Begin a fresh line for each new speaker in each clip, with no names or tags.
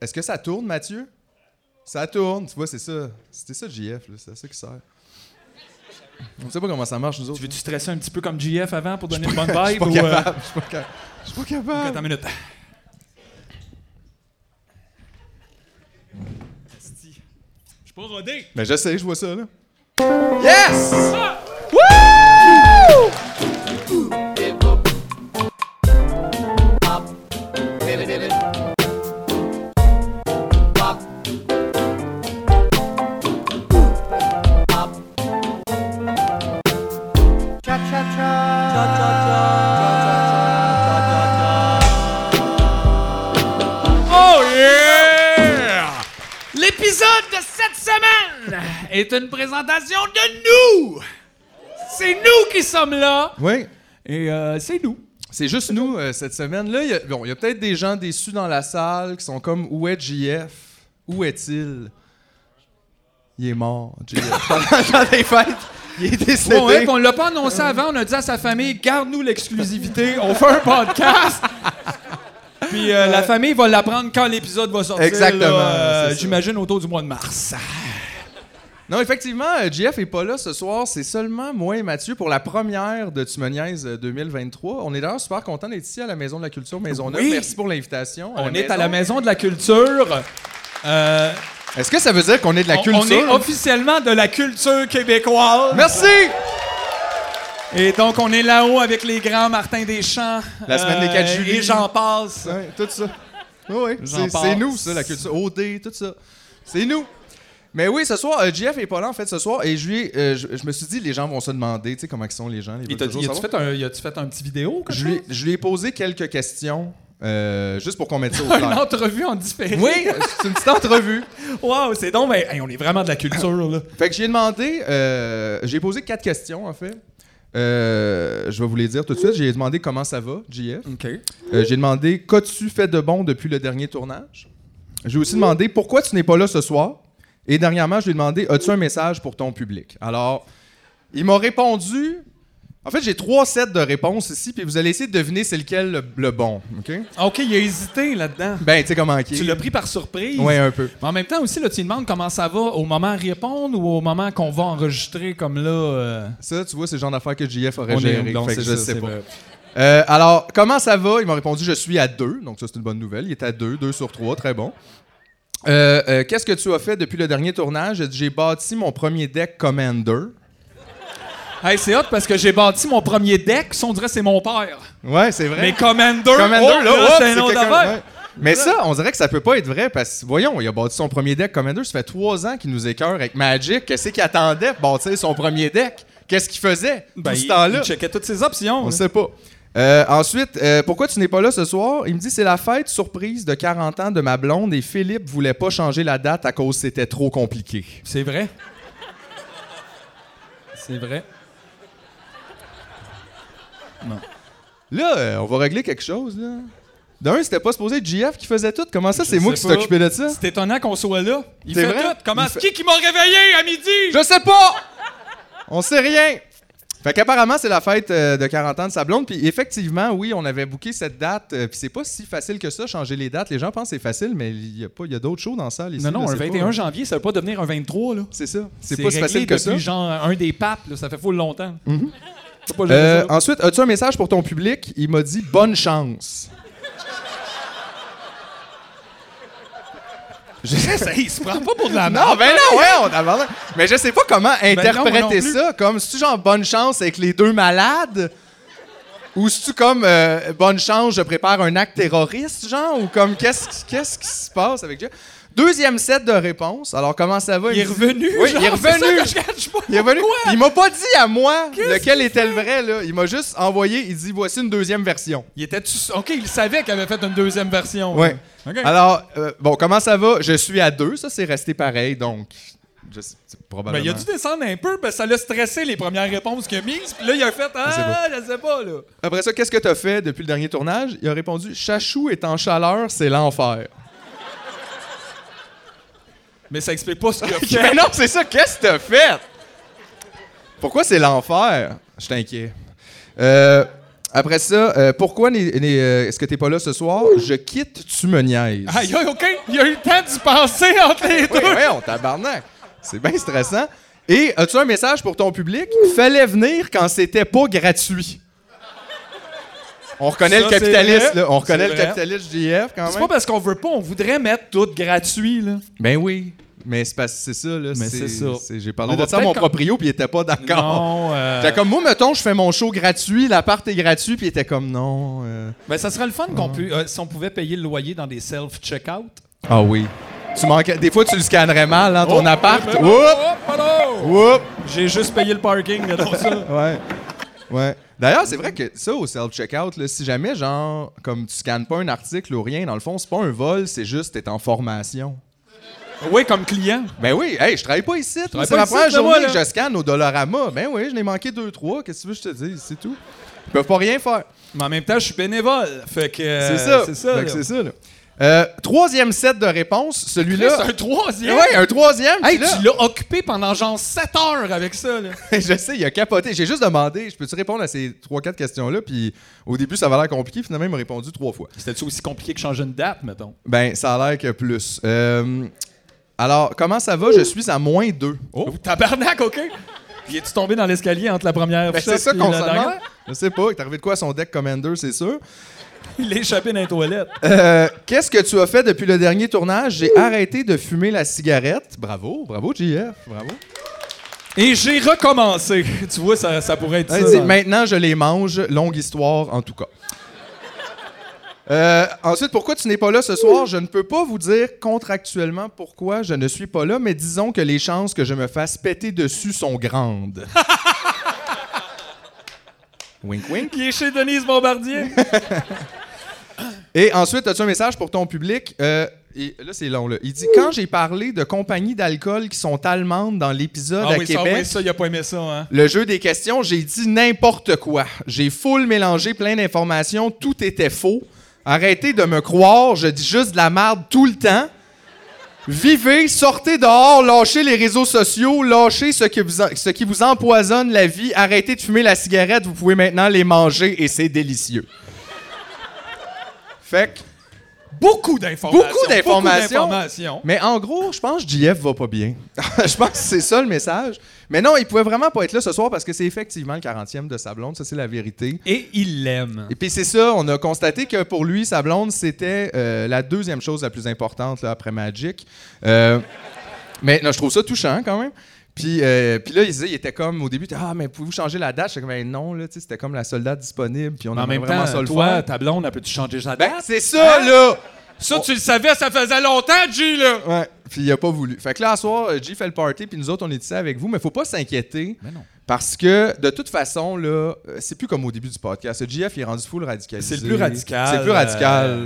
Est-ce que ça tourne, Mathieu? Ça tourne, tu vois, c'est ça. C'était ça, JF, là. C'est à ça qui sert. On sait pas comment ça marche, nous autres.
Tu veux-tu stresser un petit peu comme GF avant pour donner une bonne vibe?
Je suis
ou,
pas
euh,
capable. Je suis pas ca- je suis pas capable.
Attends une minute. Asti. Je suis pas rodé.
Mais j'essaie, je vois ça, là. Yes!
Oh yeah! L'épisode de cette semaine est une présentation de nous! C'est nous qui sommes là!
Oui.
Et euh, c'est nous.
C'est juste nous, euh, cette semaine-là. Il y a- bon, il y a peut-être des gens déçus dans la salle qui sont comme Où est JF Où est-il Il est mort, JF. Pendant les fêtes, il est décédé.
Bon, hein, on l'a pas
euh,
annoncé avant, on a dit à sa famille garde-nous l'exclusivité, on fait un podcast. Puis euh, la famille va l'apprendre quand l'épisode va sortir.
Exactement,
là, euh,
c'est ça.
J'imagine autour du mois de mars.
Non, effectivement, euh, JF est pas là ce soir. C'est seulement moi et Mathieu pour la première de Tu me niaises, euh, 2023. On est d'ailleurs super content d'être ici à la Maison de la Culture Maisonneuve.
Oui.
Merci pour l'invitation.
On est à la maison de la culture. Euh,
Est-ce que ça veut dire qu'on est de la
on-
culture?
On est officiellement de la culture québécoise.
Merci!
Et donc on est là-haut avec les grands Martin Deschamps. euh,
La semaine des quatre juillet.
Et j'en passe.
Ouais, tout ça. Oui, oui.
J'en
C'est-
passe.
C'est nous, ça, la culture. OD, tout ça. C'est nous. Mais oui, ce soir, euh, JF est pas là, en fait, ce soir. Et je, lui ai- euh, je, je me suis dit, les gens vont se demander, tu sais, comment ils sont les gens. Ils
Et
veulent
t'as-
toujours
y a-tu
savoir.
fait, un- y a-tu fait un petit vidéo? comme
je,
ça?
lui, je lui ai posé quelques questions, euh, juste pour qu'on mette ça au
Une
clair.
entrevue en différé.
oui, c'est une petite entrevue.
Wow, c'est donc, ben, hey, on est vraiment de la culture, là.
Fait que j'ai demandé, euh, j'ai posé quatre questions en fait. Euh, je vais vous les dire tout de suite. J'ai demandé comment ça va, JF.
OK.
Euh, j'ai demandé qu'as-tu fait de bon depuis le dernier tournage. J'ai aussi demandé pourquoi tu n'es pas là ce soir. Et dernièrement, je lui ai demandé as-tu un message pour ton public. Alors, il m'a répondu. En fait, j'ai trois sets de réponses ici, puis vous allez essayer de deviner c'est lequel le, le bon. Ok.
Ah, OK, il a hésité là-dedans.
Ben, tu sais comment qui.
Tu l'as pris par surprise.
Ouais, un peu.
Mais en même temps aussi, là, tu lui demandes comment ça va au moment à répondre ou au moment qu'on va enregistrer comme là. euh,
Ça, tu vois, c'est le genre d'affaires que JF aurait
on est-
géré.
non,
Fait que
c'est
je
ça,
sais
c'est
pas.
vrai.
Euh, alors, comment ça va? Il m'a répondu, je suis à 2. Donc, ça, c'est une bonne nouvelle. Il est à 2, 2 sur 3. Très bon. Euh, euh, Qu'est-ce que tu as fait depuis le dernier tournage? J'ai dit, J'ai bâti mon premier deck Commander.
Hey, c'est hot parce que j'ai bâti mon premier deck. Ça, on dirait que c'est mon père.
Ouais, c'est vrai.
Mais Commander,
Commander,
oh,
là, hop,
c'est un nom
quelqu'un-
d'affaire.
ouais. Mais ça, on dirait que ça peut pas être vrai parce que, voyons, il a bâti son premier deck Commander. Ça fait trois ans qu'il nous écœure avec Magic. Qu'est-ce qu'il attendait pour bâtir son premier deck? Qu'est-ce qu'il faisait
Ben,
tout
il-
ce temps-là?
il checkait toutes ses options.
On
là.
sait pas. Euh, ensuite, euh, pourquoi tu n'es pas là ce soir? Il me dit c'est la fête surprise de 40 ans de ma blonde et Philippe voulait pas changer la date à cause que c'était trop compliqué.
C'est vrai. C'est vrai.
Là, euh, on va régler quelque chose. Là. D'un, c'était pas supposé être JF qui faisait tout. Comment ça,
Je
c'est moi
sais
qui suis
pas.
occupé de ça?
C'est étonnant qu'on soit là. Il
C'est
fait
vrai?
tout. Comment
Il fait-
Qui qui m'a réveillé à midi?
Je sais pas! On sait rien! Fait qu'apparemment, c'est la fête euh, de 40 ans de sa blonde. Puis effectivement, oui, on avait booké cette date. euh, Puis c'est pas si facile que ça, changer les dates. Les gens pensent que c'est facile, mais il y a, pas- il y a d'autres choses dans la salle ici.
Non, non,
là,
un
c'est pas- hein.
21 janvier, ça ne veut pas devenir un 23, là.
C'est ça. C'est pas si
réglé
facile que
depuis
ça. Mhm.
genre un des papes, là, ça fait full longtemps. Faut pas gérer
Euh,
ça.
ensuite, as-tu un message pour ton public? Il m'a dit bonne chance.
Ça, il se prend pas pour de la merde.
Non, ben non, ouais, on a parlé. Mais je sais pas comment
Ah, Ben non,
interpréter
moi non plus.
ça. Comme, si tu genre bonne chance avec les deux malades? Ou si tu comme euh, bonne chance, je prépare un acte terroriste, genre? Ou comme qu'est-ce qui- qu'est-ce qui se passe avec Dieu? Deuxième set de réponses. Alors, comment ça va?
Il est
me dit-
revenu.
Oui,
genre,
il est
c'est ça
revenu.
que je catch pas.
Il est revenu.
Pourquoi?
Il m'a pas dit à moi
Qu'est-ce
lequel était le vrai, là. Il m'a juste envoyé, il dit voici une deuxième version.
Il était OK, il savait qu'il avait fait une deuxième version.
Ouais.
là. OK.
Alors, euh, bon, comment ça va? Je suis à deux, ça c'est resté pareil, donc je sais- c'est
Ben,
probablement.
il a dû descendre un peu, parce que ça l'a stressé les premières réponses qu'il a mises. Puis là, il a fait Ah, je sais pas, là.
Après ça, qu'est-ce que t'as fait depuis le dernier tournage? Il a répondu Chachou est en chaleur, c'est l'enfer.
Mais ça explique pas ce qu'il a
Mais
fait.
Ben non, c'est ça, qu'est-ce que t'as fait? Pourquoi c'est l'enfer? Je t'inquiète. Euh, Après ça, euh, pourquoi les- les, euh, est-ce que t'es pas là ce soir? Je quitte, tu me niaises.
Ah,
Aïe, aïe, OK. Il y a eu le temps d'y penser entre les
Oui,
deux.
voyons, tabarnak. C'est bien stressant. Et as-tu un message pour ton public? Fallait venir quand c'était pas gratuit. On reconnaît
Ça,
le
c'est
capitaliste,
vrai.
là. On reconnaît
C'est
le
vrai.
capitaliste JF quand
C'est
même.
pas parce qu'on veut pas, on voudrait mettre tout gratuit, là.
Ben oui. Mais c'est parce que c'est ça, là.
Mais c'est ça.
c'est- J'ai parlé
On
de
va
ça à mon
peut-être
proprio, puis il était pas d'accord.
Non, euh,
J'étais comme, moi, mettons, je fais mon show gratuit, l'appart est gratuit, puis il était comme, non. euh.
ben, ça serait le fun qu'on pu- euh, si on pouvait payer le loyer dans des self-checkout.
Ah oui. Tu manquais... Des fois, tu le scannerais mal, hein, ton
Oh,
appart.
ben,
Oups!
oh, pardon!
Oups!
J'ai juste payé le parking, regardons ça.
Ouais. Ouais. D'ailleurs, c'est vrai que ça, au self-checkout, là, si jamais, genre, comme tu scannes pas un article ou rien, dans le fond, c'est pas un vol, c'est juste t'es en formation.
Oui, comme client.
Ben oui, hey, je travaille pas ici. moi,
travaille
C'est
pas
la
ici,
première
c'est moi,
journée que
là.
je scanne au Dollarama. Ben oui, je n'ai manqué deux, trois. Qu'est-ce que tu veux que je te dise? C'est tout. Ils peuvent pas rien faire.
Mais en même temps, je suis bénévole. Fait que. euh,
c'est ça.
C'est ça.
Fait que
là.
c'est ça, là. Euh, troisième set de réponses,
C'est
celui-là.
un troisième.
Ouais, un troisième.
Hey,
celui-là.
tu l'as occupé pendant genre 7 heures avec ça, là.
je sais, il a capoté. J'ai juste demandé, je peux-tu répondre à ces trois, quatre questions-là? Puis au début, ça avait l'air compliqué. Finalement, il m'a répondu trois fois.
C'était-tu aussi compliqué que changer une date, mettons?
Ben, ça a l'air que plus. Euh, alors, comment ça va? Je suis à moins Ben, 2.
Oh, tabarnak, OK? Il est-tu tombé dans l'escalier entre la première
Ben,
shot
c'est ça
puis
qu'on
la
se
dernière?
demande. Je sais pas, il est arrivé de quoi à son deck Commander, c'est sûr.
Il est échappé dans les toilettes.
Euh, Qu'est-ce que tu as fait depuis le dernier tournage? J'ai arrêté de fumer la cigarette. Bravo, bravo, JF, bravo.
Et j'ai recommencé. Tu vois, ça, ça pourrait être
Ouais,
ça.
dis, maintenant, je les mange. Longue histoire, en tout cas. Euh, ensuite, pourquoi tu n'es pas là ce soir? Je ne peux pas vous dire contractuellement pourquoi je ne suis pas là, mais disons que les chances que je me fasse péter dessus sont grandes. wink, wink.
Il est chez Denise Bombardier.
Et ensuite, as-tu un message pour ton public? Euh, et là, c'est long. Là. Il dit Quand j'ai parlé de compagnies d'alcool qui sont allemandes dans l'épisode
ah
à
oui, ça,
Québec,
oui, ça, il a pas aimé ça, hein?
Le jeu des questions, j'ai dit n'importe quoi. J'ai full mélangé plein d'informations, tout était faux. Arrêtez de me croire, je dis juste de la merde tout le temps. Vivez, sortez dehors, lâchez les réseaux sociaux, lâchez ce qui vous, en- ce qui vous empoisonne la vie, arrêtez de fumer la cigarette, vous pouvez maintenant les manger et c'est délicieux. Fait que-
Beaucoup d'informations.
Beaucoup d'informations.
Beaucoup d'informations.
mais en gros, je pense que JF va pas bien. je pense que c'est ça le message. Mais non, il pouvait vraiment pas être là ce soir parce que c'est effectivement le 40e de sa blonde, ça c'est la vérité.
Et il l'aime.
Et puis c'est ça, on a constaté que pour lui, sa blonde, c'était euh, la deuxième chose la plus importante là, après Magic. Euh, mais non, je trouve ça touchant quand même. Puis, euh, puis là, il, disait, il était comme au début, ah, mais pouvez-vous changer la date? J'étais comme, Ben non, là, tu sais, c'était comme la soldate disponible. Puis on
Mais en
aimait
même
vraiment
temps,
ça le
toi,
faire.
ta blonde, elle peut-tu changer sa
Ben,
date?
c'est ça, là!
ça, tu le savais, ça faisait longtemps, G, là!
Ouais, puis il a pas voulu. Fait que là, à soir, euh, G fait le party, puis nous autres, on est ici avec vous, mais faut pas s'inquiéter.
Mais non.
Parce que, de toute façon, là, euh, c'est plus comme au début du podcast. Le GF, il est rendu full radicalisé.
C'est le plus radical,
C'est le plus
euh,
radical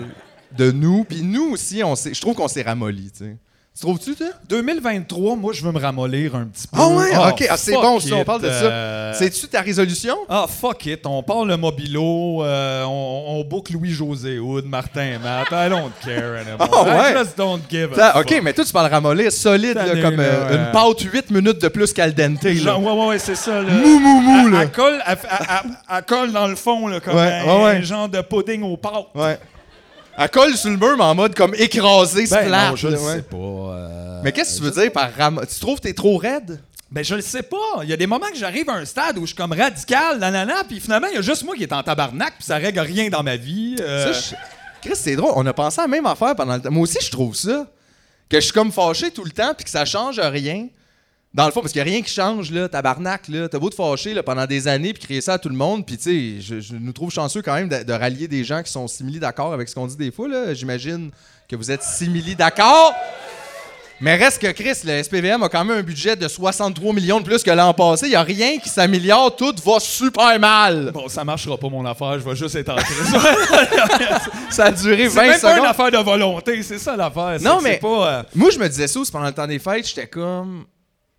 de nous. Puis nous aussi, on s'est- je trouve qu'on s'est ramolli, tu sais. Tu trouves-tu, toi?
2023, moi, je veux me ramollir un petit peu.
Ah ouais? OK. Ah, c'est
fuck
bon, ça,
it,
on parle de ça.
euh,
C'est-tu ta résolution?
Ah, fuck it. On parle le mobilo, euh, on, on boucle Louis-José Hood, Martin Matt. I don't care anymore.
Ah ouais?
I just don't give a
T'as-
fuck.
OK, mais toi, tu parles ramollir solide, là,
Tanné,
comme euh,
là, ouais.
une pâte 8 minutes de plus qu'al dente. là.
Genre, ouais, euh, ouais, ouais, c'est ça. Là.
Mou, mou, mou,
Elle-
là.
Elle colle, elle, elle- elle- elle colle dans le fond, là, comme
Ouais,
un,
ouais, ouais.
un genre de pudding au pâtes.
Ouais. Elle colle sur le mur, mais en mode comme écrasé, splat.
Ben, le
là, ouais.
pas. euh,
Mais qu'est-ce que tu veux dire par ram... Tu trouves que t'es trop raide?
Ben, je le sais pas. Il y a des moments que j'arrive à un stade où je suis comme radical, nanana, puis finalement, il y a juste moi qui est en tabarnak, puis ça règle rien dans ma vie. euh.
Ça, je- Chris, c'est drôle. On a pensé à la même affaire pendant le temps. Moi aussi, je trouve ça. Que je suis comme fâché tout le temps puis que ça change rien. Dans le fond, parce qu'il n'y a rien qui change, là, tabarnak, là. T'as beau te fâcher là, pendant des années puis crier ça à tout le monde. Puis, tu sais, je, je nous trouve chanceux quand même de, de rallier des gens qui sont simili d'accord avec ce qu'on dit des fois, là. J'imagine que vous êtes simili d'accord. Mais reste que Chris, le SPVM a quand même un budget de 63 millions de plus que l'an passé. Il n'y a rien qui s'améliore. Tout va super mal.
Bon, ça marchera pas, mon affaire. Je vais juste être en crise.
Ça a duré 20
C'est même pas
secondes.
une affaire de volonté, c'est ça l'affaire. C'est
Non,
que c'est
mais-
pas, euh,
Moi, je me disais ça aussi pendant le temps des fêtes. J'étais comme.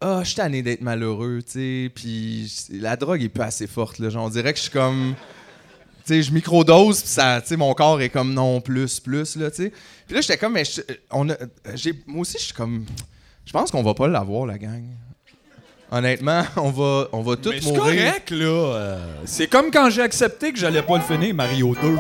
Ah, je suis tanné d'être malheureux, tu sais. Puis j- la drogue est pas assez forte, là. Genre, on dirait que je suis comme. Tu sais, je microdose, puis ça. Tu sais, mon corps est comme non, plus, plus, là, tu sais. Puis là, j'étais comme. Mais je- on a- j'ai- moi aussi, je suis comme. Je pense qu'on va pas l'avoir, la gang. Honnêtement, on va, on va tous
Mais c'est
mourir.
correct, là. euh, c'est comme quand j'ai accepté que j'allais pas le finir, Mario 2.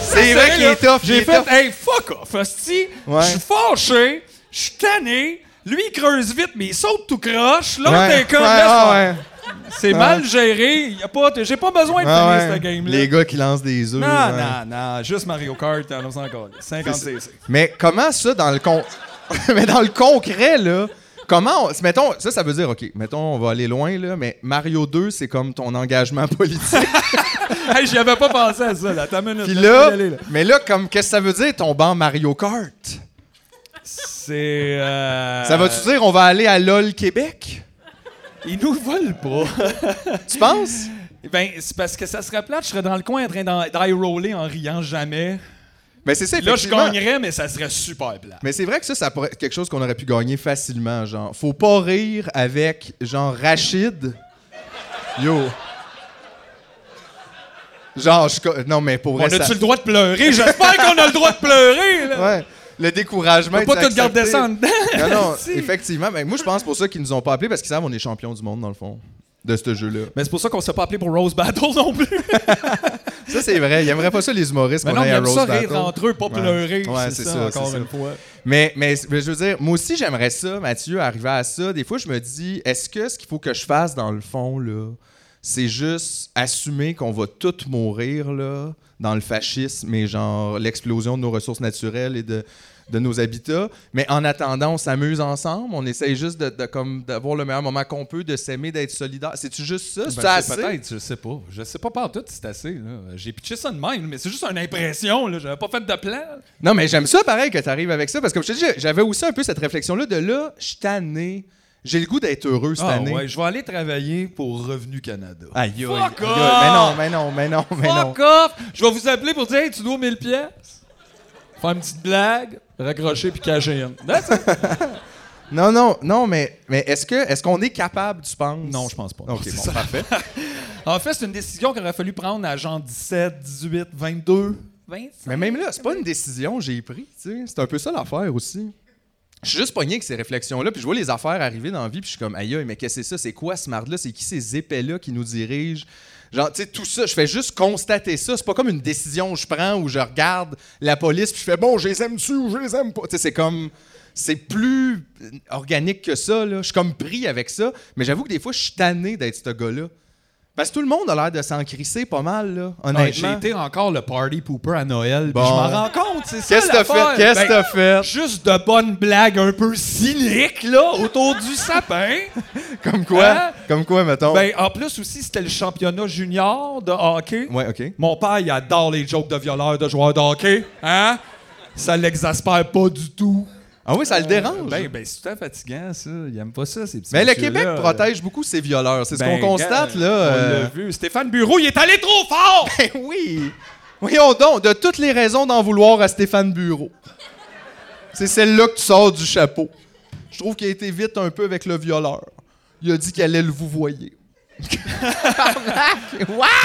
C'est vrai qu'il est tough. il
J'ai
est
fait,
tough.
hey, fuck off, hostie.
Ouais.
Je suis fâché, je suis tanné. Lui, il creuse vite, mais il saute tout croche. L'autre
Ouais,
est comme,
ouais,
laisse
ah
faire.
ouais,
C'est mal géré. Y a pas, t- j'ai pas besoin de
ah
finir
ouais.
cette game-là.
Les gars qui lancent des œufs.
Non,
ouais.
non, non. Juste Mario Kart, on s'en encore. 50 CC.
Mais comment ça, dans le con... mais dans le concret, là, comment... On... Mettons, ça, ça veut dire, OK, mettons, on va aller loin, là, mais Mario 2, c'est comme ton engagement politique.
hey, j'y avais pas pensé à ça, là. T'as une minute.
Puis
là,
là,
je vais y aller, là.
mais là, comme, qu'est-ce que ça veut dire, ton banc Mario Kart?
C'est. euh,
Ça veut-tu dire, on va aller à LOL Québec?
Ils nous volent pas.
Tu penses?
ben, c'est parce que ça serait plate, je serais dans le coin en train d'en- d'eye roller en riant jamais.
Mais c'est ça,
Là, je
effectivement.
gagnerais, mais ça serait super plat.
Mais c'est vrai que ça, ça pourrait être quelque chose qu'on aurait pu gagner facilement, genre. Faut pas rire avec, genre, Rachid. Yo. Genre, je... co- Non, mais pour
On
vrai,
a-tu
ça-
le droit de pleurer? J'espère qu'on a le droit de pleurer, là.
Ouais. Le découragement.
Faut
est
pas tout garder
accepté.
ça en dedans.
Non, non,
Si.
effectivement. Ben, moi, je pense pour ça qu'ils nous ont pas appelés parce qu'ils savent qu'on est champion du monde, dans le fond, de ce jeu-là.
Mais c'est pour ça qu'on s'est pas appelé pour Rose Battle non plus.
Ça, c'est vrai. Ils aimeraient pas ça, les humoristes
Mais
qu'on
non,
aille
ils
à
aiment
Rose
ça
Battle.
rire entre eux, pas pleurer.
Ouais,
c'est
c'est
ça,
ça,
encore
c'est
une
ça. Ben,
fois.
Mais, mais mais je veux dire, moi aussi, j'aimerais ça, Mathieu, arriver à ça. Des fois, je me dis, est-ce que ce qu'il faut que je fasse, dans le fond, là, c'est juste assumer qu'on va tous mourir, là, dans le fascisme et genre l'explosion de nos ressources naturelles et de de nos habitats, mais en attendant, on s'amuse ensemble, on essaye juste de, de- comme d'avoir le meilleur moment qu'on peut, de s'aimer, d'être solidaire. C'est-tu juste ça? C'est
Ben,
assez?
Peut-être, je sais pas. Je sais pas par tout si c'est assez. là. J'ai pitché ça de même, mais c'est juste une impression. là. J'avais pas fait de plan.
Non, mais j'aime ça pareil que tu arrives avec ça, parce que comme je te dis, j'avais aussi un peu cette réflexion-là de là, je suis tanné, j'ai le goût d'être heureux cette année.
Ah, ouais, je vais aller travailler pour Revenu Canada.
Aïe, aïe,
Fuck
aïe,
off!
Mais non, mais non, mais non, mais non.
Fuck off! Je vais vous appeler pour dire hey, tu dois 1000 pièces. Faire une petite blague, raccrocher puis cacher une. Non, c'est-
Non, non, non, mais, mais est-ce que est-ce qu'on est capable, tu penses?
Non, je pense pas.
Ok,
C'est
bon,
ça.
parfait.
en fait, c'est une décision qu'il aurait fallu prendre à genre 17, 18, 22, 25.
Mais même là, c'est pas une décision que j'ai prise, tu sais. C'est un peu ça l'affaire aussi. Je suis juste pogné avec ces réflexions-là, puis je vois les affaires arriver dans la vie, puis je suis comme, aïe, aïe, mais qu'est-ce que c'est ça? C'est quoi ce marde-là? C'est qui ces épais-là qui nous dirigent? Genre, tu sais, tout ça, je fais juste constater ça. C'est pas comme une décision que je prends où je regarde la police, puis je fais, bon, je les aime-tu ou je les aime pas? Tu sais, c'est comme. C'est plus euh, organique que ça, là. Je suis comme pris avec ça, mais j'avoue que des fois, je suis tanné d'être ce gars-là. Parce que tout le monde a l'air de s'en crisser pas mal, là, honnêtement.
Ouais, J'ai été encore le party pooper à Noël. puis
Bon.
Je m'en rends compte, c'est ça.
Qu'est-ce que t'as fait?
l'affaire.
Qu'est-ce que
Ben,
t'as fait?
Juste de bonnes blagues un peu cyniques, là, autour du sapin.
Comme quoi?
Hein?
Comme quoi, mettons?
Ben, en plus aussi, c'était le championnat junior de hockey.
ouais, OK.
Mon père, il adore les jokes de violeurs, de joueurs de hockey. Hein? Ça l'exaspère pas du tout.
Ah oui, ça le dérange.
Ben, ben c'est tout à fait fatigant, ça. Il aime pas ça, ces petits
mais le
messieurs-là.
Québec protège beaucoup ses violeurs. C'est ce
Ben,
qu'on constate,
gars,
là.
On
euh,
l'a vu. Stéphane Bureau, il est allé trop fort!
Ben oui! Voyons donc, de toutes les raisons d'en vouloir à Stéphane Bureau. C'est celle-là que tu sors du chapeau. Je trouve qu'il a été vite un peu avec le violeur. Il a dit qu'il allait le vous voyer.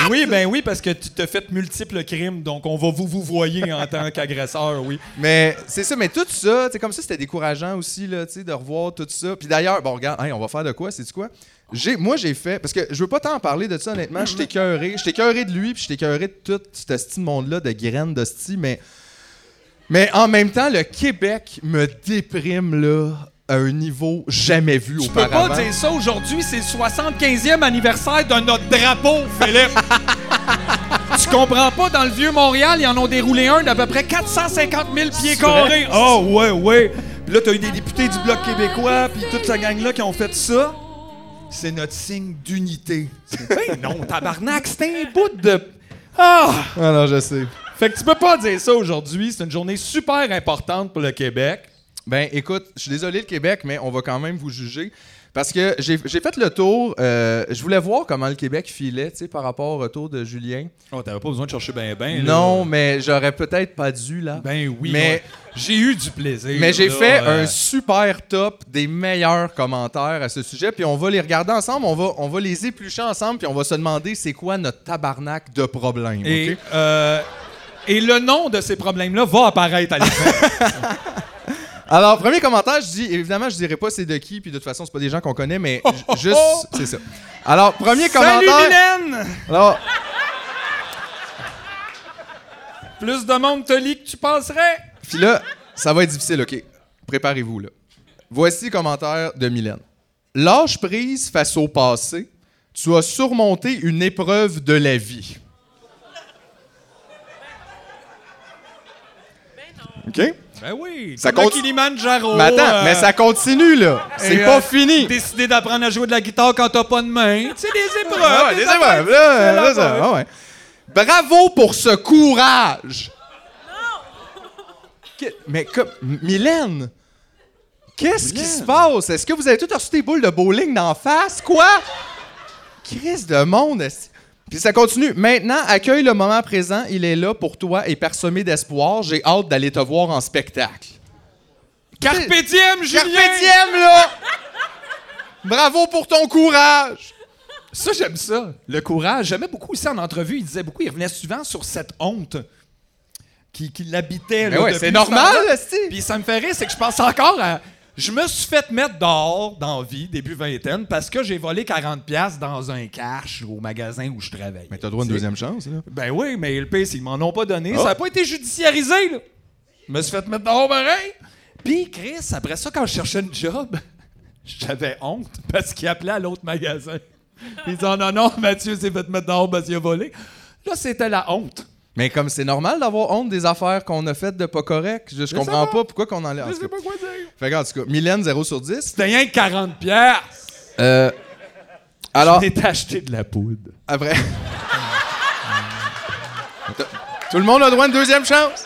Oui, ben oui, parce que tu t'as fait multiples crimes, donc on va vous vous voyer en tant qu'agresseur, oui.
Mais c'est ça, mais tout ça, c'est comme ça, c'était décourageant aussi là, tu sais, de revoir tout ça. Puis d'ailleurs, bon regarde, hey, on va faire de quoi, c'est du quoi J'ai moi j'ai fait parce que je veux pas t'en parler de ça honnêtement, j'étais écœuré, j'étais écœuré de lui, puis j'étais écœuré de tout ce petit monde là de graines de sti, mais mais en même temps, le Québec me déprime là à un niveau jamais vu
Tu peux
auparavant.
pas dire ça aujourd'hui, c'est le 75e anniversaire de notre drapeau, Philippe. tu comprends pas, dans le vieux Montréal, ils en ont déroulé un d'à peu près 450 000 pieds carrés. Oh, ouais, ouais. Puis là, t'as eu des députés du Bloc québécois, puis toute la gang-là qui ont fait ça. C'est notre signe d'unité. Ben non, tabarnak, c'était un bout de... Ah!
Ah non, je sais.
Fait que tu peux pas dire ça aujourd'hui. C'est une journée super importante pour le Québec.
Ben, écoute, je suis désolé, le Québec, mais on va quand même vous juger. Parce que j'ai j'ai fait le tour. euh, je voulais voir comment le Québec filait, tu sais, par rapport au tour de Julien.
Oh, t'avais pas besoin de chercher ben ben.
non, mais j'aurais peut-être pas dû, là.
Ben oui.
Mais-
ouais. j'ai eu du plaisir.
mais j'ai
là,
fait
euh,
un super top des meilleurs commentaires à ce sujet, puis on va les regarder ensemble, on va, on va les éplucher ensemble, puis on va se demander c'est quoi notre tabarnak de problème.
Et,
ok?
euh, et le nom de ces problèmes-là va apparaître à l'écran.
Alors, premier commentaire, je dis, évidemment, je dirais pas c'est de qui, puis de toute façon, c'est pas des gens qu'on connaît, mais j- juste, c'est ça. Alors, premier
Oh, Salut
commentaire.
Mylène!
Alors,
Plus de monde te lit que tu penserais.
puis là, ça va être difficile, OK? Préparez-vous, là. Voici le commentaire de Mylène. Lâche prise face au passé, tu as surmonté une épreuve de la vie. OK?
Ben oui.
Ça
comme le
compte-
Kilimanjaro.
Mais attends,
euh,
mais ça continue, là. C'est
et,
pas
euh,
fini.
Décider d'apprendre à jouer de la guitare quand t'as pas de main. Tu sais, des épreuves.
Ah ouais,
des
des épreuves,
affaires
là, là,
difficiles à
ça,
faire.
ah ouais. Bravo pour ce courage! Que- Mais comme. M- Mylène! Qu'est-ce qui se passe? Est-ce que vous avez tous reçu des boules de bowling d'en face? Quoi? Crise de monde! est-ce- Puis ça continue. Maintenant, accueille le moment présent. Il est là pour toi et parsemé d'espoir. J'ai hâte d'aller te voir en spectacle.
Carpe diem, Julien.
Carpe diem, là! Bravo pour ton courage!
Ça, j'aime ça. Le courage. J'aimais beaucoup ici en entrevue. Il disait beaucoup, il revenait souvent sur cette honte qui, qui
Mais
l'habitait. là,
Ben ouais,
depuis
c'est
ce temps-là.
normal, esti.
Puis ça me fait rire, c'est que je pense encore à. Je me suis fait mettre dehors dans vie, début vingtaine, parce que j'ai volé 40$ piastres dans un cash au magasin où je travaillais.
Mais t'as droit à une
Tu sais.
deuxième chance, là.
Ben oui, mais le pire, c'est qu'ils m'en ont pas donné.
Ah.
Ça n'a pas été judiciarisé, là. Je me suis fait mettre dehors pareil. Puis, Chris, après ça, quand je cherchais une job, j'avais honte parce qu'il appelait à l'autre magasin. Il disait non, non, Mathieu s'est fait mettre dehors parce qu'il a volé. Là, c'était la honte.
Mais comme c'est normal d'avoir honte des affaires qu'on a faites de pas correct, je, je comprends pas pourquoi qu'on en
Je
en tout
sais
cas.
pas quoi dire.
Fait que, en tout cas, Mylène, 0 sur 10.
C'était rien que 40 pierres.
Euh, alors,
Je m'étais acheté de la poudre.
après. tout le monde a droit à une deuxième chance.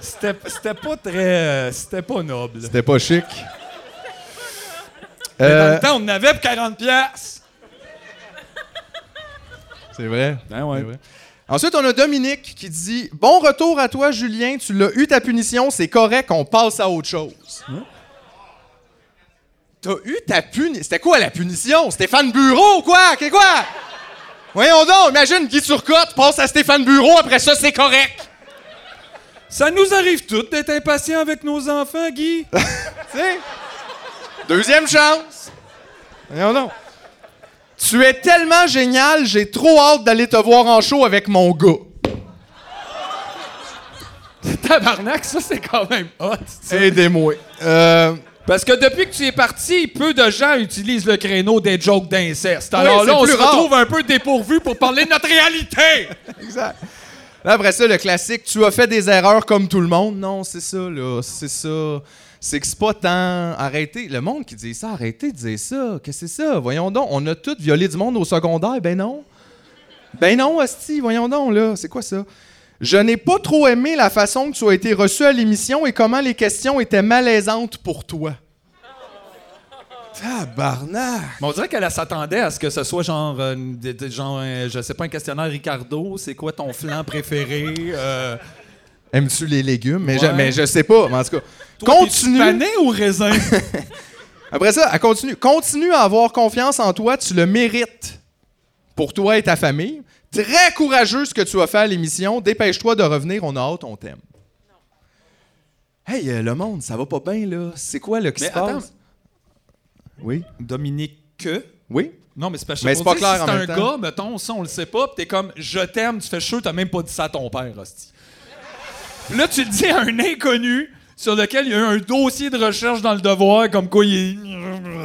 C'était c'était pas très... euh, C'était pas noble.
C'était pas chic.
Mais
Euh,
Dans le temps, on en avait pour 40 pièces.
c'est vrai.
Ben ouais.
C'est vrai. Eh Ensuite, on a Dominique qui dit Bon retour à toi, Julien. Tu l'as eu ta punition, c'est correct, on passe à autre chose. T'as eu ta punition. C'était quoi la punition Stéphane Bureau, quoi Qu'est quoi Voyons donc, imagine Guy Turcotte passe à Stéphane Bureau, après ça, c'est correct.
Ça nous arrive toutes d'être impatients avec nos enfants, Guy.
Tu sais? Deuxième chance. Voyons donc. Tu es tellement génial, j'ai trop hâte d'aller te voir en show avec mon gars.
Tabarnak, ça c'est quand même hot. ça.
Aidez-moi. Euh.
Parce que depuis que tu es parti, peu de gens utilisent le créneau des jokes d'inceste. Alors
Oui,
là,
c'est
on
plus
se
rare.
retrouve un peu dépourvu pour parler de notre réalité.
Exact. Là, après ça, le classique, tu as fait des erreurs comme tout le monde. Non, c'est ça, là, c'est ça. C'est que c'est pas tant. Arrêtez. Le monde qui dit ça, arrêtez de dire ça. Qu'est-ce que c'est ça? Voyons donc, on a tous violé du monde au secondaire. Ben non. Ben non, Asti, voyons donc, là. C'est quoi ça? Je n'ai pas trop aimé la façon que tu as été reçu à l'émission et comment les questions étaient malaisantes pour toi. Tabarnak!
Mais on dirait qu'elle s'attendait à ce que ce soit genre, euh, une- des- des- genre euh, je sais pas, un questionnaire Ricardo, c'est quoi ton flanc préféré? Euh,
Aimes-tu les légumes? Mais, je,
Ouais.
mais je sais pas, mais en tout cas.
toi,
continue!
t'es-tu pané ou raisin?
Après ça, elle continue. Continue à avoir confiance en toi, tu le mérites. Pour toi et ta famille. Très courageux ce que tu as fait à l'émission. Dépêche-toi de revenir, on a hâte, on t'aime. Hey, euh, le monde, ça va pas bien, là. C'est quoi, là, qui
Mais
se passe?
attends.
Oui.
Dominique que?
Oui?
Non, mais c'est parce que
Mais
pour
c'est pas
dire,
clair
si
en
c'est
même
un
temps.
gars, mettons, ça, on le sait pas, pis t'es comme, je t'aime, tu fais chaud, t'as même pas dit ça à ton père, hostie. Pis là, tu le dis à un inconnu sur lequel il y a eu un dossier de recherche dans le devoir, comme quoi il est.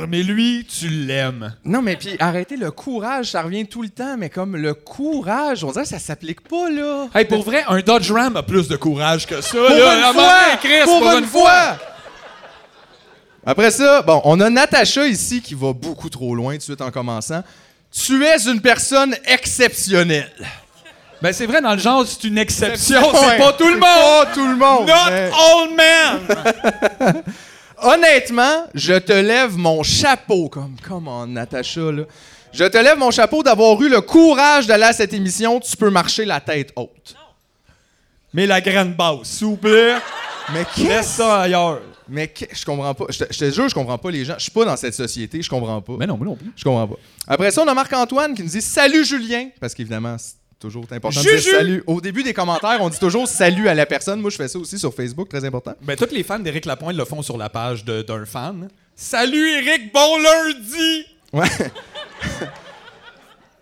Mais lui, tu l'aimes.
Non, mais puis arrêtez, le courage, ça revient tout le temps, mais comme le courage, on dirait que ça s'applique pas, là.
Hey, pour vrai, un Dodge Ram a plus de courage que ça.
Pour
là.
une
Ah,
fois!
ben, Chris,
pour,
pour
une, fois! Après ça, bon, on a Natacha ici qui va beaucoup trop loin tout de suite en commençant. Tu es une personne exceptionnelle.
Ben, c'est vrai, dans le genre, c'est une exception,
Ouais.
c'est pas tout le monde!
Pas tout le monde.
Not
Mais
all men!
Honnêtement, je te lève mon chapeau comme come on Natacha là. Je te lève mon chapeau d'avoir eu le courage d'aller à cette émission, tu peux marcher la tête haute.
Mais la grande basse, s'il vous plaît,
Mais
laisse
qu'est-ce
ça ailleurs.
Mais qu'est- je comprends pas. Je te, je te jure, je comprends pas les gens. Je suis pas dans cette société, je comprends pas.
non, mais non plus.
Je comprends pas. Après ça, on a Marc-Antoine qui nous dit Salut Julien, parce qu'évidemment, c- Toujours important de dire
Juju!
salut. Au début des commentaires, on dit toujours salut à la personne. Moi, je fais ça aussi sur Facebook, très important.
Ben, tous les fans d'Éric Lapointe le font sur la page de- d'un fan. Salut Éric, bon lundi!
Ouais.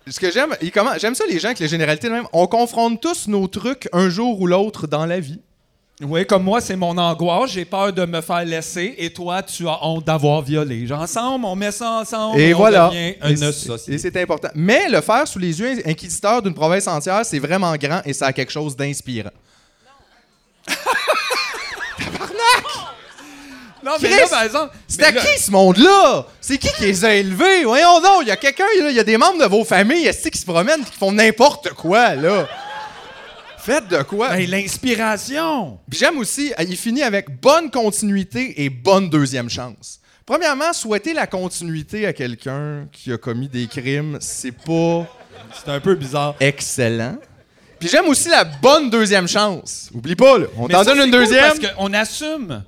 Ce que j'aime, il commence- j'aime ça les gens avec les généralités de même. On confronte tous nos trucs un jour ou l'autre dans la vie.
Oui, comme moi, c'est mon angoisse. J'ai peur de me faire laisser et toi, tu as honte d'avoir violé. Genre, Ensemble, on met ça ensemble
Et
on
voilà.
devient
Et
une
c'est- Et
société.
c'est important. Mais le faire sous les yeux inquisiteurs d'une province entière, c'est vraiment grand et ça a quelque chose d'inspirant.
Non, mais là,
Chris,
par exemple,
C'est à
mais là-
qui ce monde-là? C'est qui qui les a élevés? Voyons donc, il y a quelqu'un, là, il y a des membres de vos familles esti, qui se promènent et qui font n'importe quoi, là. Faites de quoi?
Ben, l'inspiration!
Puis j'aime aussi, euh, il finit avec bonne continuité et bonne deuxième chance. Premièrement, souhaiter la continuité à quelqu'un qui a commis des crimes, c'est pas
C'est un peu bizarre.
excellent. Puis j'aime aussi la bonne deuxième chance. Oublie pas, là. On
Mais
t'en
ça,
donne une
c'est cool
deuxième.
parce qu'on assume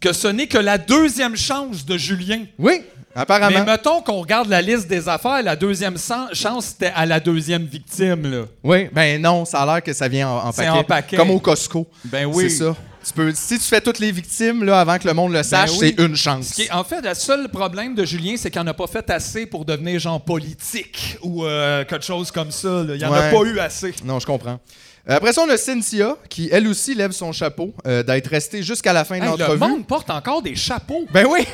que ce n'est que la deuxième chance de Julien.
Oui, apparemment.
Mais mettons qu'on regarde la liste des affaires, la deuxième san- chance, c'était à la deuxième victime, là.
Oui, ben non, ça a l'air que ça vient en, en
C'est
paquet.
en paquet.
Comme au Costco.
Ben oui. Ben
C'est ça. Tu peux, si tu fais toutes les victimes là, avant que le monde le sache,
oui.
c'est une chance.
Ce qui est- en fait, le seul problème de Julien, c'est qu'il n'en a pas fait assez pour devenir genre politique ou euh, quelque chose comme ça. là. Il n'y en a
Ouais.
pas eu assez.
Non, je comprends. Euh, Après ça, on a Cynthia, qui elle aussi lève son chapeau euh, d'être restée jusqu'à la fin de
Hey, le
l'entrevue.
monde porte encore des chapeaux.
Ben oui!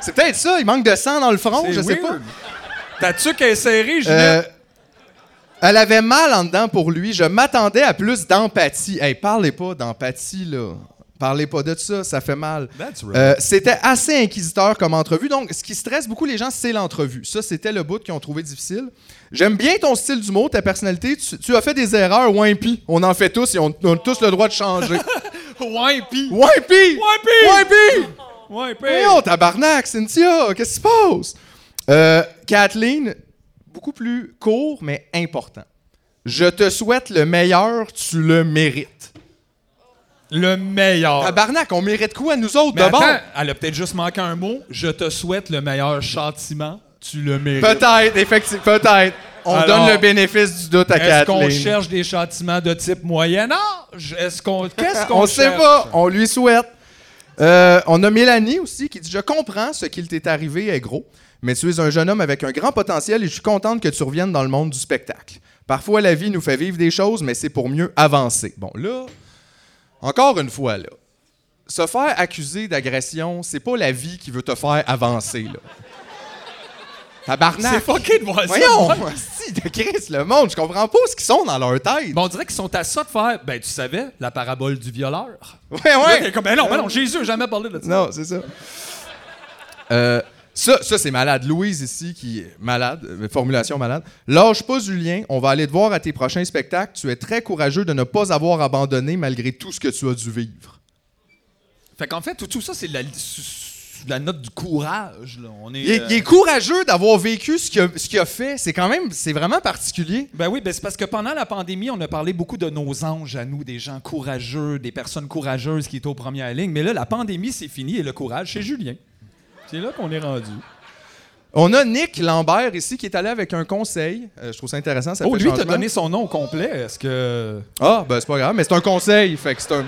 C'est peut-être ça, il manque de sang dans le front,
C'est
je sais pas.
weird. T'as-tu qu'à serré,
Euh,
Julien?
elle avait mal en dedans pour lui. Je m'attendais à plus d'empathie. Hey, parlez pas d'empathie, là. Parlez pas de ça, ça fait mal.
That's right.
Euh, c'était assez inquisiteur comme entrevue. Donc, ce qui stresse beaucoup les gens, c'est l'entrevue. Ça, c'était le bout qu'ils ont trouvé difficile. J'aime bien ton style d'humour, ta personnalité. Tu, tu as fait des erreurs, ouais, pis. On en fait tous et on, on a tous le droit de changer.
Ouais, pis.
Ouais, pis!
Ouais, pis!
Ouais, pis!
Ouais, pis.
Voyons, tabarnak, Cynthia, qu'est-ce qui se passe? Euh, Kathleen, beaucoup plus court, mais important. Je te souhaite le meilleur, tu le mérites.
Le meilleur.
Tabarnak, on mérite quoi, nous autres,
Ah. Mais
de
attends,
bon?
elle a peut-être juste manqué un mot. Je te souhaite le meilleur châtiment. Tu le mérites.
Peut-être, effectivement, peut-être. On
Alors,
donne le bénéfice du doute à
Est-ce
Kathleen.
qu'on cherche des châtiments de type Moyen Âge? Est-ce qu'on qu'est-ce qu'on
On sait
cherche?
pas, on lui souhaite. Euh, on a Mélanie aussi qui dit Je comprends ce qu'il t'est arrivé est gros, mais tu es un jeune homme avec un grand potentiel et je suis contente que tu reviennes dans le monde du spectacle. Parfois, la vie nous fait vivre des choses, mais c'est pour mieux avancer. Bon, là, encore une fois, là, se faire accuser d'agression, c'est pas la vie qui veut te faire avancer, là.
C'est
Tabarnak!
fucké de voir
Voyons!
ça.
Si, de Christ, le monde, je comprends pas ce qu'ils sont dans leur tête.
Bon, on dirait qu'ils sont à ça de faire. Ben, tu savais, la parabole du violeur.
Ouais, ouais! Euh.
Là, t'es comme, ben non, ben non, Jésus n'a jamais parlé de ça.
Non, c'est ça. Euh, ça, ça c'est malade. Louise ici qui est malade, euh, formulation malade. Lâche pas Julien, on va aller te voir à tes prochains spectacles. Tu es très courageux de ne pas avoir abandonné malgré tout ce que tu as dû vivre.
Fait qu'en fait, tout, tout ça, c'est de la, su- su- de la note du courage. Là. On est,
Il est,
euh,
il est courageux d'avoir vécu ce qu'il a, ce qu'il a fait. C'est quand même, c'est vraiment particulier.
Ben oui, ben c'est parce que pendant la pandémie, on a parlé beaucoup de nos anges à nous, des gens courageux, des personnes courageuses qui étaient aux premières lignes. Mais là, la pandémie, c'est fini et le courage, c'est Julien. C'est là qu'on est rendu.
On a Nick Lambert ici qui est allé avec un conseil. Euh, je trouve ça intéressant. Ça
oh,
fait
lui, t'as
changement.
donné son nom au complet. Est-ce que.
Ah, ben c'est pas grave, mais c'est un conseil, fait que c'est un,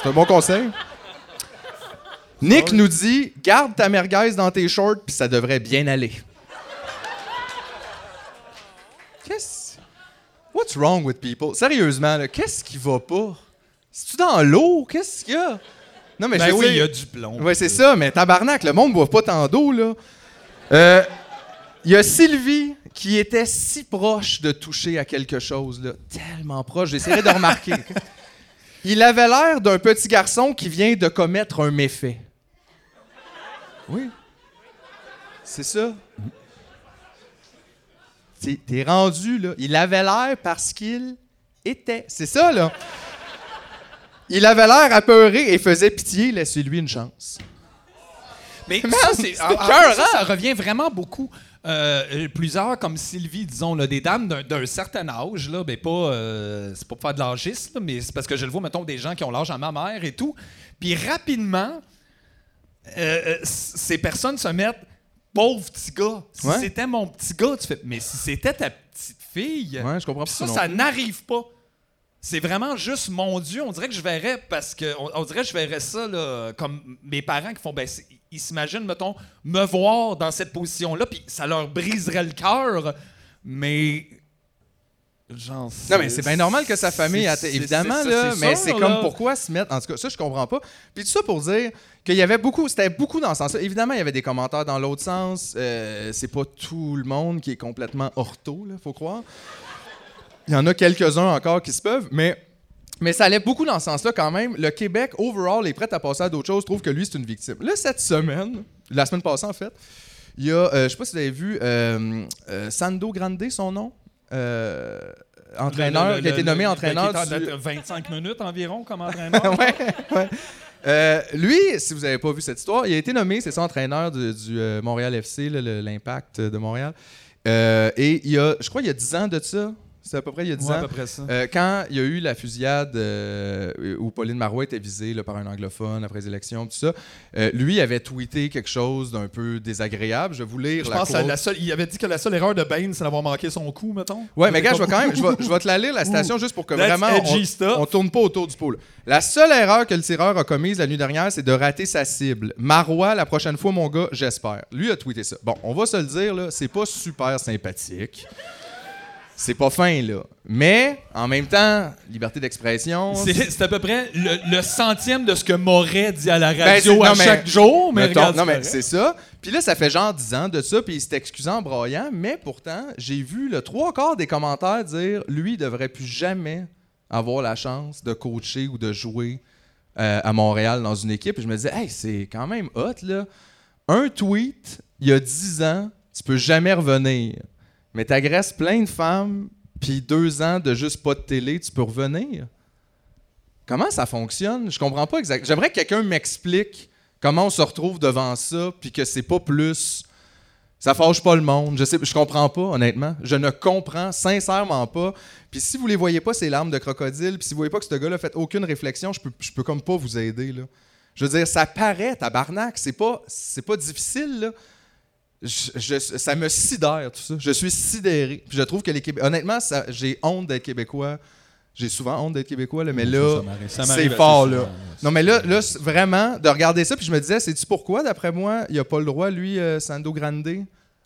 c'est un bon conseil. Nick nous dit garde ta merguez dans tes shorts puis ça devrait bien aller. Qu'est-ce What's wrong with people Sérieusement, là, qu'est-ce qui va pas C'est-tu dans l'eau Qu'est-ce qu'il y a Non mais
Ben
je
oui,
sais-
il y a du plomb.
Ouais, c'est ça, mais tabarnak, le monde boit pas tant d'eau, là. Euh, Il y a Sylvie qui était si proche de toucher à quelque chose, là. Tellement proche, j'essaierai de remarquer. Il avait l'air d'un petit garçon qui vient de commettre un méfait. Oui. C'est ça. T'es t'es rendu, là. Il avait l'air parce qu'il était. C'est ça, là. Il avait l'air apeuré et faisait pitié. Laissez-lui une chance.
Mais
Man,
ça, c'est,
c'est
en- en-
écœurant.
ça, ça revient vraiment beaucoup. Euh, euh, plusieurs, comme Sylvie, disons, là, des dames d'un, d'un certain âge, là, ben pas, euh, c'est pas pour faire de l'âgisme, là, mais c'est parce que je le vois, mettons, des gens qui ont l'âge à ma mère et tout. Puis rapidement, euh, euh, c- ces personnes se mettent « Pauvre petit gars! Si
Ouais.
c'était mon petit gars, tu fais... Mais si c'était ta petite fille.
Ouais, je comprends pas
Puis ça,
non
ça n'arrive pas. C'est vraiment juste mon Dieu. On dirait que je verrais parce que on, on dirait que je verrais ça là, comme mes parents qui font ben c'est- ils s'imaginent mettons me voir dans cette position là puis ça leur briserait le cœur mais j'en sais.
Non, mais c'est bien normal que sa famille. atte-
c'est- c'est-
Évidemment,
c'est-
là. Mais
sûr,
c'est
là.
comme pourquoi se mettre. En tout cas, ça, je comprends pas. Puis tout ça pour dire qu'il y avait beaucoup. C'était beaucoup dans ce sens-là. Évidemment, il y avait des commentaires dans l'autre sens. Euh, c'est pas tout le monde qui est complètement ortho, là, faut croire. Il y en a quelques-uns encore qui se peuvent, mais. Mais ça allait beaucoup dans ce sens-là quand même. Le Québec, overall, est prêt à passer à d'autres choses, trouve que lui, c'est une victime. Là, cette semaine, la semaine passée en fait, il y a, euh, je sais pas si vous avez vu, euh, euh, Sando Grande, son nom, Euh, entraîneur,
Le- le-
qui a été
le-
nommé
le-
entraîneur.
qui est en-
du-
25 minutes environ comme entraîneur.
Ouais, ouais. Euh, lui, si vous n'avez pas vu cette histoire, il a été nommé, c'est ça, entraîneur du, du, euh, Montréal FC, là, le- l'Impact de Montréal. Euh, et il y a, je crois, il y a 10 ans de ça. C'est à peu près il y a 10
Ouais, à
ans.
peu près ça.
Euh, quand il y a eu la fusillade euh, où Pauline Marois était visée là, par un anglophone après les élections, tout ça, euh, lui avait tweeté quelque chose d'un peu désagréable. Je vais vous lire
Je
la
pense que
quote.
la seule, il avait dit que la seule erreur de Bane, c'est d'avoir manqué son coup, mettons.
Ouais, mais gars, je vais quand même, je vais, je vais te la lire la station juste pour que
That's
vraiment
edgy stuff.
on, on tourne pas autour du pôle. La seule erreur que le tireur a commise la nuit dernière, c'est de rater sa cible. Marois, la prochaine fois, mon gars, j'espère. Lui a tweeté ça. Bon, on va se le dire là, c'est pas super sympathique. C'est pas fin là, mais en même temps, liberté d'expression.
C'est c'est à peu près le, le centième de ce que Moret dit à la
Ben, c'est-
radio
non,
à
mais-
chaque jour, mais
Mettons-
regarde,
non,
c'est
mais
correct.
c'est ça. Puis là, ça fait genre 10 ans de ça, puis il s'est excusé en broyant, mais pourtant, j'ai vu le trois quarts des commentaires dire lui, il devrait plus jamais avoir la chance de coacher ou de jouer euh, à Montréal dans une équipe. Puis je me disais, hey, c'est quand même hot, là. Un tweet, il y a 10 ans, tu peux jamais revenir. Mais t'agresses plein de femmes, puis deux ans de juste pas de télé, tu peux revenir. Comment ça fonctionne? Je comprends pas exactement. J'aimerais que quelqu'un m'explique comment on se retrouve devant ça, puis que c'est pas plus. Ça fâche pas le monde. Je sais, je comprends pas, honnêtement. Je ne comprends sincèrement pas. Puis si vous les voyez pas, ces larmes de crocodile, puis si vous voyez pas que ce gars-là fait aucune réflexion, je peux, je peux comme pas vous aider, là. Je veux dire, ça paraît, tabarnak. C'est pas, c'est pas difficile, là. Je- je- ça me sidère, tout ça. Je suis sidéré. Puis je trouve que les Québé- Honnêtement, ça- j'ai honte d'être Québécois. J'ai souvent honte d'être Québécois, là, mais là,
ça m'arrive- ça
c'est
m'arrive
fort,
assez
là.
souvent, là.
Non, mais là, là c'est vraiment, de regarder ça, puis je me disais, sais-tu pourquoi, d'après moi, il a pas le droit, lui, euh, Sando Grande,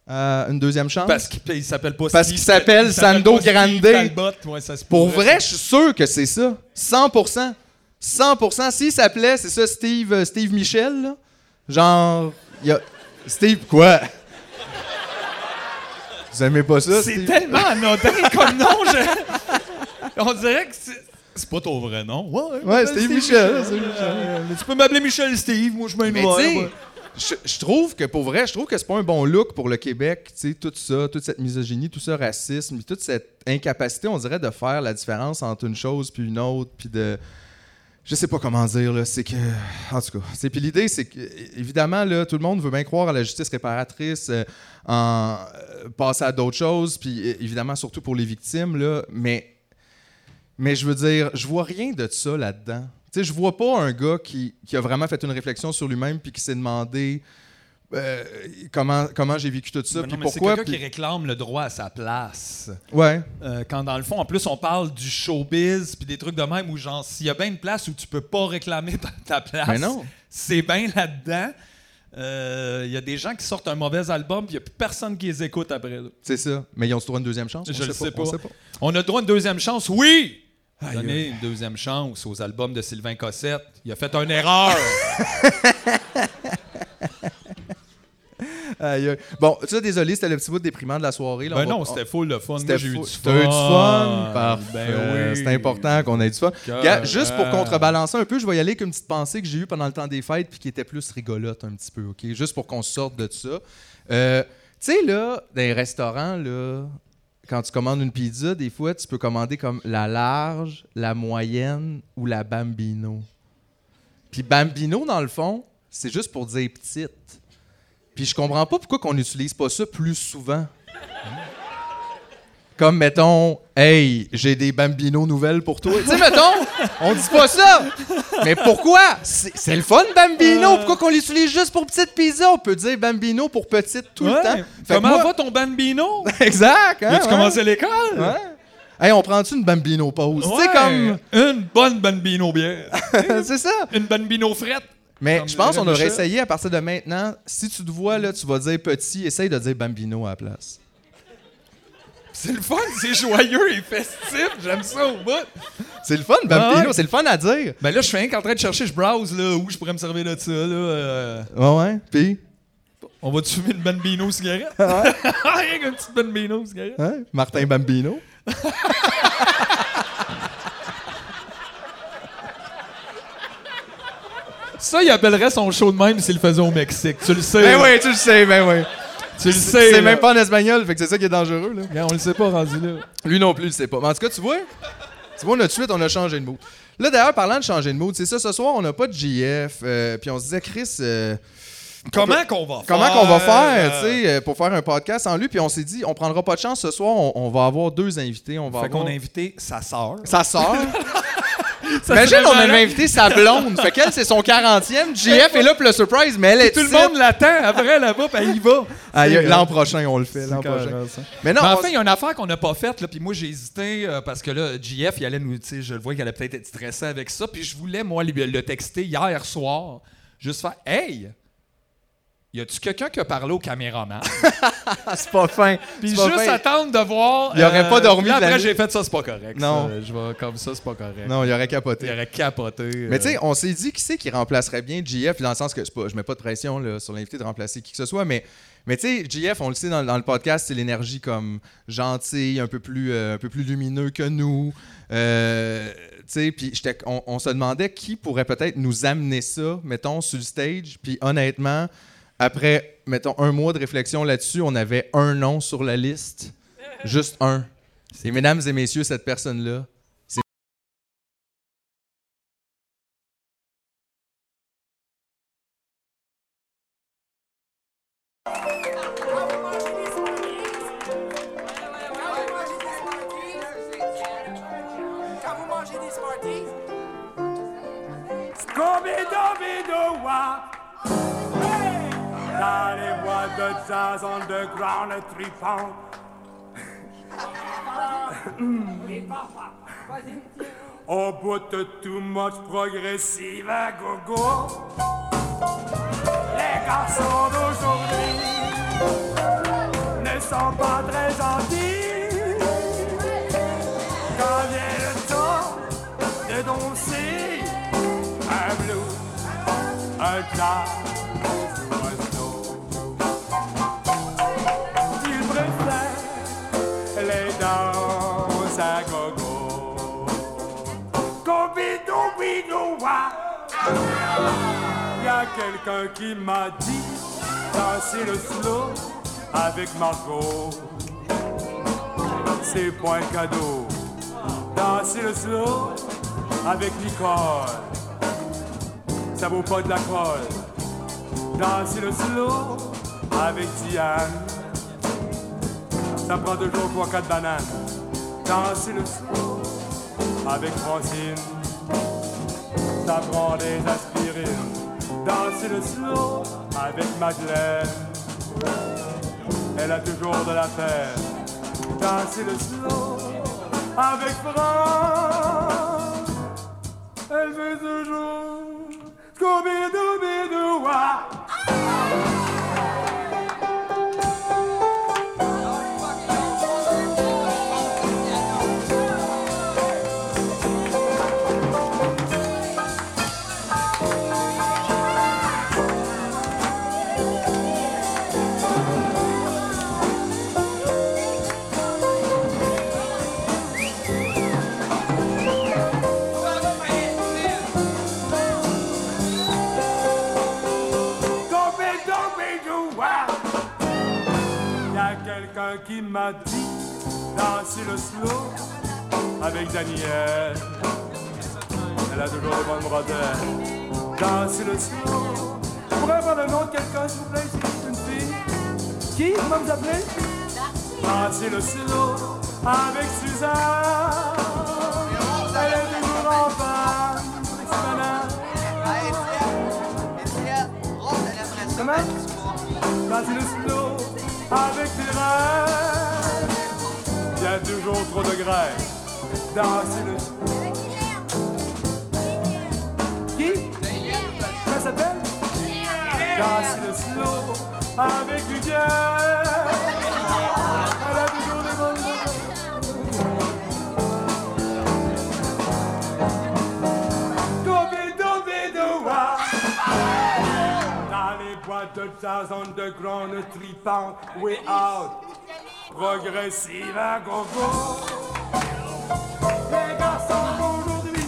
à une deuxième chance?
Parce qu'il s'appelle pas
Parce
Steve-
qu'il s'appelle
il s'appelle
Sando
pas Steve
Grande.
Talbot, ouais, ça se
Pour
pourrait.
vrai, je suis sûr que c'est ça. 100%. 100%. S'il s'appelait, c'est ça, Steve, euh, Steve Michel, là. Genre, il y a... Steve, quoi? Vous aimez pas ça,
C'est
Steve?
tellement anodin comme nom. je- On dirait que c'est. C'est pas ton vrai nom. Ouais,
Ouais, Steve, Michel. là, Steve Michel.
Euh, mais tu peux m'appeler Michel Steve, moi je mets
Mais tu sais, je, je trouve que pour vrai, je trouve que c'est pas un bon look pour le Québec, tu sais, tout ça, toute cette misogynie, tout ce racisme, puis toute cette incapacité, on dirait, de faire la différence entre une chose puis une autre, puis de je sais pas comment dire là, c'est que en tout cas, c'est puis l'idée c'est que évidemment là, tout le monde veut bien croire à la justice réparatrice euh, en euh, passer à d'autres choses, puis euh, évidemment surtout pour les victimes là, mais mais je veux dire, je vois rien de ça là-dedans. Tu sais, je vois pas un gars qui, qui a vraiment fait une réflexion sur lui-même puis qui s'est demandé euh, comment, comment j'ai vécu tout ça, puis
c'est
pourquoi.
quelqu'un qui
puis-
réclame le droit à sa place.
Ouais.
Euh, quand dans le fond, en plus, on parle du showbiz puis des trucs de même où, genre, s'il y a bien une place où tu peux pas réclamer ta, ta place,
Mais non.
c'est bien là-dedans. Euh, Il y a des gens qui sortent un mauvais album puis il n'y a plus personne qui les écoute après. là.
C'est ça. Mais ils ont droit à une deuxième chance? On
Je le sais pas.
on sait pas.
On a droit à une deuxième chance, oui! Donnez une deuxième chance aux albums de Sylvain Cossette. Il a fait une erreur.
Aïe, aïe. Bon, ça, désolé, c'était le petit bout déprimant de la soirée. Là,
ben
On va-
non,
on-
c'était full le fun. Moi,
C'était
j'ai eu du
fou-
fun.
T'as eu du fun? Parfait.
Ben oui.
C'est important qu'on ait du fun.
Cœur.
Gars, juste pour contrebalancer un peu, je vais y aller avec une petite pensée que j'ai eue pendant le temps des fêtes puis qui était plus rigolote un petit peu, OK? Juste pour qu'on sorte de ça. Euh, tu sais, là, dans les restaurants, là, quand tu commandes une pizza, des fois, tu peux commander comme la large, la moyenne ou la bambino. Puis bambino, dans le fond, c'est juste pour dire petite. Puis je comprends pas pourquoi qu'on n'utilise pas ça plus souvent. Hein? comme, mettons, hey, j'ai des bambinos nouvelles pour toi. tu sais, mettons, on dit pas ça. Mais pourquoi? C'est c'est le fun,
Euh.
bambino. Pourquoi qu'on l'utilise juste pour petite pizza? On peut dire bambino pour petite tout le
Ouais.
temps. Fait que
Comment
moi-
va ton bambino?
Exact. hein,
As-tu
ouais.
commencé l'école?
Ouais. Hey, on prend-tu une bambino pause? Tu sais,
Ouais.
comme.
Une bonne bambino bière.
c'est ça.
Une bambino frette.
Mais
Comme
je pense
dirait
qu'on devrait
Michel.
essayer à partir de maintenant. Si tu te vois, là, tu vas dire petit, essaye de dire bambino à la place.
C'est le fun, c'est joyeux et festif. J'aime ça au bout.
C'est le fun, bambino.
Ah Ouais.
C'est le fun à dire.
Ben là, je suis rien qu'en train de chercher, je browse là, où je pourrais me servir de ça. Là, euh,
Ouais, ouais. Puis,
on va-tu fumer une bambino cigarette? rien qu'une petite bambino cigarette.
hein, Martin Bambino.
Ça, il appellerait son show de même s'il le faisait au Mexique. Tu le sais. là.
oui, tu le sais, ben oui.
Tu le sais.
C'est
là.
même pas en espagnol, fait que c'est ça qui est dangereux, là.
Regarde, on le sait pas rendu là.
Lui non plus, il le sait pas. Mais en tout cas, tu vois, tu vois, on a tout de suite, on a changé de mood. Là, d'ailleurs, parlant de changer de mood, c'est ça, ce soir, on n'a pas de JF. euh, puis on se disait, Chris, euh,
Comment qu'on va faire?
comment qu'on va faire, tu sais, euh, pour faire un podcast en lui? Puis on s'est dit, on prendra pas de chance ce soir, on, on va avoir deux invités. On va
Fait
avoir...
qu'on a invité sa sœur.
Sa sœur. Imagine, on avait invité sa blonde. Fait qu'elle, c'est son 40e. JF est là pour le surprise, mais elle est
Tout le
petite.
monde l'attend après là-bas, puis il va.
Ah, y a-
C'est, euh,
L'an prochain, on le fait.
c'est
L'an
carré,
prochain.
ça.
Mais non,
Mais
on-
enfin, il y a une affaire qu'on n'a pas faite, là, puis moi j'ai hésité euh, parce que là, JF, il allait nous. tu sais, Je le vois qu'il allait peut-être être stressé avec ça, puis je voulais, moi, lui- le texter hier soir, juste faire Hey! Y a-tu quelqu'un qui a parlé au caméraman?
ah, c'est pas fin.
Puis
C'est
juste
pas fin.
attendre de voir.
Il aurait pas dormi
puis là,
de la
après,
nuit.
j'ai fait ça, c'est pas correct.
Non.
ça. je vais comme ça, c'est pas correct.
Non, il aurait
Il
capoté.
aurait capoté.
Mais tu sais, on s'est dit qui c'est qui remplacerait bien JF, dans le sens que c'est pas- je mets pas de pression là, sur l'invité de remplacer qui que ce soit, mais, mais tu sais, JF, on le sait dans, dans le podcast, c'est l'énergie comme gentille, un peu plus, euh, un peu plus lumineux que nous. Euh, tu sais, puis j'étais- on, on se demandait qui pourrait peut-être nous amener ça, mettons, sur le stage. Puis honnêtement, après, mettons, un mois de réflexion là-dessus, on avait un nom sur la liste. Juste un. Et mesdames et messieurs, cette personne-là,
Quand vous mangez des Smarties,
Scooby-Dooby-Doo, hey! Dans les bois de jazz underground tripant. Au bout de too much progressive à gogo. Les garçons d'aujourd'hui ne sont pas très gentils. Quand vient le temps de danser un blues, un jazz, un slow blues. Il préfère les danses à gogo. Combidoubidoua. Y a quelqu'un qui m'a dit danser le slow avec Margot. C'est pas un cadeau. Danser le slow avec Nicole ça vaut pas de la colle. Danser le slow avec Diane, ça prend deux jours, trois, quatre bananes. Danser le slow avec Francine, ça prend des aspirines. Danser le slow avec Madeleine, elle a toujours de la peine. Danser le slow avec Franck. Elle veut toujours Scooby-Dooby-Doo ah. Scooby-Dooby-Doo ah. Y a quelqu'un qui m'a dit Danser le slow avec Daniel Elle a toujours le bon brodeur Danser le slow Je pourrais avoir le nom de quelqu'un s'il vous plaît, c'est une fille Qui Comment vous appelez Danser le slow avec Suzanne. Elle est toujours en panne, Suzanne. Dans le snow, avec tes rêves. Il y a toujours trop de graisse. Danser le snow. Qui? Ça s'appelle? Danser le slow avec du gel. Elle a toujours des bonnes Tomber, tomber de voir. Dans les boîtes de jazz underground tripant, way out. Progressive à gogo. Les garçons d'aujourd'hui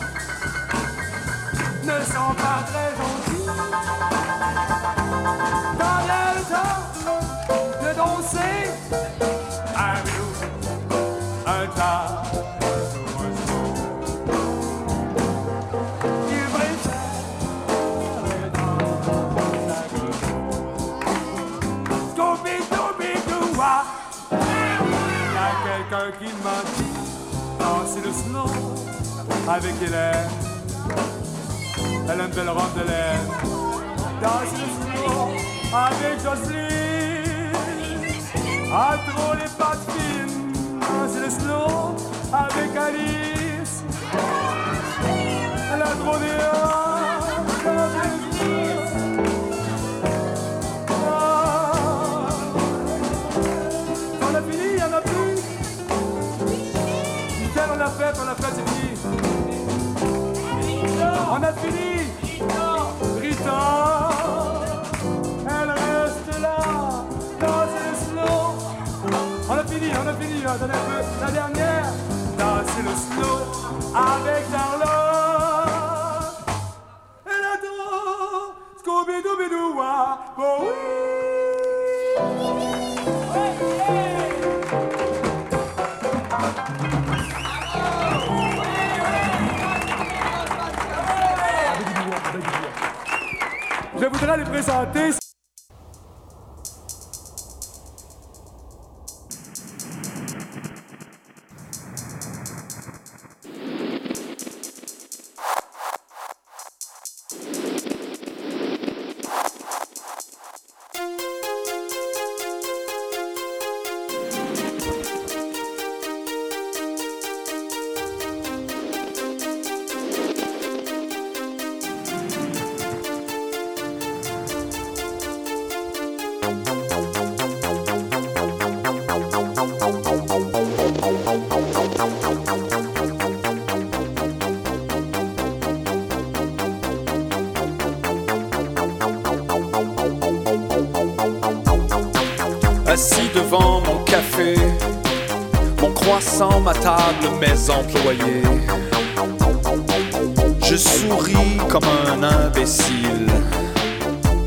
ne sont pas très gentils. Dans le temps de danser, un blues, un tas. Quelqu'un qui m'a dit danser le snow avec Hélène. Elle a une belle robe de laine. Danser le snow avec Jocelyne. À trop les pattes fines. Danser le snow avec Alice. Elle a trop des hanches, elle a des hanches. Ah, On a fini, il y en a plus. Michel, on a fait, on a fait, c'est fini. On a fini. Rita. Elle reste là, dans le slow. On a fini, on a fini, attendez un peu. La dernière, danser le slow avec Darla. Et la danse, Scooby-Dooby-Doo, ah, oh oui. Je voudrais les présenter.
Assis devant mon café, mon croissant, ma table, mes employés. Je souris comme un imbécile.
euh.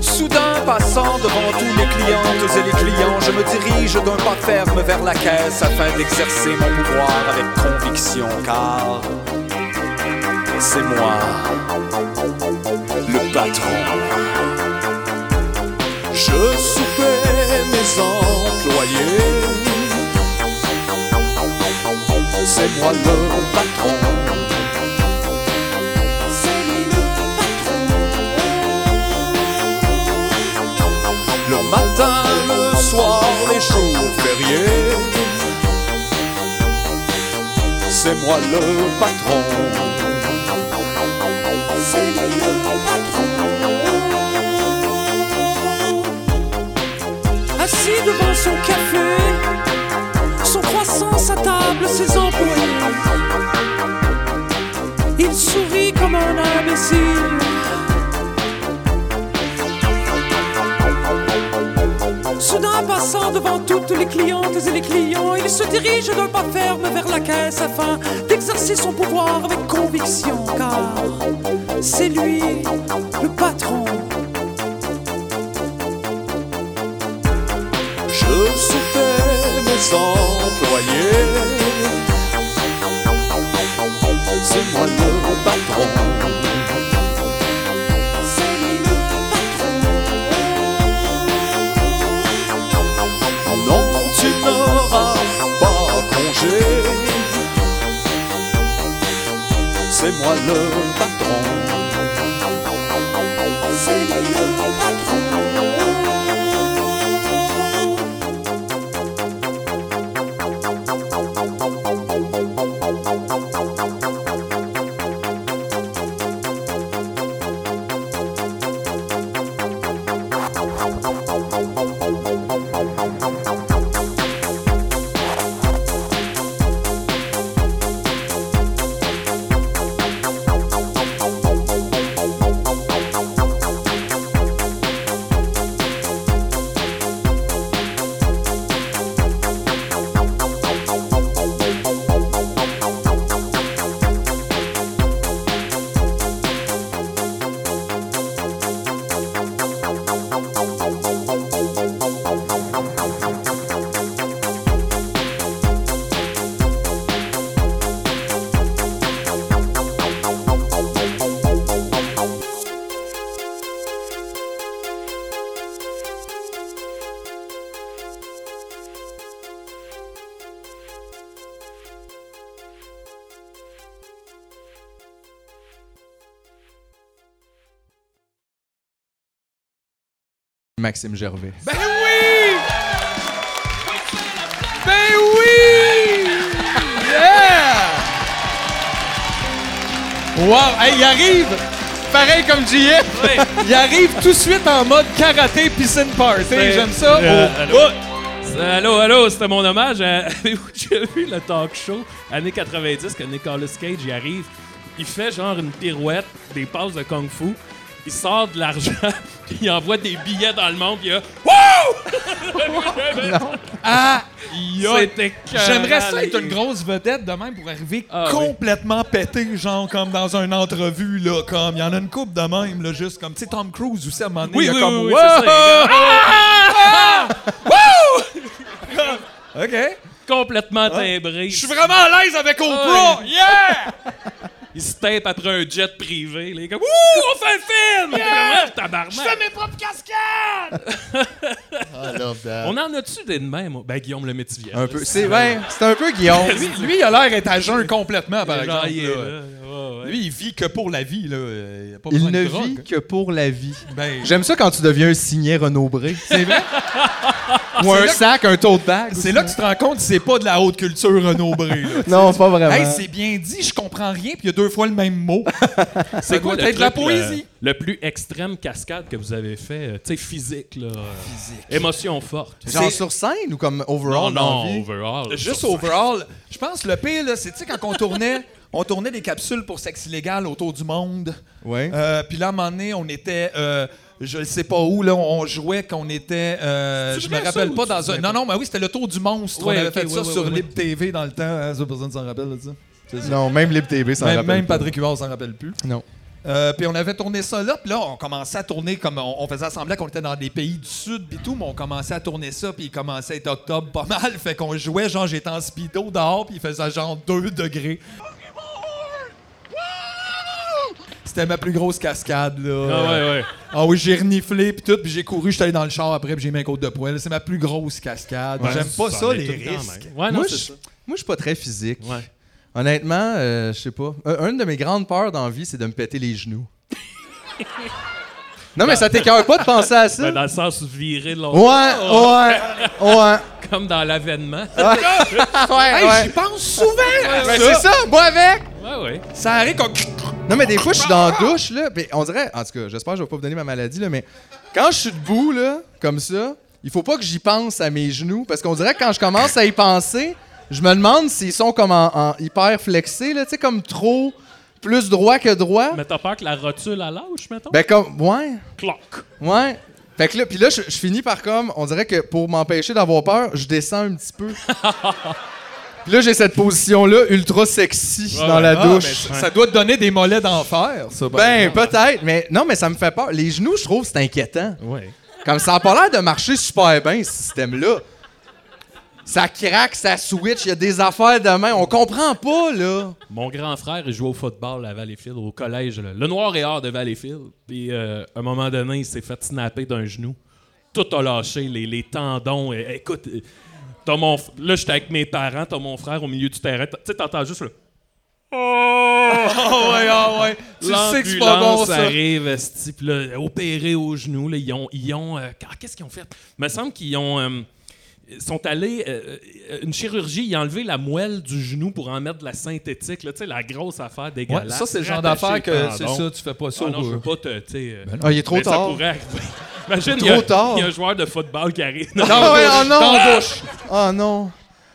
Soudain, passant devant tous les clientes et les clients, je me dirige d'un pas ferme vers la caisse afin d'exercer mon pouvoir avec conviction, car c'est moi, le patron. Je soupais mes employés. C'est moi le patron. C'est lui le patron. Le matin, le soir, les jours fériés. C'est moi le patron. C'est lui le patron. assis devant son café, son croissant, sa table, ses employés. Il sourit comme un imbécile. Soudain, passant devant toutes les clientes et les clients, il se dirige d'un pas ferme vers la caisse afin d'exercer son pouvoir avec conviction, car c'est lui le patron. Je soupais mes employés. C'est moi le patron. C'est lui le patron. Non,
c'est moi le patron.
C'est lui le patron.
Maxime Gervais.
Ben oui! Ben oui! Yeah!
Wow! Hey, il arrive! Pareil comme JF! Il arrive tout de suite en mode karaté piscine party.
C'est-
J'aime ça.
Euh,
Oh,
allô?
oh.
C'est- Allô, allô, c'était mon hommage. à- Avez-vous déjà vu le talk show années 90 que Nicolas Cage y arrive? Il fait genre une pirouette, des passes de kung-fu, il sort de l'argent, puis il envoie des billets dans le monde, puis il y a Wow!
Ah!
C'était
J'aimerais ça
carré.
être une grosse vedette de même pour arriver
Ah, oui.
complètement pété, genre comme dans une entrevue, là, comme il y en a une coupe de même, là, juste comme, tu sais, Tom Cruise aussi à un moment donné,
Oui,
il y a
oui,
comme,
oui, oui, c'est ça, Ah!
Wow! Ah! OK.
Complètement timbré.
Je suis vraiment à l'aise avec Oprah! Yeah!
Il se tape après un jet privé. Là, il est comme Ouh, on fait un film! Comment, Ah, tabarnak? Je fais mes propres cascades! On en a-tu des de même? Ben, Guillaume le métivier.
Un peu. euh, C'est ouais, c'est un peu Guillaume.
Lui, lui, il a l'air d'être à jeun complètement, par
Genre,
exemple.
il est
là.
là. Ouais, ouais.
Lui, il vit que pour la vie, là. euh, Il, a pas
Il
besoin de
ne
drogue.
vit que pour la vie.
Ben,
J'aime ça quand tu deviens un signet renombré. C'est vrai? Ou un sac, un tote bag.
c'est là que tu te rends compte que c'est pas de la haute culture renombrée, là.
Non, pas vraiment.
Hey, c'est bien dit, je comprends rien, puis il y a deux fois le même mot. C'est quoi,
le
t'as de la
truc, euh,
poésie?
Le, le plus extrême cascade que vous avez fait, euh, tu sais, physique, là. Physique. Émotion forte.
Genre sur scène ou comme
Non,
overall dans la
non,
vie?
overall.
Juste
Sur-
overall, je pense que le pire, là, c'est tu sais, quand on tournait, on tournait des capsules pour sexe illégal autour du monde.
Ouais.
Euh, puis là, à un moment donné, on était, euh, je ne sais pas où, là, on jouait qu'on était, euh,
C'est
je
vrai,
me rappelle
ça, ou
pas
tu te
dans un.
souviens
Non, non, mais oui, c'était le tour du monstre.
Ouais,
on avait
ok,
fait ça
ouais, ouais,
sur
ouais,
Lib TV dans le temps. Hein, ça, personne s'en rappelle de ça.
Euh, Non, même Lib TV s'en
Même,
rappelle
même
pas.
Patrick Huard s'en rappelle plus.
Non.
Euh, puis on avait tourné ça là, puis là, on commençait à tourner comme on, on faisait semblant qu'on était dans des pays du sud, puis tout, mais on commençait à tourner ça, puis il commençait à être octobre pas mal, fait qu'on jouait, genre j'étais en speedo dehors, puis il faisait genre 2 degrés. C'était ma plus grosse cascade, là.
Ah, ouais, ouais.
Ah oui, j'ai reniflé, puis tout, puis j'ai couru, j'étais allé dans le char après, puis j'ai mis un côte de poêle. C'est ma plus grosse cascade.
Ouais,
J'aime pas ça,
en est
les
tout le temps,
risques.
même. Ouais, non,
Moi,
c'est
je
ça.
moi, je suis pas très physique.
Ouais.
Honnêtement, euh, je sais pas. Un- Une de mes grandes peurs dans la vie, c'est de me péter les genoux. non, mais ça t'écœure pas de penser à ça?
Ben, dans le sens viré de l'autre,
Ouais, ouais, ouais.
comme dans l'avènement.
Ouais,
Hey,
ouais.
j'y pense souvent! à
Ben,
ça.
c'est ça, bois avec!
Ouais, ouais.
Ça arrive qu'on...
Non, mais des fois, je suis dans la douche, là. Puis on dirait, en tout cas, j'espère que je vais pas vous donner ma maladie, là, mais quand je suis debout, là, comme ça, il faut pas que j'y pense à mes genoux. Parce qu'on dirait que quand je commence à y penser, je me demande s'ils sont comme en, en hyper flexés, là, tu sais, comme trop plus droit que droit.
Mais t'as peur que la rotule à lâche, mettons?
Ben, comme, ouais,
Clock.
ouais. Fait que là, puis là, je, je finis par comme, on dirait que pour m'empêcher d'avoir peur, je descends un petit peu. Puis là, j'ai cette position-là ultra sexy
Ouais,
dans
ouais.
la
Ah,
douche.
ben, ça, ça doit te donner des mollets d'enfer, ça. par
Ben,
exemple.
peut-être, mais non, mais ça me fait peur. Les genoux, je trouve, c'est inquiétant.
Ouais.
Comme ça n'a pas l'air de marcher super bien, ce système-là. Ça craque, ça switch, il y a des affaires de main. On comprend pas, là.
Mon grand frère, il jouait au football à Valleyfield, au collège. là. Le noir et or de Valleyfield. Puis, euh, à un moment donné, il s'est fait snapper d'un genou. Tout a lâché, les, les tendons. Et- écoute, euh, t'as mon f- là, j'étais avec mes parents, t'as mon frère au milieu du terrain. T'as- Tu sais, t'entends juste le.
Oh ouais, oh ouais. Tu sais que c'est pas bon,
L'ambulance
ça.
arrive, esti, puis là, opéré aux genoux. là, ils ont. Ils ont euh, ah, Qu'est-ce qu'ils ont fait? Il me semble qu'ils ont. euh, sont allés. euh, euh, une chirurgie, ils ont enlevé la moelle du genou pour en mettre de la synthétique. là, Tu sais, la grosse affaire
Ouais,
dégueulasse.
ça, c'est le genre
Rattacher
d'affaire
les
que c'est
tendons.
ça, tu fais pas ça.
Ah non,
au-
je veux pas te. tu sais, euh,
Ah, il est trop
mais Ça
tard.
pourrait arriver. Imagine, il y a-
Trop tard.
il y a un joueur de football qui arrive.
Dans
Ah ouais,
la douche,
oh non!
dans la douche.
Ah non.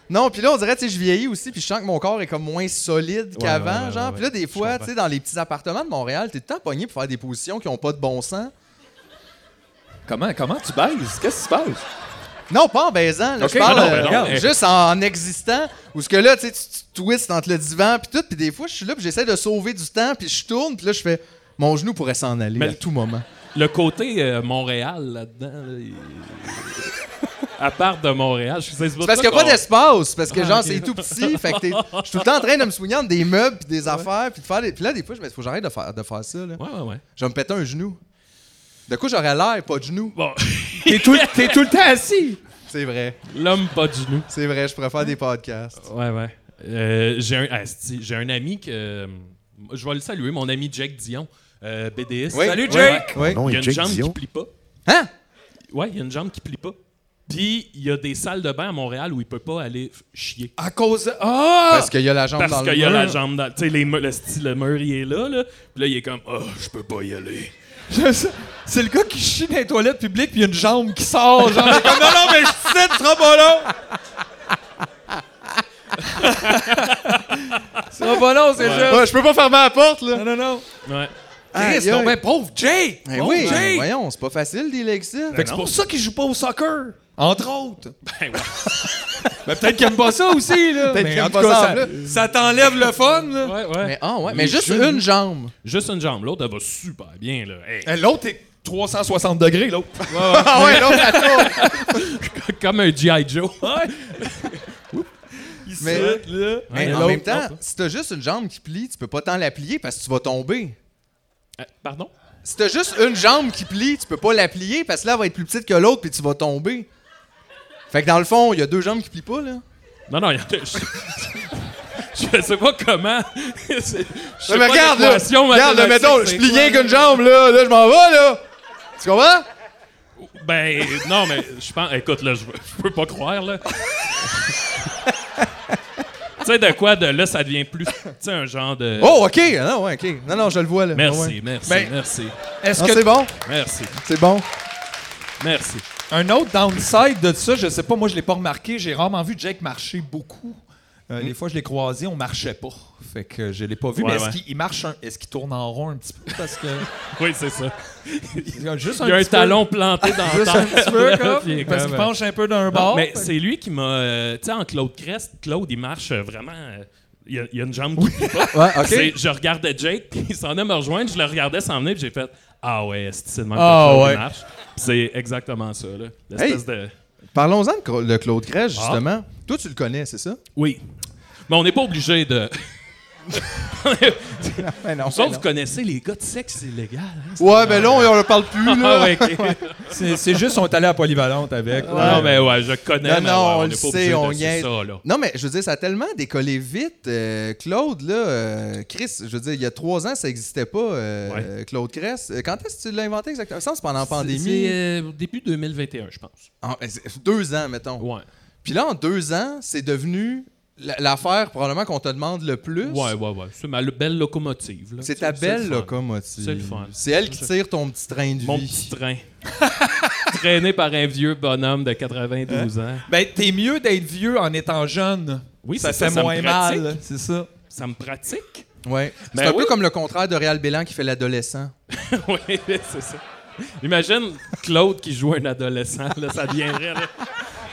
Non, puis là, on dirait, tu sais, je vieillis aussi, puis je sens que mon corps est comme moins solide qu'avant,
ouais, ouais,
genre.
ouais,
Puis là, des fois, tu sais, dans les petits appartements de Montréal, t'es tout le temps pogné pour faire des positions qui ont pas de bon sens.
Comment, comment tu baises? Qu'est-ce qui se passe?
Non, pas en baisant, là,
Ok,
je parle
ben non, ben
euh,
non, mais-
juste en, en existant, où ce que là, tu sais, tu tu twists entre le divan puis tout, puis des fois, je suis là, puis j'essaie de sauver du temps, puis je tourne, puis là, je fais... Mon genou pourrait s'en aller
Mais-
à tout moment.
Le côté euh, Montréal là-dedans, là, il- à part de Montréal, je suis c'est pour
C'est parce
ça
qu'il n'y a pas
qu'on-
d'espace, parce que
Ah,
genre,
ok.
c'est tout petit, fait que t'es- je suis tout le temps en train de me soigner entre des meubles, puis des affaires, puis de faire des... Puis là, des fois, je me dis, faut que j'arrête de faire, de faire ça, là.
Ouais, ouais, ouais.
Je vais me péter un genou. De quoi j'aurais l'air, pas de genou.
Bon,
T'es tout, t'es tout le temps assis.
C'est vrai,
l'homme pas du genou.
c'est vrai, je pourrais faire des podcasts.
Ouais, ouais. Euh, j'ai un, asti, j'ai un ami que. euh, Je vais le saluer, mon ami Jake Dion, euh, BDS.
Oui,
Salut
oui,
Jake!
oui.
Il
Non,
y a
et
une
Jake
jambe qui
Dion.
plie pas.
Hein?
Ouais, il y a une jambe qui plie pas. Puis il y a des salles de bain à Montréal où il peut pas aller f- chier.
À cause. de- Ah!
Parce qu'il y a la jambe dans
Parce
le
qu'il y a
mur.
la jambe dans. Tu sais, les murs- le style, le mur, il est là, là. Puis là, il est comme, oh, je peux pas y aller.
Je sais- C'est le gars qui chie dans les toilettes publiques puis il y a une jambe qui sort. Genre, il est comme, non, non, mais je sais, tu seras pas long. Tu seras pas long, c'est juste.
Ah, je peux pas fermer la porte, là!
Non, non, non.
Ouais.
Chris,
Aïe,
non,
aïe.
ben, pauvre Jake.
Ben
pauvre
oui,
Jake.
ben voyons, c'est pas facile, des legs, ça.
Fait que c'est
non.
pour ça qu'il joue pas au soccer. Entre autres.
Ben ouais.
Mais peut-être qu'il aime pas ça aussi, là.
Peut-être
Mais
qu'il
en
aime
tout
pas
cas,
ça,
ça,
là.
ça t'enlève le fun, là.
Ouais, ouais.
Mais ah ouais, mais juste
genoux.
une jambe.
Juste une jambe. L'autre, elle va super bien, là. Hey,
Eh, L'autre est 360 degrés, l'autre.
Ah ouais, l'autre la tourne.
comme un G.I. Joe.
Mais,
là.
mais en même temps, si t'as juste une jambe qui plie, tu peux pas tant la plier parce que tu vas tomber.
Euh, pardon?
Si t'as juste une jambe qui plie, tu peux pas la plier parce que là, elle va être plus petite que l'autre puis tu vas tomber. Fait que dans le fond, il y a deux jambes qui plient pas, là.
Non, non, il y en a. Je, je sais pas comment. C'est- je sais pas l'équation mathématique, c'est quoi, là.
jambe, là. Là, je m'en vais, là. Tu comprends?
Ben, non, mais je pense. Écoute, là, je veux- je peux pas croire, là. tu sais, de quoi, de là, ça devient plus. Tu sais, un genre de.
Oh, OK. Ah Non, ouais, OK. Non, non, je le vois, là.
Merci,
Ah ouais.
merci,
Ben-
merci,
Est-ce
Ah,
que
c'est bon?
merci,
C'est bon.
merci.
Un autre downside de ça, je sais pas, moi je l'ai pas remarqué, j'ai rarement vu Jake marcher beaucoup. Euh, Les fois je l'ai croisé, on marchait pas. Fait que je l'ai pas vu.
Ouais,
mais est-ce
ouais.
qu'il il marche un- Est-ce qu'il tourne en rond un petit peu? Parce que.
Oui, c'est ça.
Il y a juste
Il y a un
petit peu-
talon planté dans le
Juste un petit peu, comme,
Puis il est
Parce
comme,
qu'il penche un peu d'un bord.
mais c'est lui qui m'a. euh, tu sais, en Claude Crest, Claude, il marche euh, vraiment. euh, il, y a, il y a une jambe qui plie pas.
Ah,
Ouais, OK.
C'est- Je regardais Jake, puis il s'en est me rejoindre, je le regardais s'en venir, puis j'ai fait Ah ouais, c'est c'est de même que
Ah
Claude
ouais.
marche. Puis c'est exactement ça, là. L'espèce de.
Parlons-en de Cla- de Claude Crèche,
Ah.
justement. Toi, tu le connais, c'est ça?
Oui. Mais on n'est pas obligé de.
Ben non.
Sauf vous connaissez les gars de sexe illégal. hein?
Ouais, ben là, on on le parle plus, là.
Ah ouais, ok.
C'est c'est juste, on est allé à Polyvalente avec. là.
Non, mais ouais, je connais.
Non,
mais
non,
ouais,
on
est
le
pas
sait,
obligé de-
on
c'est
niaise.
ça, là.
Non, mais je veux dire, ça a tellement décollé vite. euh, Claude, là, euh, Chris, je veux dire, il y a trois ans, ça n'existait pas, euh, Claude Cress. Euh, Quand est-ce que tu l'as inventé exactement? Ça, c'est pendant la
C'est,
pandémie.
c'est, euh, début 2021, je pense.
En- euh, c'est- deux ans, mettons.
Ouais.
Puis là, en deux ans, c'est devenu la- l'affaire probablement qu'on te demande le plus.
Ouais, ouais, ouais. C'est ma belle locomotive. là.
C'est ta belle
le fun.
locomotive.
C'est le fun.
C'est elle qui tire ton petit train de
Mon
vie.
petit train. Traîné par un vieux bonhomme de 92 ans.
Ben, t'es mieux d'être vieux en étant jeune.
Oui,
ça
c'est ça,
fait
ça me
moins
pratique.
mal. C'est ça.
Ça me pratique.
Ouais. C'est
Ben
un
oui.
peu comme le contraire de Réal Bélan qui fait l'adolescent.
oui, c'est ça. Imagine Claude qui joue un adolescent, là, ça viendrait. Là.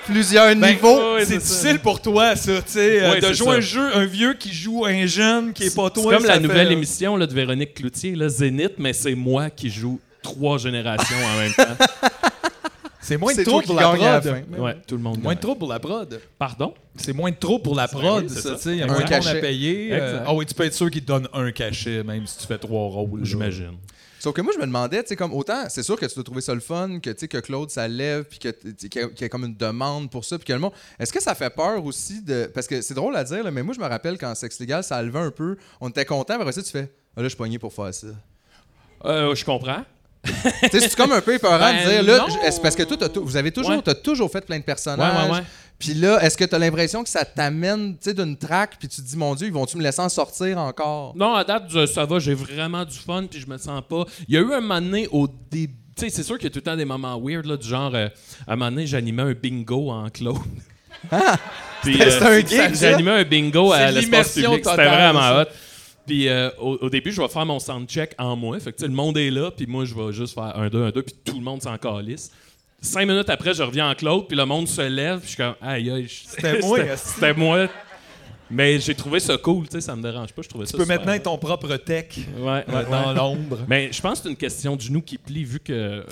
Plusieurs
Ben,
niveaux.
ouais,
c'est
c'est
difficile
ça.
pour toi, ça, tu sais, euh,
Ouais,
de
c'est
jouer
ça.
un jeu, un vieux qui joue un jeune qui est pas
C'est
toi.
comme
ça
la
fait-
nouvelle émission là, de Véronique Cloutier, là, Zénith, mais c'est moi qui joue trois générations en même temps.
C'est moins de
C'est toi
trop
qui
pour la
gagne à la
prod.
fin.
Ouais, tout le monde.
Moins de
gagne.
trop pour la prod.
Pardon?
C'est moins de trop pour la prod,
oui, c'est
ça,
ça.
tu sais. Il y a
Un
moins de monde à
cachet.
payer. euh,
Exact.
Ah oui, tu peux être sûr qu'ils te donnent un cachet, même si tu fais trois rôles. là.
J'imagine.
Sauf que moi, je me demandais, tu sais, comme autant, c'est sûr que tu dois trouver ça le fun, que, tu sais, que Claude, ça lève, puis que, tu sais, qu'il y a- qu'il y a comme une demande pour ça, puis que le monde. Est-ce que ça fait peur aussi de. Parce que c'est drôle à dire, là, mais moi, je me rappelle quand Sex Legal, ça levait un peu. On était content, mais après ça, tu fais. Ah, là, je suis pogné pour faire ça.
Euh, je comprends.
tu sais, c'est comme un peu épeurant de
Ben
dire, là,
non.
je- est-ce- parce que toi, t'as tou- vous avez toujours,
Ouais.
t'as toujours fait plein de personnages.
Ouais, ouais, ouais.
Puis là, est-ce que tu as l'impression que ça t'amène, tu sais, d'une traque, puis tu te dis, mon Dieu, ils vont-tu me laisser en sortir encore?
Non, à date, je- ça va, j'ai vraiment du fun, puis je me sens pas. Il y a eu un moment donné au début. Tu sais, c'est sûr qu'il y a tout le temps des moments weird, là, du genre, euh, un moment donné, j'animais un bingo en Claude.
Ah!
Puis,
C'était un
ça-
gig, ça?
J'animais un bingo à
C'est
l'espace
l'immersion
public. C'était
totale,
vraiment
ça.
hot. Puis euh, au, au début, je vais faire mon soundcheck en moi. Fait que, tu sais, le monde est là, puis moi, je vais juste faire un, deux, un, deux, puis tout le monde s'en calisse. Cinq minutes après, je reviens en Claude, puis le monde se lève, puis je suis comme, aïe, aïe, je-
C'était moi,
c'était-
esti.
C'était moi. Mais j'ai trouvé ça cool, tu sais, ça me dérange pas. Je trouvais ça
Tu peux
super
maintenant
hot.
être ton propre tech
Ouais,
euh, dans l'ombre.
Mais je pense que c'est une question du genou qui plie, vu que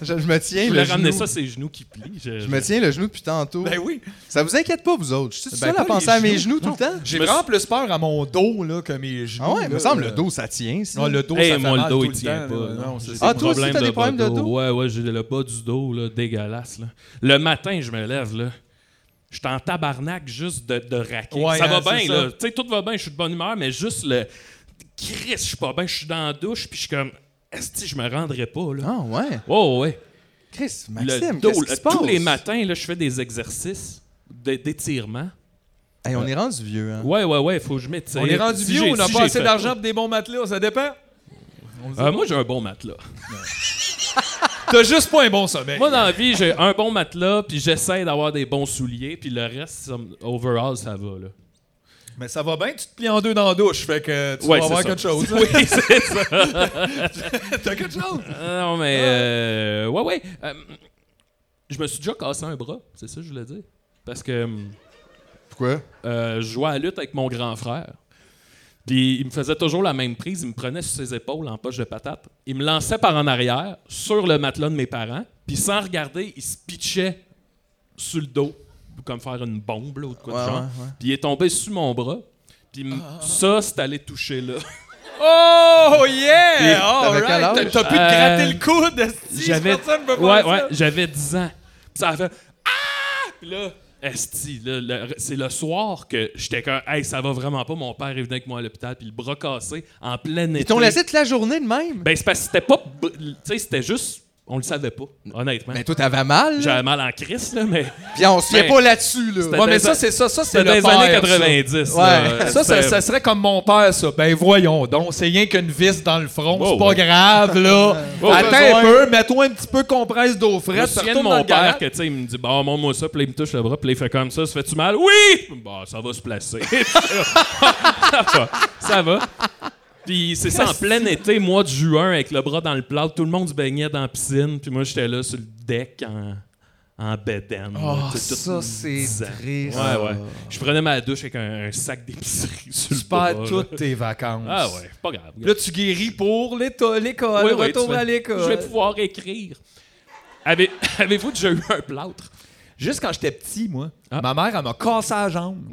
Je, je me tiens,
je
le
voulais ramener
genou.
ça, c'est genoux qui plient. Je,
Je me tiens le genou depuis tantôt.
Ben oui.
Ça vous inquiète pas, vous autres? Je suis
Ben,
seul
pas
à penser
les
à mes
genoux,
genoux tout le temps?
J'ai
me
vraiment plus peur à mon dos là, que mes genoux.
Ah ouais,
là,
me semble
euh,
le dos, ça tient. ça.
Non, le dos,
Hey,
ça fait
moi,
mal
le dos,
tout
il tient
temps,
pas.
là. Non, c'est
J'ai
Ah,
des
toi aussi,
problèmes
t'as des problèmes de
bas
dos?
Ouais, ouais, j'ai le bas du dos, là, dégueulasse. Là. Le matin, je me lève, là. Je suis en tabarnak juste de, de raquer.
Ouais,
ça va
hein, c'est
bien,
ça.
là. Tu sais, tout va bien, je suis de bonne humeur, mais juste le. Chris, je suis pas bien, je suis dans la douche, puis je suis comme. Est-ce que je me rendrai pas, là?
Ah ouais.
Oh, ouais.
Chris,
Le
Maxime,
dos,
qu'est-ce qui
là,
se passe?
tous les matins, là, je fais des exercices de- d'étirement.
Hey, on est rendu vieux, hein?
Ouais, ouais, ouais, faut que je m'étire.
On est rendu
Si
vieux,
j'ai-
on n'a
si
pas
j'ai
assez
fait-
d'argent pour des bons matelas, ça dépend.
Euh, moi, j'ai un bon matelas.
T'as juste pas un bon sommeil.
Moi, dans la vie, j'ai un bon matelas, puis j'essaie d'avoir des bons souliers, puis le reste, ça me- overall, ça va. Là.
Mais ça va bien, tu te plies en deux dans la douche, fait que tu
Ouais,
vas
c'est
avoir
ça.
quelque chose.
Oui, c'est ça.
T'as quelque chose.
Euh, non,
Ah.
mais. euh, ouais, ouais. euh, je me suis déjà cassé un bras, c'est ça que je voulais dire. Parce que hum,
Pourquoi?
euh, je jouais à la lutte avec mon grand frère. Puis il me faisait toujours la même prise, il me prenait sur ses épaules en poche de patate. Il me lançait par en arrière sur le matelas de mes parents, puis sans regarder, il se pitchait sur le dos, comme faire une bombe là, ou de quoi
Ouais,
de genre.
ouais, Ah. ouais.
Puis il est tombé sur mon bras, puis m- ça, c'est allé toucher là.
Oh yeah!
t'avais quel
Alright!
âge?
T'as pu te
Euh,
gratter le coude, esti,
J'avais
personne peut
ouais,
faire
ouais,
ça.
j'avais 10 ans. Puis ça a fait ah! Puis là, esti, là, le- c'est le soir que j'étais comme hey, ça va vraiment pas, mon père est venu avec moi à l'hôpital puis le bras cassé en pleine
Ils t'ont laissé toute la journée de même?
Ben c'est parce que c'était pas b- tu sais c'était juste on le savait pas, honnêtement.
Ben, toi, t'avais mal, là.
J'avais mal en crise là, mais
Puis on se tient
Ben,
pas là-dessus, là.
c'était-
Ouais, mais
dans-
ça, c'est ça. Ça, c'est
c'était
le
dans les
père,
années
ça.
90.
Ouais.
là.
Ça, ça,
C'était-
ça serait comme mon père, ça. Ben voyons donc, c'est rien qu'une vis dans le front,
Oh,
c'est pas
ouais.
grave, là.
Oh,
Attends
ouais.
un peu, mets-toi un petit peu compresse d'eau
Je me
fraîche,
souviens de
retourne dans
mon
le garage.
père que tu sais il me dit bon montre-moi ça puis là, il me touche le bras puis là, il fait comme ça ça fait tu mal oui bah ça va se placer ça va ça va puis c'est ça en plein été mois de juin avec le bras dans le plat tout le monde se baignait dans la piscine puis moi j'étais là sur le deck en en bedaine là,
Oh,
Ah,
tout- tout
ça, c'est
disant.
triste.
ouais ouais je prenais ma douche avec un, un sac d'épicerie sur
Tu
le bras
perds
là.
toutes tes vacances.
ah ouais pas grave
Là, tu guéris pour l'éto- l'école,
Oui, oui,
retour
tu fais-
à l'école.
je vais pouvoir écrire Avez- avez-vous déjà eu un plâtre
Juste quand j'étais petit, moi,
Ah.
ma mère, elle m'a cassé la jambe.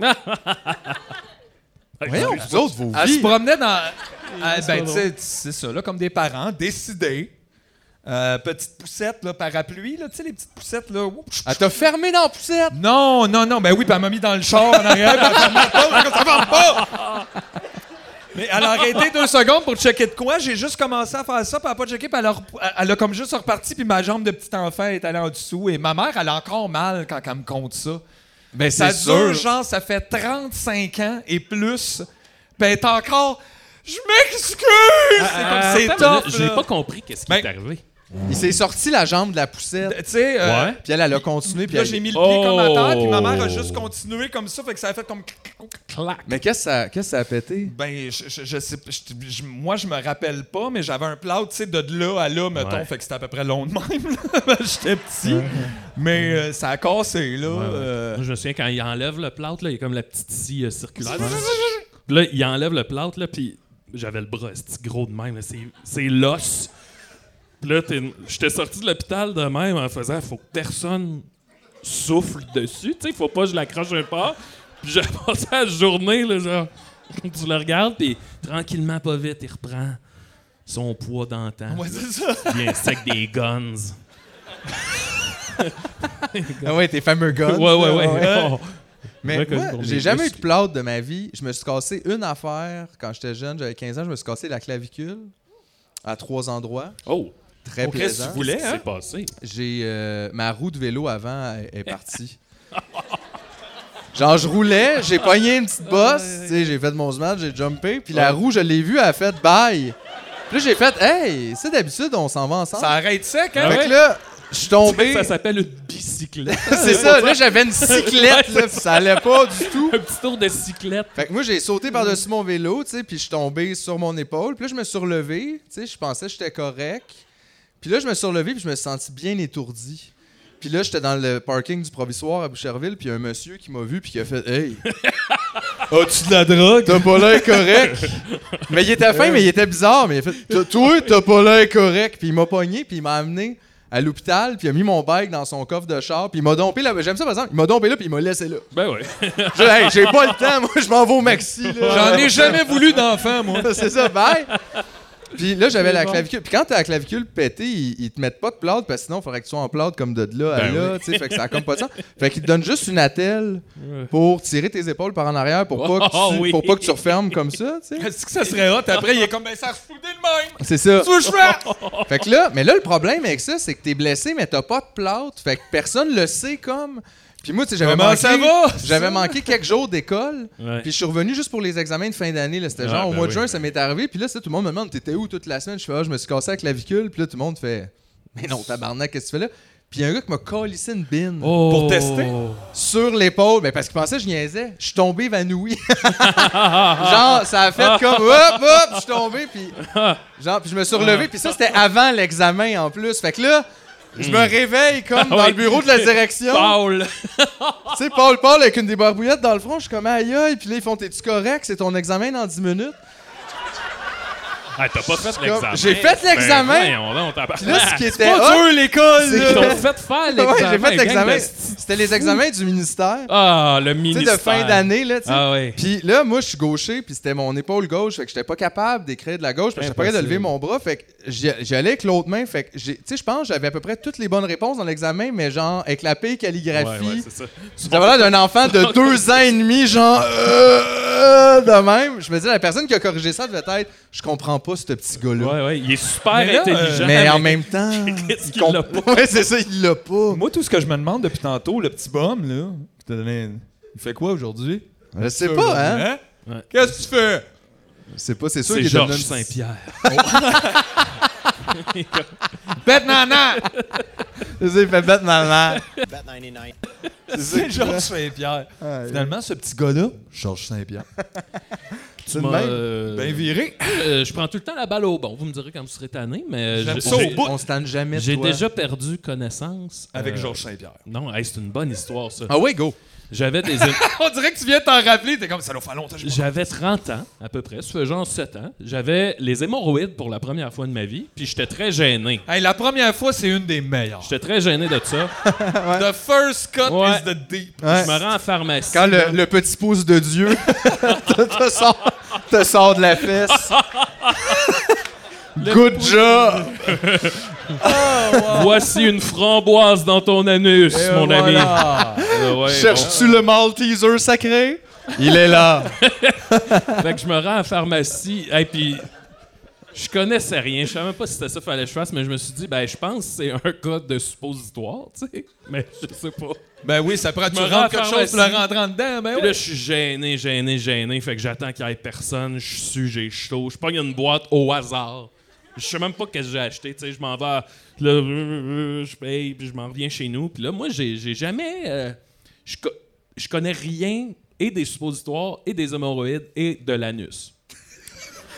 Voyons, vous autres, vos
Elle se
vies.
promenait dans. Ah,
c'est
ben,
pas
tu sais, c'est ça, là, comme des parents, décidés. Euh, petite poussette, là, parapluie, là, tu sais, les petites poussettes, là. oup, chou,
Elle t'a fermé dans la poussette.
Non, non, non, ben oui, puis elle m'a mis dans le char en arrière, puis elle fermait la porte, parce que ça ferme pas! Mais elle a arrêté deux secondes pour checker de quoi, j'ai juste commencé à faire ça, puis elle a pas checké, puis elle a, rep- elle a comme juste reparti, puis ma jambe de petit enfant est allée en dessous, et ma mère, elle a encore mal quand elle me compte ça.
Ben,
Ça
c'est
dure,
sûr.
genre, ça fait 35 ans et plus, puis elle est encore... Je m'excuse! c'est comme, c'est
Ah, Euh, Attends,
tough,
J'ai
là.
pas compris qu'est-ce qui
Ben-
est arrivé.
Il s'est sorti la jambe de la poussette.
Tu sais, euh,
Ouais.
Puis elle, elle a continué. Puis
là,
elle-
j'ai mis le pied comme à terre, puis ma mère a
Oh.
juste continué comme ça, fait que ça a fait comme...
Clac.
Mais qu'est-ce que ça- qu'est-ce que ça a pété?
Ben, je, je, je sais, je- je- moi, je me rappelle pas, mais j'avais un plat, tu sais, de là à là, mettons,
Ouais.
fait que c'était à peu près long de même. là. J'étais petit, mais euh, ça a cassé, là. euh.
Moi, je me souviens quand il enlève le plâtre, là, il y a comme la petite scie euh, circulaire. Puis là, il enlève le plâtre, là, puis j'avais le bras esti, gros de même. là, c'est- C'est l'os. Puis Puis là, t'es- j'étais sorti de l'hôpital de même en faisant faut que personne souffle dessus. Tu sais, faut pas que je l'accroche un pas. Puis j'ai passé la journée, là, genre, tu le regardes, puis tranquillement, pas vite, il reprend son poids d'antan.
Ouais, c'est ça.
Il y a un sac des guns.
Ah ouais, tes fameux gars.
Ouais, ouais, ouais. Oh.
Mais
Ouais, que
moi,
pour les
j'ai jamais eu de
muscles.
plâtre de ma vie. Je me suis cassé une affaire quand j'étais jeune, j'avais 15 ans, je me suis cassé la clavicule à trois endroits.
Oh,
Très
qu'est-ce que
plaisant.
tu voulais, hein? C'est passé.
J'ai euh, ma roue de vélo avant est- est partie. Genre, je roulais, j'ai pogné une petite bosse, tu sais, j'ai fait mon smash, j'ai jumpé, puis
Ah.
la roue, je l'ai vue, elle a fait bye. Puis là, j'ai fait, hey, c'est d'habitude, on s'en va ensemble.
Ça arrête sec,
Ah
fait
hein?
que là, je suis tombé.
Ça s'appelle une bicyclette.
C'est ça, là, j'avais une cyclette, là, puis ça allait pas du tout.
un petit tour de cyclette.
Fait que moi, j'ai sauté par-dessus mon vélo, tu sais, puis je suis tombé sur mon épaule. Puis là, je me suis relevé, tu sais, je pensais que j'étais correct. Puis là, je me suis relevé, puis je me suis senti bien étourdi. Puis là, j'étais dans le parking du provisoire à Boucherville, puis il y a un monsieur qui m'a vu, puis qui a fait Hey,
As-tu de la drogue?
t'as pas l'air correct. mais il était fin, mais il était bizarre. Mais il a fait T'as- Toi, t'as pas l'air correct. Puis il m'a pogné, puis il m'a amené à l'hôpital, puis il a mis mon bike dans son coffre de char, puis il m'a dompé là. J'aime ça, par exemple. Il m'a dompé là, puis il m'a laissé là.
Ben ouais.
Je- Hey, j'ai pas le temps, moi, je m'en vais au maxi. là.
J'en ai jamais voulu d'enfant, moi.
c'est ça, bye! Puis là, j'avais la
bon.
clavicule. Puis quand t'as la clavicule pétée, ils, ils te mettent pas de plâtre parce que sinon, il faudrait que tu sois en plâtre comme de là à
Ben
là. tu sais, Fait que ça a comme pas de sens. Fait qu'ils te donnent juste une attelle pour tirer tes épaules par en arrière pour pas que tu,
Oh, oui.
pour pas que tu refermes comme ça. tu sais.
Est-ce que ça serait hot? Après, il est comme, ben, ça a refoudé le même.
C'est ça.
Tu veux que je fasse?
Fait que là, mais là, le problème avec ça, c'est que t'es blessé, mais t'as pas de plâtre. Fait que personne le sait comme. Puis moi, tu sais, j'avais
Comment
manqué,
ça va?
j'avais manqué quelques jours d'école.
Ouais.
Puis je suis revenu juste pour les examens de fin d'année. là. C'était genre
Ah,
au
ben
mois de
oui,
juin,
ben
ça m'est arrivé. Puis là, c'est tout le monde me demande T'étais où toute la semaine Je fais Ah, je me suis cassé la clavicule. Puis là, tout le monde fait Mais non, tabarnak, qu'est-ce que tu fais là Puis il y a un gars qui m'a collissé une bine
Oh.
Pour tester?
sur l'épaule. Mais parce qu'il pensait que je niaisais. Je suis tombé évanoui. genre, ça a fait comme Hop, hop, je suis tombé. Puis genre, puis je me
Ah.
suis relevé. Puis ça, c'était avant l'examen en plus. Fait que là. Je
Hmm.
me réveille comme dans
oui.
le bureau de la direction.
Paul!
Tu sais, Paul Paul avec une débarbouillette dans le front, je suis comme aïe aïe, puis là ils font t'es-tu correct, c'est ton examen dans 10 minutes.
Ah, t'as pas fait
comme-
l'examen.
j'ai fait l'examen.
Ben, voyons donc, t'as pas
Puis là, ce qui était
Pas
hot,
dur, l'école,
c'est
Ils
que-
là.
t'ont fait faire l'examen.
Ouais, j'ai fait
gang
l'examen.
de-
C'était les examens du ministère,
Ah, le
tu sais,
ministère.
de fin d'année là, tu sais.
Ah ouais.
Puis là, moi, je suis gaucher, puis c'était mon épaule gauche, fait que j'étais pas capable d'écrire de la gauche, parce que j'étais pas capable de lever
Impossible.
mon bras, fait que j'y j'y allais avec l'autre main, fait que j'ai- tu sais, je pense que j'avais à peu près toutes les bonnes réponses dans l'examen, mais genre éclapé, calligraphie,
Ouais, ouais, c'est ça.
J'avais l'air d'un enfant de deux ans et demi, genre euh, euh, de même. Je me dis la personne qui a corrigé ça devait être, je comprends pas ce petit gars-là.
Ouais, ouais, il est super
Mais là,
intelligent.
euh,
Mais en même temps,
Qu'est-ce qu'il
comp-
l'a pas?
Ouais, c'est ça, il l'a pas.
Moi, tout ce que je me demande depuis tantôt, le petit bum, là, qui t'a donné une- il fait quoi aujourd'hui? Euh,
Je sais pas, hein.
Ouais.
Qu'est-ce que tu fais?
Je sais pas, c'est sûr
C'est
qu'il
Georges
donne une-
Saint-Pierre.
Bête nanan!
C'est ça, il fait bête maman.
C'est Georges Saint-Pierre. Hein?
Ah,
Finalement, ce petit gars-là, Georges Saint-Pierre.
C'est le
Moi,
même.
euh,
Ben viré.
euh, je prends tout le temps la balle au bon. Vous me direz quand vous serez tanné, mais
J'aime
je-
ça au
j'ai-
bout.
On se tente jamais de
j'ai
toi.
déjà perdu connaissance.
Avec
Euh,
Georges Saint-Pierre.
Non, hey, c'est une bonne histoire, ça.
Ah ouais, go.
J'avais des...
On dirait que tu viens de t'en rappeler. T'es comme, ça doit faire longtemps. que je-
J'avais 30 ans, à peu près. Ça fait genre 7 ans. J'avais les hémorroïdes pour la première fois de ma vie, puis j'étais très gêné.
Hey, la première fois, c'est une des meilleures.
J'étais très gêné de ça.
The first cut
Ouais.
is the deep.
Ouais.
Je me rends en pharmacie.
Quand le, le petit pouce de Dieu te, te sort, te sort de la fesse. Good job!
Voici une framboise dans ton anus, mon ami. Euh, ouais,
Cherches-tu le Malteser sacré? Il est là.
bon. Fait que je me rends à la pharmacie. Et puis, je connaissais rien. Je savais même pas si c'était ça qu'il fallait que je fasse, mais je me suis dit, ben, je pense que c'est un cas de suppositoire, tu sais. Mais je sais pas.
Ben oui, ça prend. Tu
me rends à
rentres quelque chose pour
pharmacie.
le rentrer en dedans. Ben
Puis
oui.
là, je suis gêné, gêné, gêné. Fait que j'attends qu'il y ait personne. Je suis, j'ai chaud. Je pogne une boîte au hasard. Je sais même pas qu'est-ce que j'ai acheté. Tu sais, je m'en vais. à- Là, euh, je paye, puis je m'en reviens chez nous. Puis là, moi, j'ai, j'ai jamais. euh, je, co- je connais rien et des suppositoires, et des hémorroïdes, et de l'anus.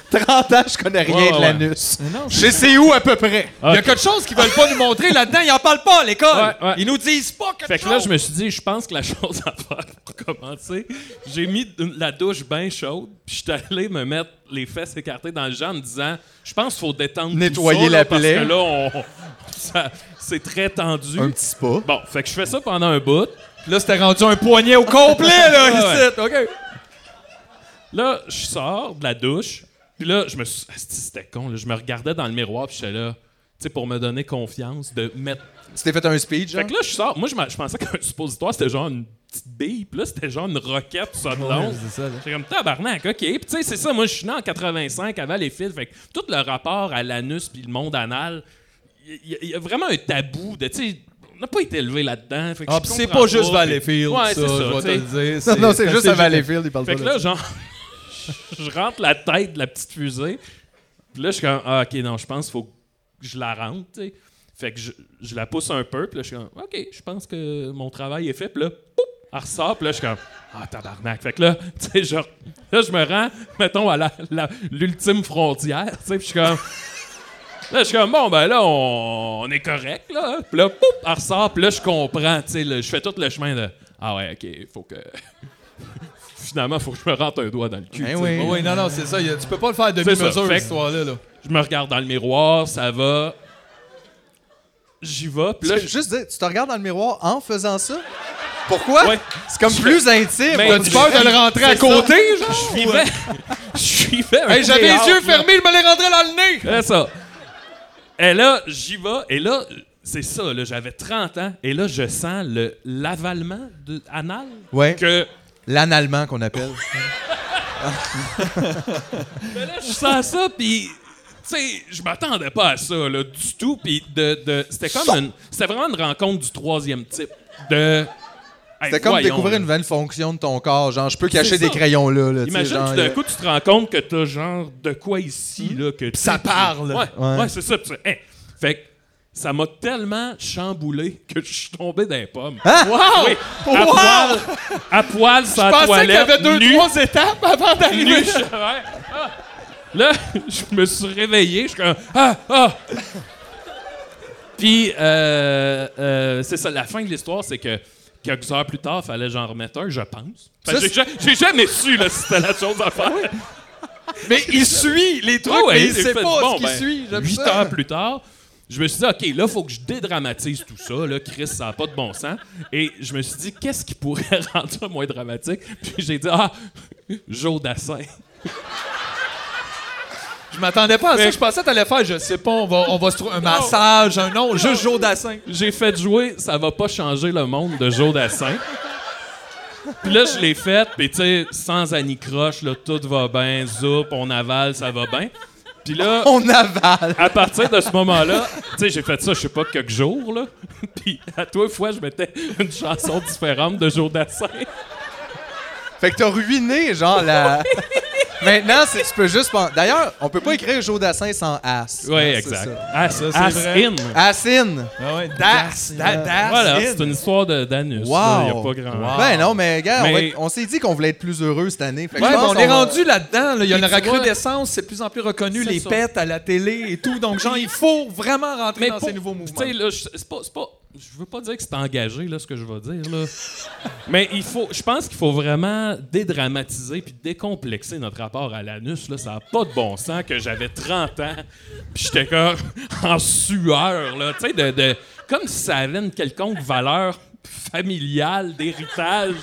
30 ans, je connais rien
Ouais,
de
ouais.
l'anus. Je sais c'est où à peu près.
Il y a quelque chose qu'ils veulent pas nous montrer là-dedans, ils en parlent pas à l'école.
Ouais, ouais.
Ils nous disent pas quelque
Fait que
chose.
là, je me suis dit, je pense que la chose à faire pour commencer, j'ai mis de- la douche bien chaude, puis je suis allé me mettre les fesses écartées dans le genre en me disant, je pense qu'il faut détendre tout
Nettoyer
ça,
la
là, parce
plaie.
que là, on- ça- c'est très tendu.
Un petit pas.
Bon, fait que je fais ça pendant un bout.
Là, c'était rendu un poignet au complet, là,
Ouais,
ici. OK.
Là, je sors de la douche. Puis là, je me suis. Asti, C'était con. Là. Je me regardais dans le miroir. Puis j'étais là. Tu sais, pour me donner confiance, de mettre.
Tu t'es fait un speech, genre?
Fait que là, je sors. Moi, je m'a- je pensais qu'un suppositoire, c'était genre une petite bille. Puis là, c'était genre une roquette, ça de long. J'étais comme tabarnak, OK. Puis tu sais, c'est ça. Moi, je suis né en 85 avant les fils. Fait que tout le rapport à l'anus puis le monde anal, il y- il y, a vraiment un tabou de. Tu sais, on n'a pas été élevé là-dedans. Fait que
Ah,
je
pis c'est
comprends
pas juste
puis-
Valleyfield,
Ouais,
ça,
c'est ça.
je vais
tu
te
sais.
le dire.
Non, non, c'est juste à
assez-
Valleyfield, il parle
Fait
pas
que
de
là,
ça.
genre, je rentre la tête de la petite fusée. Puis là, je suis comme, ah, ok, non, je pense qu'il faut que je la rentre, tu sais. Fait que je, je la pousse un peu. Puis là, je suis comme, ok, je pense que mon travail est fait. Puis là, poup, elle ressort. Puis là, je suis comme, ah, tabarnak. Fait que là, tu sais, genre, là, je me rends, mettons, à la- la- l'ultime frontière, tu sais. Puis je suis comme, Là, je suis comme, bon, ben là, on, on est correct, là. Puis là, poup, elle ressort, puis là, je comprends, tu sais, là, je fais tout le chemin de, ah ouais, OK, faut que... Finalement, faut que je me rentre un doigt dans le cul.
Ben
tu sais.
oui.
Ah Oui, non, non, c'est ça. y a- Tu peux pas le faire à
C'est ça.
demi-mesure,
Fait que-
cette histoire-là. Là.
Je me regarde dans le miroir, ça va. J'y vais, puis là,
Tu- juste dire, tu te regardes dans le miroir en faisant ça? Pourquoi?
Ouais.
C'est comme
Je
plus intime.
Mais-
T'as
Tu
du
peur de le rentrer à côté, genre? euh?
je vivais... Je vivais un
Hey, J'avais
théâtre,
les
oh,
yeux
là.
fermés, je me les rentrais dans le nez.
C'est ça. Et là, j'y vais. Et là, c'est ça, là, j'avais 30 ans. Et là, je sens le l'avalement de anal.
Ouais.
Que
L'analement qu'on appelle.
là, je sens ça, puis... Tu sais, je m'attendais pas à ça, là, du tout. Puis de, de- c'était comme une... C'était vraiment une rencontre du troisième type. De... Hey,
C'était comme
voyons,
découvrir
là.
une nouvelle fonction de ton corps. Genre, je peux cacher
C'est
des
ça.
crayons là. là, tu sais,
Imagine
genre,
tout
euh, Hmm.
d'un coup, tu te rends compte que t'as genre de quoi ici, là, que tu-
ça parle.
Ouais,
Ouais.
ouais. c'est ça. pis c'est- hey. Fait que ça m'a tellement chamboulé que je suis tombé dans les pommes.
Wow!
Oui, à
Wow!
poil, à poil, sans
Je pensais qu'il y
toilette,
avait deux,
nu,
trois étapes avant
nu,
d'arriver.
je- ouais. Ah. Là, je me suis réveillé, je suis comme ah ah. Puis euh, euh, c'est ça, la fin de l'histoire, c'est que quelques heures plus tard, fallait j'en remettre un, je pense. Fait que
Ça,
j'ai ja- J'ai jamais su là, si c'était la chose à faire.
Mais il suit les trucs,
Ah ouais,
mais il
j'ai
sait
fait,
pas
bon,
ce qui
ben,
suit. J'aime
Huit
ça.
heures plus tard, je me suis dit, OK, là, faut que je dédramatise tout ça. Là, Chris, ça n'a pas de bon sens. Et je me suis dit, qu'est-ce qui pourrait rendre ça moins dramatique? Puis j'ai dit, ah, Joe Dassin.
Je m'attendais pas à ça.
Mais-
Je pensais que t'allais faire, je sais pas, on va, on va se trouver un massage, un nom, juste Joe Dassin.
J'ai fait jouer Ça va pas changer le monde de Joe Dassin. Puis là, je l'ai faite, puis tu sais, sans anicroche, là, tout va bien, zoup, on avale, ça va bien. Puis là.
On avale.
à partir de ce moment-là, tu sais, j'ai fait ça, je sais pas, quelques jours, là. Puis à toi, une fois, je mettais une chanson différente de Joe Dassin.
Fait que t'as ruiné, genre, la. Maintenant, c'est- tu peux juste. pen- D'ailleurs, on peut pas écrire Joe Dassin sans as.
Ouais,
Hein,
exact.
c'est ça.
As,
c'est
Ah, As
vrai.
in.
Asine.
Ah Das, da- Das.
Voilà,
in.
c'est une histoire de- d'anus.
Wow.
là, y a pas grand.
Ben non, mais gars, on, va
Mais- ben,
être- on s'est dit qu'on voulait être plus heureux cette année. Fait que
Ouais,
je
mais
pense
on est
qu'on va-
rendu là-dedans. là. Il y a
Et
une
tu vois-
recrudescence, c'est de plus en plus reconnu,
C'est
les
ça.
pètes à la télé et tout. Donc, genre, il faut vraiment rentrer
Mais
dans
pour-
ces nouveaux
Tu
mouvements.
sais, là, je- c'est pas, c'est pas- Je veux pas dire que c'est engagé, là, ce que je vais dire, là. Mais il faut. Je pense qu'il faut vraiment dédramatiser puis décomplexer notre rapport à l'anus, là. Ça a pas de bon sens que j'avais 30 ans puis j'étais comme en sueur, là. Tu sais, de, de- Comme si ça avait une quelconque valeur familiale, d'héritage.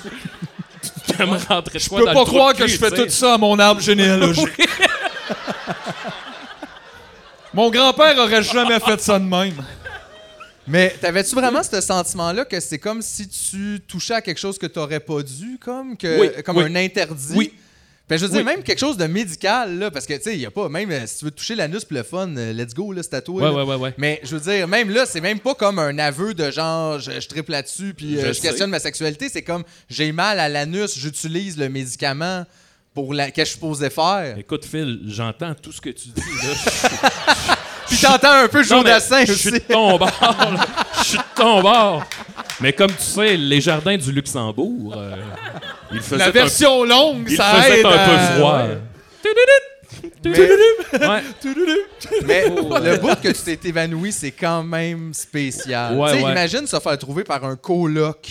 Je me rentrer
Je peux pas croire que je fais tout ça à mon arbre généalogique. Mon grand-père aurait jamais fait ça de même.
Mais t'avais-tu vraiment ce sentiment-là que c'est comme si tu touchais à quelque chose que t'aurais pas dû, comme, que,
Oui,
comme
oui.
un interdit?
Oui.
Ben, je veux dire,
Oui.
même quelque chose de médical, là, parce que, tu sais, il a pas, même euh, si tu veux toucher l'anus pour le fun, euh, let's go, là, c'est à toi.
Ouais,
là.
ouais, ouais, ouais.
Mais je veux dire, même là, c'est même pas comme un aveu de genre, je, je tripe là-dessus, puis euh,
Je
je,
sais.
questionne ma sexualité. C'est comme, j'ai mal à l'anus, j'utilise le médicament pour la, que je suis supposé faire.
Écoute, Phil, j'entends tout ce que tu dis, là.
Puis t'entends un peu
Non,
Joe
mais
Dassin
Je
aussi.
suis de ton bord. là. Je suis de ton bord. Mais comme tu sais, les jardins du Luxembourg, euh, ils faisaient
La version longue,
un, ils
ça
faisaient
aide.
un
à-
peu froid.
Ouais.
Tududut.
Mais-
Ouais.
Mais le bout que tu t'es évanoui, c'est quand même spécial.
Ouais,
Tu sais,
ouais.
Imagine se faire trouver par un coloc.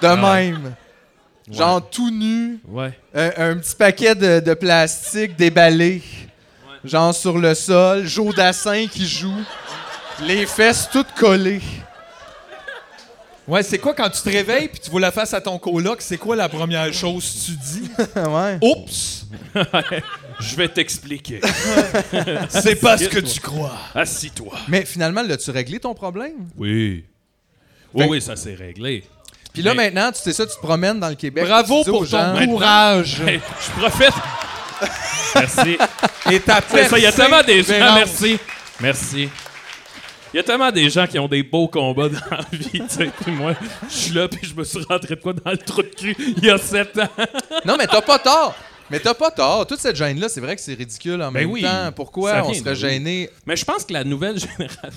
De même. Genre tout nu,
Ouais.
un, un petit paquet de, de plastique déballé. Genre sur le sol, Joe Dassin qui joue, les fesses toutes collées.
Ouais, c'est quoi quand tu te réveilles puis tu vois la face à ton coloc, c'est quoi la première chose que tu dis? Oh!
ouais.
Oups!
Je vais t'expliquer.
C'est pas ce que tu crois.
Assis-toi.
Mais finalement, l'as-tu réglé ton problème?
Oui. Oui,
Fait-
oui, ça s'est réglé.
Puis là,
Mais-
maintenant, tu sais ça, tu te promènes dans le Québec.
Bravo
tu dis aux
pour
gens,
ton courage
Hey, je profite. Merci.
et ta Ben
C'est ça, il y a tellement des gens.
persévérance.
Merci. Merci. Il y a tellement des gens qui ont des beaux combats dans la vie, tu sais. Puis moi, je suis là, puis je me suis rentré de quoi dans le trou de cul il y a sept ans.
Non, mais t'as pas tort. Mais t'as pas tort. Toute cette gêne-là, c'est vrai que c'est ridicule en
Ben
même
oui.
temps. Pourquoi
Ça
on
vient de
serait
où?
gêné?
Mais je pense que la nouvelle génération.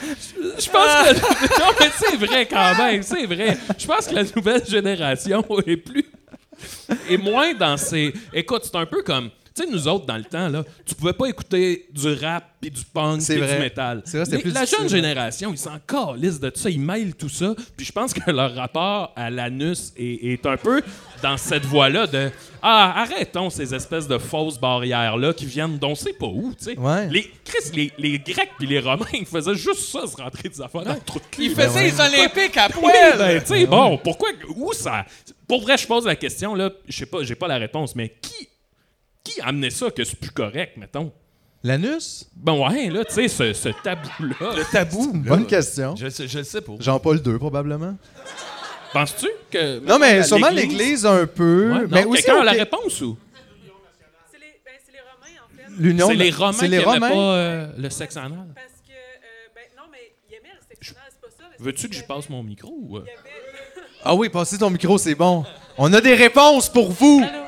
Je pense que. Non, mais c'est vrai quand même, c'est vrai. Je pense que la nouvelle génération est plus. est moins dans ces. Écoute, c'est un peu comme. Tu sais, nous autres, dans le temps, là, tu pouvais pas écouter du rap puis du punk
C'est
puis
vrai.
du métal.
C'est vrai, c'était
Les-
plus
la
difficile,
jeune
ouais.
génération, ils s'en calissent de tout ça, ils mêlent tout ça. Puis je pense que leur rapport à l'anus est, est un peu dans cette voie-là de Ah, arrêtons ces espèces de fausses barrières-là qui viennent d'on sait pas où, tu sais.
Ouais.
Les, Chris, les, les Grecs puis les Romains, ils faisaient juste ça, se rentrer des affaires dans le trou de
Il
cul. ben
faisait les Olympiques à
Oui,
poil!
ben, tu sais, bon, pourquoi. Où ça. Pour vrai, je pose la question, là, je sais pas, j'ai pas la réponse, mais qui. Qui a amené ça que c'est plus correct, mettons?
L'anus?
Bon, ouais, là, tu sais, ce, ce tabou-là.
Tabou. Bonne question.
Je, sais- je le sais pas.
Jean-Paul II, probablement.
Penses-tu que.
Non, mais sûrement
l'Église-
l'Église un peu.
Ouais, non,
mais aussi
quelqu'un
au
a la
Qué-
réponse ou
C'est les, ben, c'est les Romains, en fait.
l'Union.
C'est les Romains
C'est
qui
les
n'aimaient
Romains.
pas euh, le sexe anal.
Parce que, euh, ben, non, mais il aimait le sexe anal, c'est pas ça. parce
Veux-tu que
il
je
y
passe mon micro ou. euh?
avait- il y avait-
Ah oui, passez ton micro, c'est bon. On a des réponses pour vous.
Allô?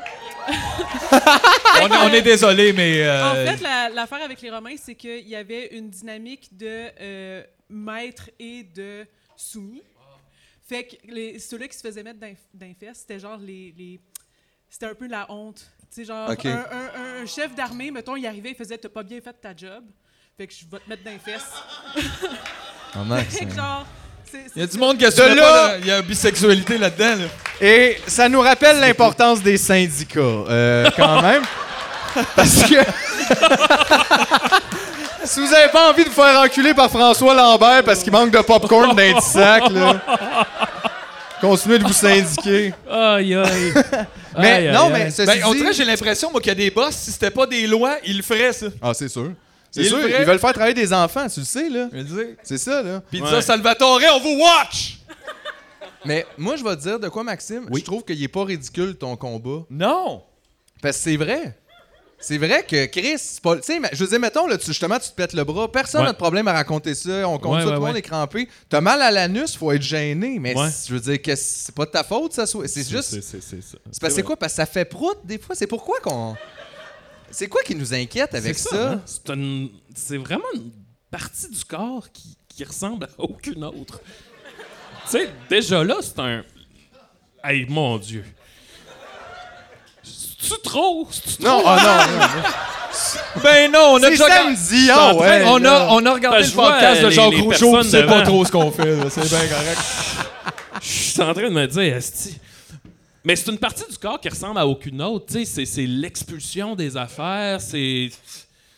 On, est- on est désolé, mais. euh,
En fait, la- l'affaire avec les Romains, c'est qu'il y avait une dynamique de euh, maître et de soumis. Fait que les, ceux-là qui se faisaient mettre d'inf- d'infest, c'était genre les. les- c'était un peu la honte. Tu sais, genre,
Ok.
un, un- un- un chef d'armée, mettons, il arrivait, il faisait T'as pas bien fait ta job. Fait que je vais te mettre d'infest.
Ah, Max,
Fait que
hein.
genre. c'est-
Il y a
c'est-
du monde qui a
De là-
Il y a bisexualité là-dedans. là.
Et ça nous rappelle l'importance des syndicats, euh, quand même. Parce que. si vous n'avez pas envie de vous faire enculer par François Lambert parce qu'il manque de popcorn dans un sac, là, continuez de vous syndiquer.
Aïe, aïe.
Mais
Aïe, aïe,
non,
aïe.
mais ceci
Ben, on
dit-
dirait, j'ai l'impression, moi, qu'il y a des boss, si c'était pas des lois, ils le feraient, ça.
Ah, c'est sûr. C'est
Il
sûr,
le ferait.
ils veulent faire travailler des enfants, tu le sais, là.
Je veux dire.
C'est ça, là.
Pizza
Ouais.
Salvatore, on vous watch!
Mais moi, je vais te dire de quoi, Maxime, je trouve qu'il est pas ridicule ton combat.
Non!
Parce que c'est vrai. C'est vrai que Chris, c'est pas- tu sais, mais- je veux dire, mettons, là, tu- justement, tu te pètes le bras. Personne n'a
Ouais.
de problème à raconter ça. On compte
Ouais,
ça, tout
ouais,
le monde
ouais.
est crampé. T'as mal à l'anus, faut être gêné. Mais
Ouais.
c'est- je veux dire, que c'est pas de ta faute, ça soit. C'est juste.
C'est
C'est
c'est- c'est ça.
parce que c'est quoi? Parce que ça fait prout, des fois. C'est pourquoi qu'on. C'est quoi qui nous inquiète avec
C'est
ça?
hein? C'est une- c'est vraiment une partie du corps qui, qui ressemble à aucune autre. tu sais, déjà là, c'est un. Hey, mon Dieu. C'est-tu trop? C'est-tu
Non, oh non, non.
Ben non, on a
C'est
déjà.
samedi, ah
on,
ouais.
on
là.
a, on a regardé
Parce
le
que
podcast
je vois,
de Jacques
les- les
Rougeau, pis
personnes
c'est pas
devant.
trop ce qu'on fait, là. C'est bien correct.
Je suis en train de me dire, esti. Mais c'est une partie du corps qui ressemble à aucune autre. tu sais, C'est, c'est l'expulsion des affaires. C'est,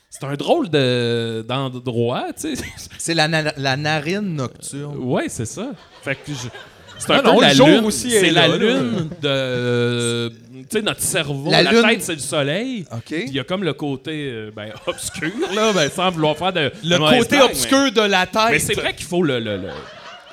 c'est un drôle de, d'endroit. tu sais.
C'est la, na- la narine nocturne.
ouais, c'est ça. Fait que je- c'est
Non,
un
non,
peu la
le jour
lune.
aussi est
c'est
là, là.
la lune de. euh, tu sais, notre cerveau.
La
La,
lune-
tête, c'est le soleil.
Euh, OK.
Puis Il y a comme le côté euh, ben, obscur, là, ben, sans vouloir faire de.
Le
de mauvaise
côté
blague,
obscur de la tête.
Mais, mais c'est vrai qu'il faut le. le- le-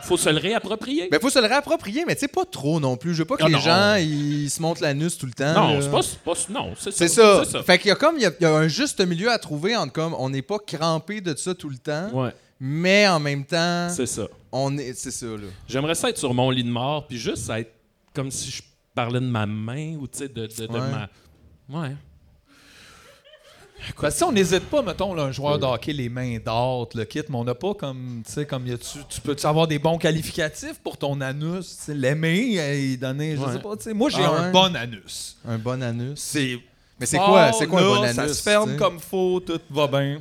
faut se le réapproprier.
Ben, faut se le réapproprier, mais tu sais, pas trop non plus. Je veux pas que
Non,
les
Ah non.
gens, ils se montent l'anus tout le temps.
non,
euh,
là.
c'est pas, c'est pas. Non, c'est ça.
C'est ça. Fait qu'il y a comme il y a, il y a un juste milieu à trouver entre comme on n'est pas crampé de ça tout le temps,
Ouais,
mais en même temps
c'est ça.
on est c'est ça là.
J'aimerais ça être sur mon lit de mort, puis juste être comme si je parlais de ma main ou tu sais, de, de, de
Ouais.
ma. Ouais.
Parce que si on n'hésite pas, mettons, là, un joueur de hockey, les mains d'or, le kit, mais on n'a pas comme, tu sais, comme, y a-tu- tu peux-tu avoir des bons qualificatifs pour ton anus, tu sais, l'aimer euh, et donner, je
Ouais.
sais pas, tu sais. Moi, j'ai
Ah
un
ouais.
bon anus.
Un bon anus.
C'est.
Mais
Oh
c'est quoi,
fort,
c'est quoi un
là,
bon anus?
Ça se ferme
tu sais?
comme faut, tout va bien.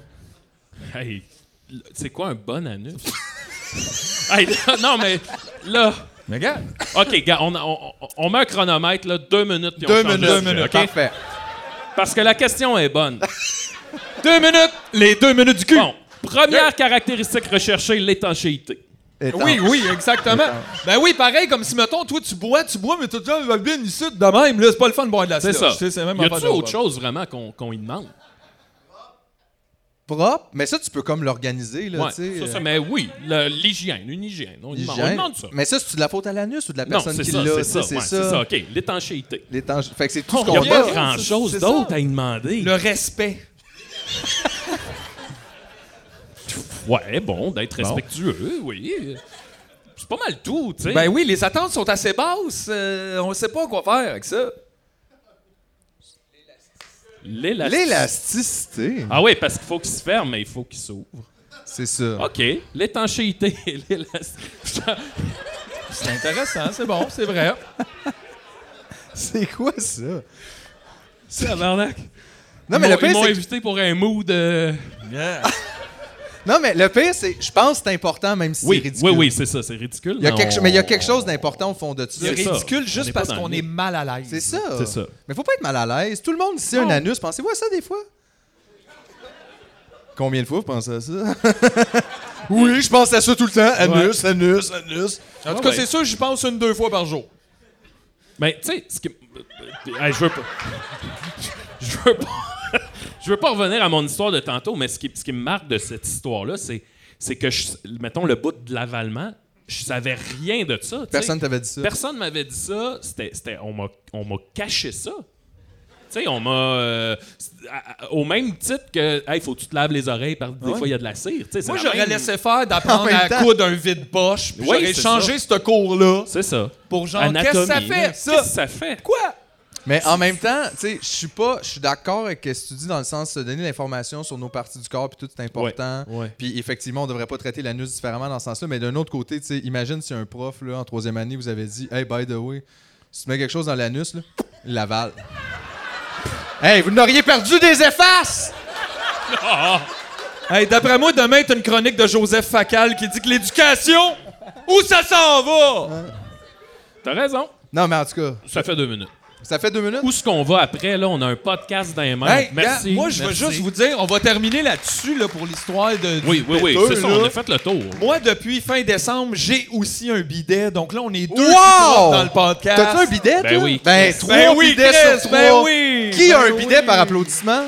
Hey, l- c'est quoi un bon anus? Hey, là, non, mais là.
Mais regarde,
OK, gars, on, on, on- on met un chronomètre, là, deux minutes, puis on
Deux
change de
minutes,
sujet, OK?
parfait.
Parce que la question est bonne.
deux minutes, les deux minutes du cul.
Bon, première caractéristique recherchée, l'étanchéité.
Étant-
Oui, oui, exactement.
Attends.
Ben oui, pareil, comme si, mettons, toi, tu bois, tu bois, mais tu te Ah, va bien ici, de même, là, c'est pas le fun de boire de la
C'est ça.
slush, tu sais, C'est même
y
affaire
a-tu
de-
autre chose vraiment qu'on qu'on y demande?
Propre, mais ça, tu peux comme l'organiser, là,
Ouais,
tu sais.
ça, ça,
euh,
mais oui, le- l'hygiène, une hygiène. On, demande- on
l'hygiène.
demande ça.
Mais ça, c'est de la faute à l'anus ou de la
non,
personne
c'est
qui
ça,
l'a?
c'est
tu sais,
ça. ouais, C'est ça, OK. L'étanchéité.
Les temps- Fait que c'est tout ce
Il n'y
qu'on
a pas
a.
grand-chose
c'est
d'autre
ça.
à y demander.
Le respect.
Ouais, bon, d'être respectueux, oui. C'est pas mal tout, tu sais.
Ben oui, les attentes sont assez basses. euh, on sait pas quoi faire avec ça.
L'élastique.
L'élasticité,
Ah oui, parce qu'il faut qu'il se ferme, mais il faut qu'il s'ouvre.
c'est ça.
OK, l'étanchéité et l'élastique.
C'est intéressant, c'est bon, c'est vrai.
C'est quoi ça?
Tabarnak.
Non, mais
Ils
le
m'ont-
pire,
Ils m'ont
c'est que-
invité pour un mood... euh,
Non, mais le pire, c'est. Je pense que c'est important, même si
Oui,
c'est ridicule.
oui, oui, c'est ça, c'est ridicule.
Il y a
mais
quelque...
on-
Mais il y a quelque chose d'important au fond de ça.
C'est
C'est
ça.
ridicule
On
juste
est pas
parce
dans
qu'on
le
est
mythe.
mal à l'aise.
C'est ça.
C'est ça.
Mais faut pas être mal à l'aise. Tout le monde ici a un anus. Pensez-vous à ça des fois? Combien de fois vous pensez à ça? oui, je pense à ça tout le temps. Anus, anus, anus.
En tout
Ah
cas,
ouais.
c'est sûr, j'y pense une, deux fois par jour.
Mais Ben, tu sais, ce que- Hey, je veux pas. Je veux pas. Je veux pas revenir à mon histoire de tantôt, mais ce qui, ce qui me marque de cette histoire-là, c'est, c'est que, je- mettons, le bout de l'avalement, je savais rien de ça. tu sais.
Personne t'avait dit ça.
Personne m'avait dit ça. C'était, c'était- on, m'a, on m'a caché ça. Tu sais, on m'a. euh, c'est- à- à- au même titre que. Hey, faut que tu te laves les oreilles parce que des fois, il y a de la cire. Tu sais, c'est
Moi,
la
j'aurais
même-
laissé faire
En
d'apprendre
même
à
temps.
coudre un vide-poche. puis
Oui,
J'aurais
c'est
changé ce cours-là
C'est ça.
pour genre, qu'est-ce
Anatomie,
que ça
là.
fait,
Qu'est-ce
ça?
que ça fait?
Quoi?
Mais en même temps, tu sais, je suis pas, je suis d'accord avec ce que tu dis dans le sens de donner l'information sur nos parties du corps puis tout c'est important.
Ouais, ouais.
Puis effectivement, on devrait pas traiter l'anus différemment dans ce sens-là, mais d'un autre côté, tu sais, imagine si un prof là en troisième année vous avait dit, hey by the way, si tu mets quelque chose dans l'anus là, il l'avale. hey, vous n'auriez perdu des effaces.
Ah. Hey, d'après moi, demain, t'as une chronique de Joseph Facal qui dit que l'éducation, où ça s'en va?
T'as raison.
Non, mais en tout cas,
Ça fait deux minutes.
ça fait deux minutes.
Où est-ce qu'on va après? Là, on a un podcast dans les mains.
Hey,
merci.
gars, moi, je veux
merci.
juste vous dire, on va terminer là-dessus là, pour l'histoire de, du
Oui, oui, oui.
péteux,
C'est ça,
là.
on a fait le tour.
Moi, depuis fin décembre, j'ai aussi un bidet. Donc là, on est deux
Wow!
qui droppent dans le podcast.
T'as-tu un bidet,
Ben
toi?
oui.
Ben,
Chris.
trois
Ben oui,
bidets sur
Chris,
trois.
ben oui!
Qui a
Ben
un bidet
oui.
par applaudissement?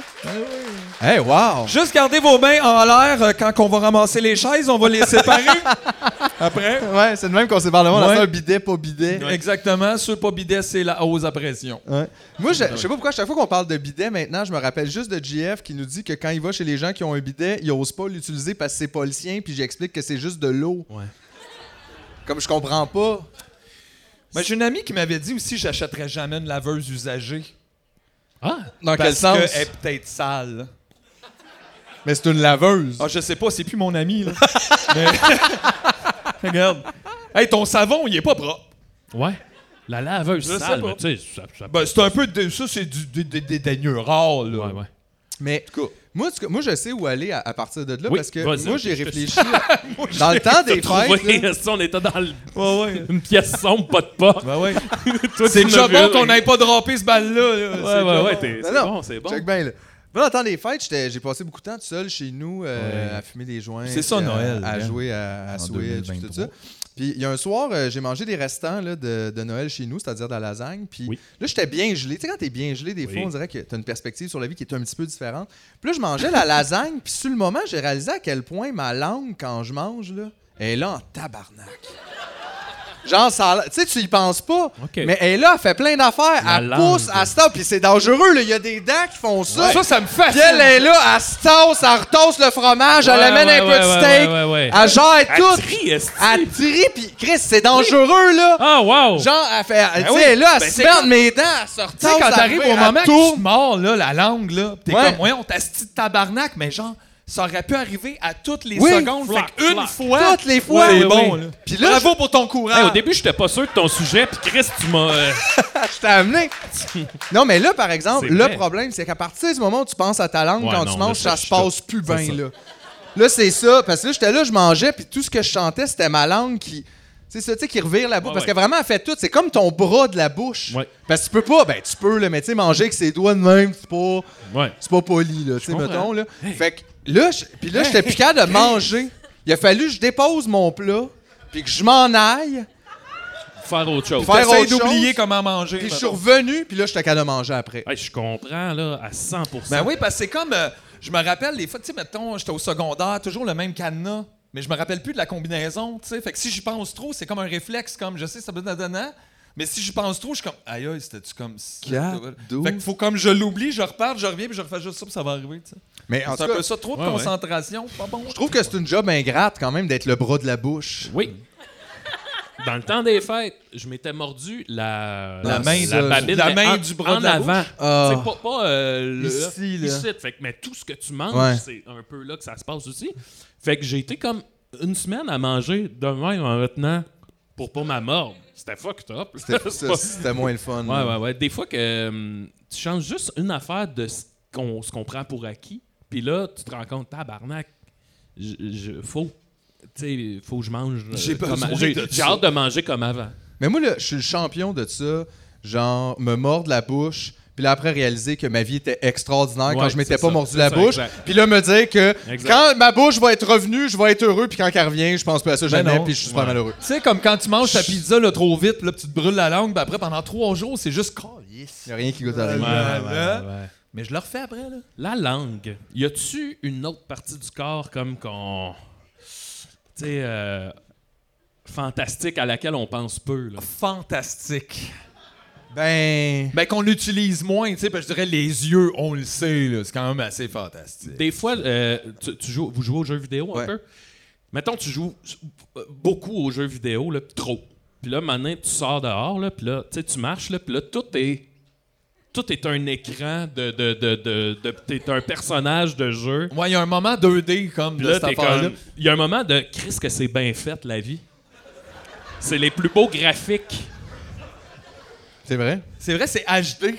Hey, wow!
Juste garder vos mains en l'air euh, quand on va ramasser les chaises, on va les séparer. Après.
Ouais, c'est le même qu'on sépare le monde. On
Ouais.
fait un bidet, pas bidet.
Exactement. Ceux pas bidet, c'est la hausse à pression.
Ouais. Moi, je, je sais pas pourquoi, à chaque fois qu'on parle de bidet maintenant, je me rappelle juste de JF qui nous dit que quand il va chez les gens qui ont un bidet, il ose pas l'utiliser parce que c'est pas le sien, puis j'explique que c'est juste de l'eau.
Ouais.
Comme je comprends pas.
Mais Ben, j'ai une amie qui m'avait dit aussi j'achèterais jamais une laveuse usagée.
Ah!
Dans quel
Parce
sens?
qu'elle est peut-être sale.
Mais c'est une laveuse.
Ah, je sais pas, c'est plus mon ami, là. Mais- Regarde. Hey, ton savon, il est pas propre.
Ouais. La laveuse
Je
sale,
sais pas.
mais tu sais, ça, ça-
Ben, c'est un peu. dé- ça, c'est du dé- dé- dé- dédaigneux rare, là.
Ouais, ouais.
Mais moi, en tout cas, moi, je sais où aller à, à partir de là
Oui,
parce que
vas-y,
moi,
ok,
j'ai
je te-
réfléchi. à- dans le temps des
Trouver-
fêtes. là,
si on était dans le-
Ouais, ouais.
une pièce sombre, pas de porte.
Ben ouais.
Toi,
C'est
tu
déjà
n'as vu-
bon qu'on n'ait pas droppé ce balle-là. là. C'est
Ouais, ouais,
déjà
ouais.
bon.
t'es-
Non,
C'est
non.
bon, c'est bon.
Check bien, là. Moi, dans le temps des fêtes, j'étais- j'ai passé beaucoup de temps tout seul chez nous euh, à fumer des joints.
C'est ça,
puis à-
Noël,
À,
hein.
jouer à, à
En
Switch, puis tout
2023.
ça. Puis il y a un soir, euh, j'ai mangé des restants là, de, de Noël chez nous, c'est-à-dire de la lasagne. Puis
Oui.
là, j'étais bien gelé. Tu sais, quand t'es bien gelé, des
Oui.
fois, on dirait que t'as une perspective sur la vie qui est un petit peu différente. Puis là, je mangeais la lasagne, puis sur le moment, j'ai réalisé à quel point ma langue, quand je mange, là, elle est là en tabarnak. Genre, ça, a l'air- tu sais, tu y penses pas.
OK.
Mais elle, est là, elle fait plein d'affaires.
La
elle
langue.
pousse, elle se tape. Puis c'est dangereux, là. Il y a des dents qui font ça.
Ça, ça me
Puis
fascine.
elle est là, elle se tasse, elle retosse le fromage, elle
Ouais,
amène
ouais,
un
ouais,
peu de
ouais,
steak.
ouais, ouais, ouais.
Elle gère
Ah,
tout.
Tri, esti.
Elle trie, puis Chris, c'est dangereux, là.
Oh.
Ah, wow!
Genre, elle fait. tu sais,
oui.
elle est là, elle
Ben,
se
c'est
merde
comme-
mes dents, elle se
Tu sais,
retosse.
quand
elle
t'arrives
fait-
au
elle
moment que tu
tourne.
te mords, là, la langue, là, pis t'es
Ouais.
comme, voyons, t'as ce petit tabarnak, mais genre, ça aurait pu arriver à toutes les
Oui.
secondes.
Flac,
fait qu'une
flac.
fois.
Toutes les fois.
c'est
Oui,
bon,
oui.
là.
Puis là,
Bravo pour ton courage.
Hey, au début, j'étais pas sûr de ton sujet, puis Chris, tu m'as. euh,
je t'ai amené. Non, mais là, par exemple,
C'est
le
vrai.
problème, c'est qu'à partir du moment où tu penses à ta langue,
Ouais,
quand
non,
tu
là,
manges,
ça,
ça
je
se
suis
passe
tout.
plus
C'est
bien,
ça.
là. Là, c'est ça. Parce que là, j'étais là, je mangeais, puis tout ce que je chantais, c'était ma langue qui. C'est ça, tu sais, qui revire la bouche.
Ouais,
parce
ouais.
que vraiment, elle fait tout. C'est comme ton bras de la bouche.
Ouais.
Parce que tu peux pas, ben, tu peux, là, mais tu sais, manger avec ses doigts de même, c'est pas.
Ouais.
C'est pas poli, là, tu sais,
comprends.
mettons, là. Fait que là, je- puis là, j'étais plus capable de manger. Il a fallu que je dépose mon plat, puis que je m'en aille,
Faire autre chose.
faire
T'essayes
autre
d'oublier
chose.
comment manger.
Puis je
mettons.
suis revenu, puis là, j'étais capable de manger après.
Hey, je comprends, là, à 100
Ben oui, parce que c'est comme. euh, je me rappelle des fois, tu sais, mettons, j'étais au secondaire, toujours le même cadenas, mais je me rappelle plus de la combinaison, tu sais. Fait que si j'y pense trop, c'est comme un réflexe, comme je sais, ça peut donner. Mais si j'y pense trop, je suis comme. Aïe, aïe, c'était-tu comme.
Quatre,
Fait que faut comme je l'oublie, je repars, je reviens, puis je refais juste ça, puis ça va arriver, tu sais.
Mais en
C'est
tout
un
cas,
peu ça, trop de
Ouais, ouais.
concentration, pas bon.
je trouve que c'est une job ingrate quand même d'être le bras de la bouche.
Oui. Dans le temps des fêtes, je m'étais mordu la,
La main de-
babine,
la
mais
main
en-
du bras
en
de la
avant.
bouche.
Ah.
C'est pas, pas euh, le-
Ici, là.
ici. Fait que, mais tout ce que tu manges,
Ouais.
c'est un peu là que ça se passe aussi. Fait que j'ai été comme une semaine à manger de même en retenant pour pas ma mordre. C'était fucked up. là.
C'était-
C'est
ça,
pas-
C'était moins le fun.
Ouais, ouais, ouais. Des fois que hum, tu changes juste une affaire de ce qu'on ce qu'on prend pour acquis, puis là, tu te rends compte, tabarnak, je, je, faut, tu sais, faut que je mange. euh,
J'ai
comme-
besoin
j'ai-
de
J'ai
ça.
hâte de manger comme avant.
Mais moi, là, je suis le champion de ça. Genre, me mordre la bouche, puis là, après, réaliser que ma vie était extraordinaire quand
Ouais,
je m'étais
c'est
pas
ça,
mordu
c'est
la
ça,
bouche.
exact.
Puis là, me dire que
Exact.
quand ma bouche va être revenue, je vais être heureux, puis quand elle revient, je pense pas à ça jamais,
non.
puis je suis super
Ben Ouais.
malheureux.
Tu sais, comme quand tu manges ta pizza là, trop vite, puis là, tu te brûles la langue, puis après, pendant trois jours, c'est juste
Il a rien qui goûte à rien.
Ouais, ouais,
ouais.
Mais je le refais après, là.
La langue, y a-tu une autre partie du corps comme qu'on. Tu sais, euh, fantastique à laquelle on pense peu, là?
Fantastique.
Ben.
Ben, qu'on l'utilise moins, tu sais, parce que je dirais les yeux, on le sait, là. C'est quand même assez fantastique.
Des fois, euh, tu, tu joues, vous jouez aux jeux vidéo un
Ouais.
peu. Mettons, tu joues euh, beaucoup aux jeux vidéo, là, pis trop. Puis là, maintenant, tu sors dehors, là, puis là, tu sais, tu marches, là, puis là, tout est, tout est un écran de... de, de, de, de- t'es un personnage de jeu.
Ouais, il y a un moment 2D comme
Puis
de
là,
cette
t'es
affaire-là.
comme... Il y a un moment de... Chris, que c'est bien fait, la vie. C'est les plus beaux graphiques.
C'est vrai?
C'est vrai, c'est HD.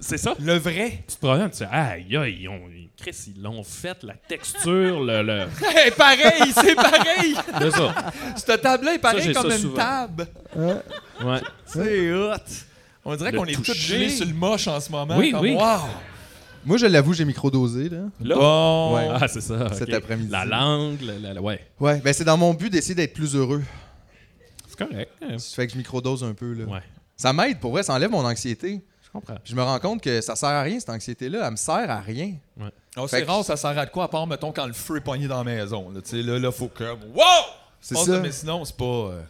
C'est ça?
Le vrai.
Tu te promènes, tu dis, aïe, aïe, ils ont- Chris, ils l'ont fait, la texture, le... le...
Hey, pareil, c'est pareil.
C'est ça.
Cette table-là est
Ça,
pareil
j'ai
comme
ça
une
souvent.
table.
Ouais.
C'est hot. On dirait
Le
qu'on est tous
toucher.
gelés sur le moche en ce moment.
Oui,
comme,
oui.
Wow.
Moi, je l'avoue, j'ai microdosé, là.
Là,
Bon.
Ouais.
Ah, c'est ça.
Cet
ok.
après-midi.
La langue, la, la- la- ouais.
Ouais, ben c'est dans mon but d'essayer d'être plus heureux.
C'est correct. hein.
Ça fait que je microdose un peu, là.
Ouais,
Ça m'aide, pour vrai, ça enlève mon anxiété.
je comprends.
Puis je me rends compte que ça sert à rien, cette anxiété-là. Elle me sert à rien.
Oh, c'est
Fait que-
rare, ça sert à de quoi, à part, mettons, quand le feu est pogné dans la maison. Là, tu sais, là, là, faut comme. Wow!
C'est
Passe
ça.
de- Mais sinon, c'est pas. euh,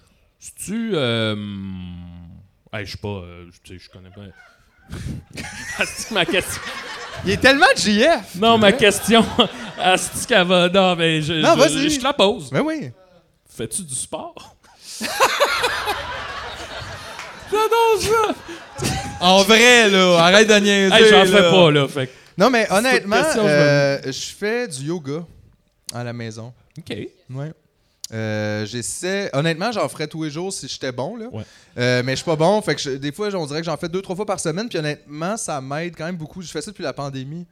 Tu. Euh, hey, je sais pas. euh, tu sais, je connais pas. Asti, ma question.
Il est tellement JF!
Non, ma question. Asti, qu'elle va. Non, mais je,
Non,
je-
vas-y.
je te la pose.
Ben oui!
Fais-tu du sport?
En vrai, là, arrête de niaiser.
Hey, j'en
là.
fais pas, là. Fait que-
Non, mais honnêtement,
question, je
euh, je fais du yoga à la maison.
OK.
Ouais. Euh, j'essaie honnêtement j'en ferais tous les jours si j'étais bon là
Ouais.
Euh, mais je suis pas bon fait que je- des fois on dirait que j'en fais deux trois fois par semaine puis honnêtement ça m'aide quand même beaucoup je fais ça depuis la pandémie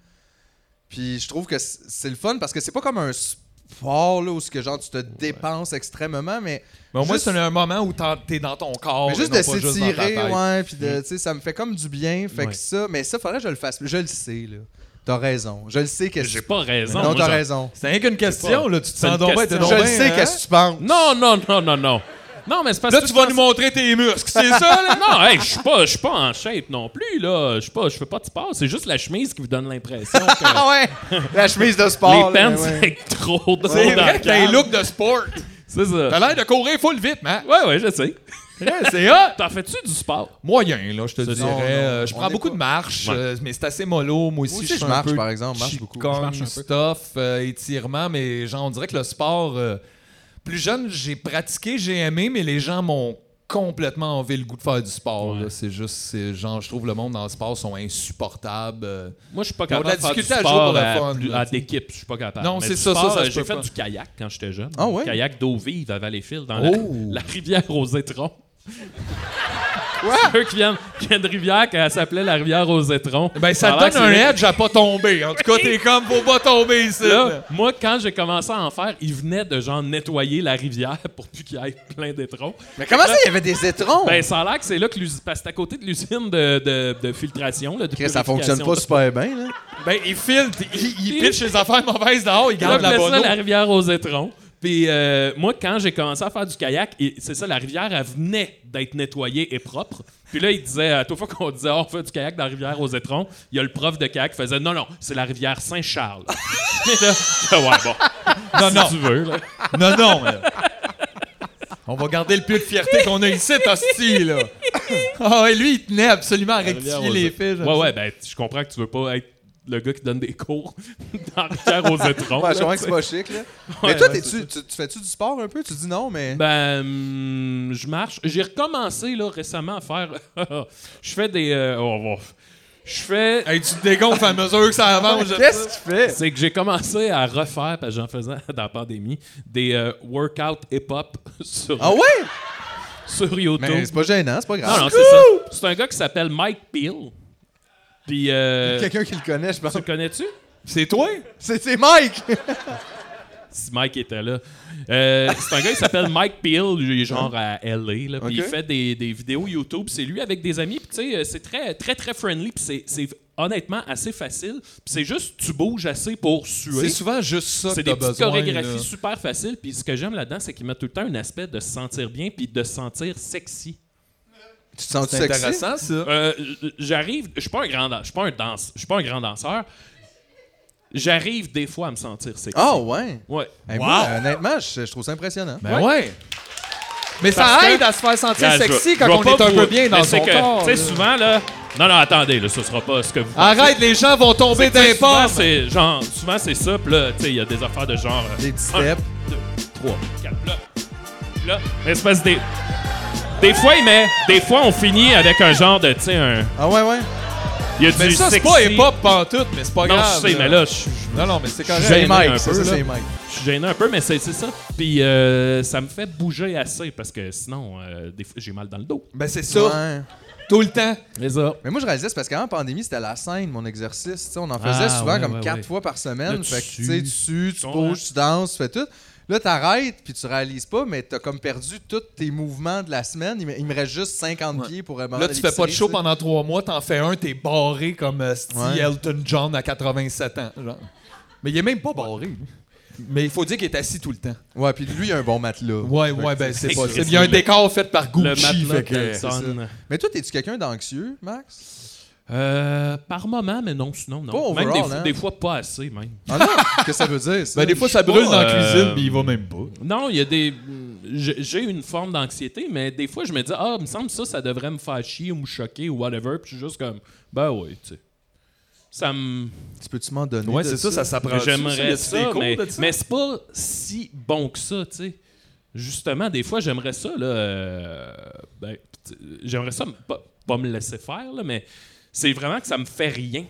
puis je trouve que c- c'est le fun parce que c'est pas comme un sport là où ce que genre tu te dépenses extrêmement mais
Mais au moins,
Juste-
c'est un moment où t'en- t'es dans ton corps.
mais
et
juste
non
de
pas dans ta
s'étirer,
tête. Hmm.
ouais, puis de, tu sais, ça me fait comme du bien, fait
Ouais.
que ça, mais ça, faudrait que je le fasse. Je le sais, là. T'as raison. Je le sais que
J'ai pas raison.
Non,
moi, ben,
t'as
j'en-
raison.
C'est rien qu'une question, là. Tu te
C'est
sens
une
donc bien, t'es
question.
Je
donc
le
bien,
sais,
hein?
qu'est-ce que tu penses?
Non, non, non, non, non. Non, mais c'est parce
Là,
que
tu
je
vas
pense-
nous montrer tes muscles, c'est ça, là?
Non, hey, je suis pas, je suis pas en shape non plus, là. Je suis pas- je fais pas de sport. C'est juste la chemise qui vous donne l'impression que.
Ah ouais! La chemise de
hein? Les
sport. là,
pants,
ouais.
c'est trop drôle.
C'est
dans
vrai
le
que t'as un
cadre.
look de sport.
C'est ça.
T'as l'air de courir full vite, man.
Ouais, ouais, je sais.
c'est hot!
T'en fais-tu du sport?
Moyen, là, je te
C'est-
dirais.
non, non,
Euh, je
on
prends
est
beaucoup
pas-
de marches,
Ouais.
euh, mais c'est assez mollo. Moi aussi,
aussi,
je
je
suis un
marche,
peu
par exemple, marche beaucoup.
chicane,
Je marche un peu.
stuff, euh, étirement, mais genre, on dirait que le sport... euh, plus jeune, j'ai pratiqué, j'ai aimé, mais les gens m'ont complètement enlevé le goût de faire du sport.
Ouais.
là. C'est juste, c'est- genre, je trouve le monde dans le sport sont insupportables. euh.
Moi, je suis pas
Ils ont
capable
de la
de faire du
difficulté à jouer pour
sport
le
à,
fun,
plus-
là,
à
tu sais.
d'équipe. Je suis pas capable.
Non,
Mais
c'est
du
ça, ça,
sport,
ça
euh,
se
J'ai
peut
fait
pas.
du kayak quand j'étais jeune.
Ah ouais?
Kayak d'eau vive à Valleyfield, dans
Oh!
la, la rivière aux étrons. Quoi? C'est eux qui viennent, qui viennent de rivière, qu'elle s'appelait la rivière aux étrons.
Ben, ça
a l'air
te donne un
que c'est-
edge à pas tomber. En tout cas, t'es comme, faut pas tomber ici.
Là, moi, quand j'ai commencé à en faire, ils venaient de genre nettoyer la rivière pour plus qu'il y ait plein d'étrons.
Mais comment ça, il y avait des étrons?
Ben, ça a l'air que c'est là que l'usine. Parce que c'est à côté de l'usine de, de- de filtration. Là, de
Chris, ça
purification
fonctionne pas
d'eau.
super bien, là.
Ben, ils filent, ils, ils pitchent les affaires mauvaises dehors, ils
Puis là,
gardent la
après
bonne
ça,
eau.
la rivière aux étrons. Puis euh, moi, quand j'ai commencé à faire du kayak, et c'est ça, la rivière, elle venait d'être nettoyée et propre. Puis là, il disait, à toute fois qu'on disait, Ah, on fait du kayak dans la rivière aux étrons, il y a le prof de kayak qui faisait, non, non, c'est la rivière Saint-Charles. Mais là, ah ouais, bon,
Non,
si
non.
tu veux. là.
Non, non. là. On va garder le peu de fierté qu'on a ici, hostie, là. Ah, ouais, lui, il tenait absolument à rectifier les faits. j'aime
Ouais,
ça.
ouais, ben, je comprends que tu veux pas être le gars qui donne des cours dans la rivière aux étrons.
Ouais,
là,
je comprends que
tu sais.
c'est pas chic, là.
Ouais,
mais toi,
ouais,
t'es-tu- tu, tu fais-tu du sport un peu? Tu dis non, mais.
Ben, hum, je marche. J'ai recommencé là, récemment à faire. je fais des. euh, oh, bon. Je fais.
Hey, tu te dégonfles à mesure que ça avance. j'aime ça.
Qu'est-ce que tu fais?
C'est que j'ai commencé à refaire, parce que j'en faisais dans la pandémie, des euh, workouts hip-hop sur,
Ah ouais?
sur YouTube.
Mais c'est pas gênant, c'est pas grave.
non, non, c'est ça. C'est un gars qui s'appelle Mike Peel. Puis, euh,
Quelqu'un qui le connaît, je pense.
tu le connais-tu?
C'est toi?
C'est c'est Mike!
si Mike était là. Euh, c'est un gars qui s'appelle Mike Peel, il est genre à LA, là, puis il
Ok.
fait des, des vidéos YouTube. C'est lui avec des amis, puis tu sais, euh, c'est très, très, très friendly, puis c'est, c'est honnêtement assez facile. Puis c'est juste, tu bouges assez pour
C'est
suer.
souvent juste ça que
C'est
t'as
des petites
besoin.
chorégraphies
là.
super faciles, puis ce que j'aime là-dedans, c'est qu'ils mettent tout le temps un aspect de se sentir bien, puis de se sentir sexy.
Tu te sens
C'est
sexy?
intéressant, ça.
Euh, j- j'arrive, je suis pas un grand, dan- je suis pas un danse, je suis pas un grand danseur. J'arrive des fois à me sentir sexy.
Ah ouais!
Ouais.
Hey, moi, euh, honnêtement, je, je trouve ça impressionnant.
Ben ouais. Mais
Parce
ça
que-
aide à se faire sentir
Là, Ah, je vais-
sexy
je
quand
vais
on
pas
est un
vous-
peu bien dans
mais c'est
son
que,
corps.
Tu
là.
sais, souvent, là. Non, non, attendez, là, ce sera pas ce que vous.
Arrête, les gens vont tomber d'un
souvent,
pas.
c'est genre, souvent, c'est ça, pis là, tu sais, il y a des affaires de genre. euh,
Des petits
un,
steps.
deux, trois, quatre, là. Là, espèce des. Des fois, il met. Des fois, on finit avec un genre de, tu sais, un.
Ah ouais, ouais.
Il y a
Mais
du
ça, c'est
sexy.
pas hip-hop pantoute, mais c'est pas
Non,
grave.
je sais, mais là, je suis-
Non, non, mais c'est
Je vais-
correct.
C'est
gêné un
Mike, ça,
peu,
ça,
là.
c'est Mike.
je suis gêné un peu, mais c'est c'est ça. Puis euh, ça me fait bouger assez, parce que sinon, euh, des fois, j'ai mal dans le dos.
Ben, c'est ça.
Ouais.
Tout le temps.
Mais ça.
Mais moi, je réalisais, c'est parce qu'avant la pandémie, c'était la scène, mon exercice. tu sais, on en faisait
Ah,
souvent
ouais,
comme
ouais,
quatre
ouais.
fois par semaine.
Là, tu
fait que tu
sues,
sais, tu sues, tu
Ouais.
bouges, tu danses, tu fais tout. Là, t'arrêtes, puis tu réalises pas, mais t'as comme perdu tous tes mouvements de la semaine. Il me, il me reste juste 50 pieds pour vraiment.
Là, tu fais pas de show pendant trois mois, t'en fais un, t'es barré comme euh, Steve
Ouais.
Elton John à 87 ans. genre. Mais il est même pas barré. lui. Mais il faut dire qu'il est assis tout le temps.
Ouais, puis lui, il a un bon matelas.
Ouais, ouais, ben c'est
c'est-
possible.
c'est
Il y a un
le-
décor fait par
Le
Gucci.
matelas
fait que-
Delson.
Mais toi, t'es-tu quelqu'un d'anxieux, Max?
Euh, par moment, mais non, sinon, non.
Pas
même des,
overall,
fois-
hein?
des fois, pas assez, même.
Ah non? Qu'est-ce que ça veut dire, ça?
Ben, des fois, ça brûle
pas,
dans la
euh,
cuisine, mais il va même pas.
Non, il y a des. je- J'ai une forme d'anxiété, mais des fois, je me dis, ah, il me semble que ça, ça devrait me faire chier ou me choquer ou whatever. Puis je suis juste comme, ben oui, tu sais. Ça me.
Tu peux-tu m'en donner? de
s'apprend.
J'aimerais ça, mais, mais c'est pas si bon que ça, tu sais. Justement, des fois, j'aimerais ça, là. euh, ben, tu- j'aimerais ça, me- pas, pas me laisser faire, là, mais c'est vraiment que ça me fait rien.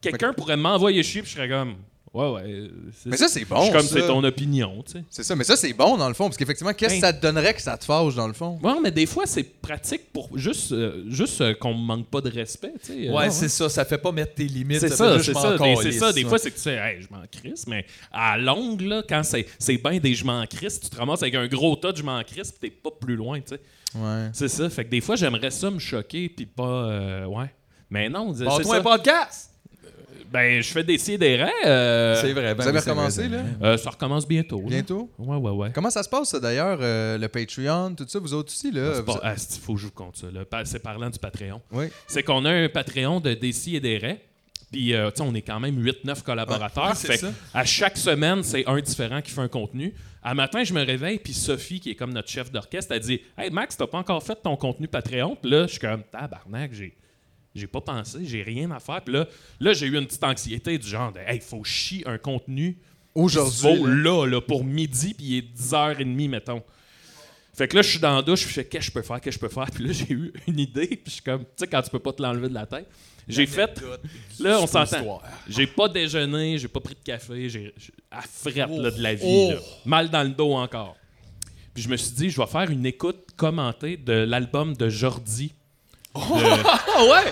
Quelqu'un pourrait m'envoyer chier, puis je serais comme, ouais, ouais.
Mais ça, c'est bon,
Je suis comme,
ça.
c'est ton opinion, tu sais.
C'est ça, mais ça, c'est bon, dans le fond, parce qu'effectivement, qu'est-ce que
Hey.
Ben.
ça te donnerait que ça te fâche, dans le fond?
Ouais, mais des fois, c'est pratique pour juste, euh, juste euh, qu'on me manque pas de respect, tu sais. Euh,
Ouais, c'est ça. Ça fait pas mettre tes limites.
C'est
fait
ça,
juste,
c'est
je
ça.
m'en
Des, c'est ça.
calisse,
Des
ouais.
fois, c'est que tu sais, Hey, je m'en crisse, mais à longue, là, quand c'est, c'est bien des je m'en crisse, tu te ramasses avec un gros tas de je m'en crisse, puis t'es pas plus loin, tu sais.
Ouais.
C'est ça. Fait que des fois, j'aimerais ça me choquer, puis pas. euh, ouais. Mais non, c'est
Bon, toi,
ça.
un podcast!
Ben, je fais des sidérés. Euh,
C'est vrai, ben
Vous avez
oui, c'est
recommencé,
vrai.
là?
euh, ça recommence bientôt. là.
Bientôt?
Ouais, ouais, ouais.
Comment ça se passe, ça, d'ailleurs, euh, le Patreon, tout ça, vous autres aussi, là?
C'est
vous-
pas- ah, c'est- faut que je vous compte ça. là. Pa- C'est parlant du Patreon.
Oui.
c'est qu'on a un Patreon de Décis et des Raies. Puis, euh, tu sais, on est quand même 8-9 collaborateurs.
Ouais, ouais, Ah, c'est
Fait
ça.
que à chaque semaine, c'est un différent qui fait un contenu. À matin, je me réveille, puis Sophie, qui est comme notre chef d'orchestre, elle dit Hey Max, t'as pas encore fait ton contenu Patreon. Puis là, je suis comme Tabarnak, j'ai. J'ai pas pensé, j'ai rien à faire. Puis là, là j'ai eu une petite anxiété du genre de, Hey, faut chier un contenu
Aujourd'hui,
qui se vaut là, là, pour midi, puis il est 10h30, mettons. Fait que là, je suis dans la douche, puis je fais qu'est-ce que je peux faire, qu'est-ce que je peux faire. Puis là, j'ai eu une idée, puis je suis comme, tu sais, quand tu peux pas te l'enlever de la tête. J'ai fait, là, on s'entend. J'ai pas déjeuné, j'ai pas pris de café, j'ai j'ai- à frette là, de la vie. là. Mal dans le dos encore. Puis je me suis dit, je vais faire une écoute commentée de l'album de Jordi.
Ah ouais!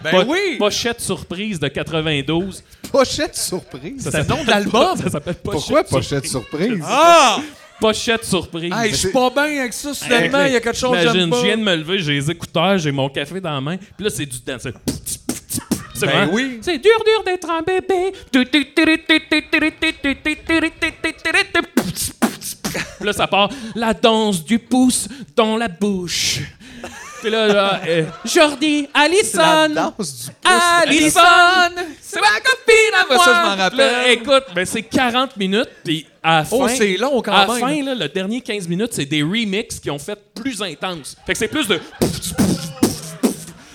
Ben
Po-
oui!
Pochette surprise de 92.
Pochette surprise!
Ça
C'est le
s'appelle-
nom de l'album!
Ça s'appelle Pochette
Pourquoi pochette surprise?
Ah!
Pochette surprise.
Hey, Ben, je suis pas bien avec ça, soudainement, il y a quelque chose que j'aime
Imagine,
pas.
je viens de me lever, j'ai les écouteurs, j'ai mon café dans la main, puis là, c'est du dance. C'est c'est
Ben
vraiment-
oui.
C'est dur, dur d'être un bébé. Puis là, ça part. La danse du pouce dans la bouche. Puis là, là, euh, Jordi,
La
Alison,
danse du pouce.
Alison, c'est ma copine à moi.
Ouais, ça, je m'en rappelle.
Puis là, écoute, ben, c'est 40 minutes, puis à la fin...
Oh, c'est long quand
À la
même.
fin, là, le dernier 15 minutes, c'est des remixes qui ont fait plus intense. Fait que c'est plus de...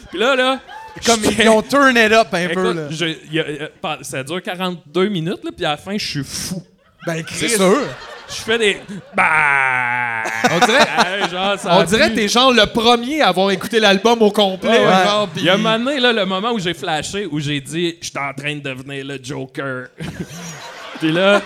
Puis là, là...
Comme
j'étais-
ils ont turn it up un peu,
Écoute,
là.
je- y a- y a- pa- ça dure 42 minutes, là, puis à la fin, je suis fou.
Ben, Chris.
C'est sûr.
Je fais des... Bah!
On dirait,
Hey, genre, ça
Ah,
on
a
dirait
plu.
que t'es genre le premier à avoir écouté l'album au complet.
Ouais, ouais.
genre, pis-
Il y a un moment donné, là, le moment où j'ai flashé, où j'ai dit « Je suis en train de devenir le Joker. » Puis là,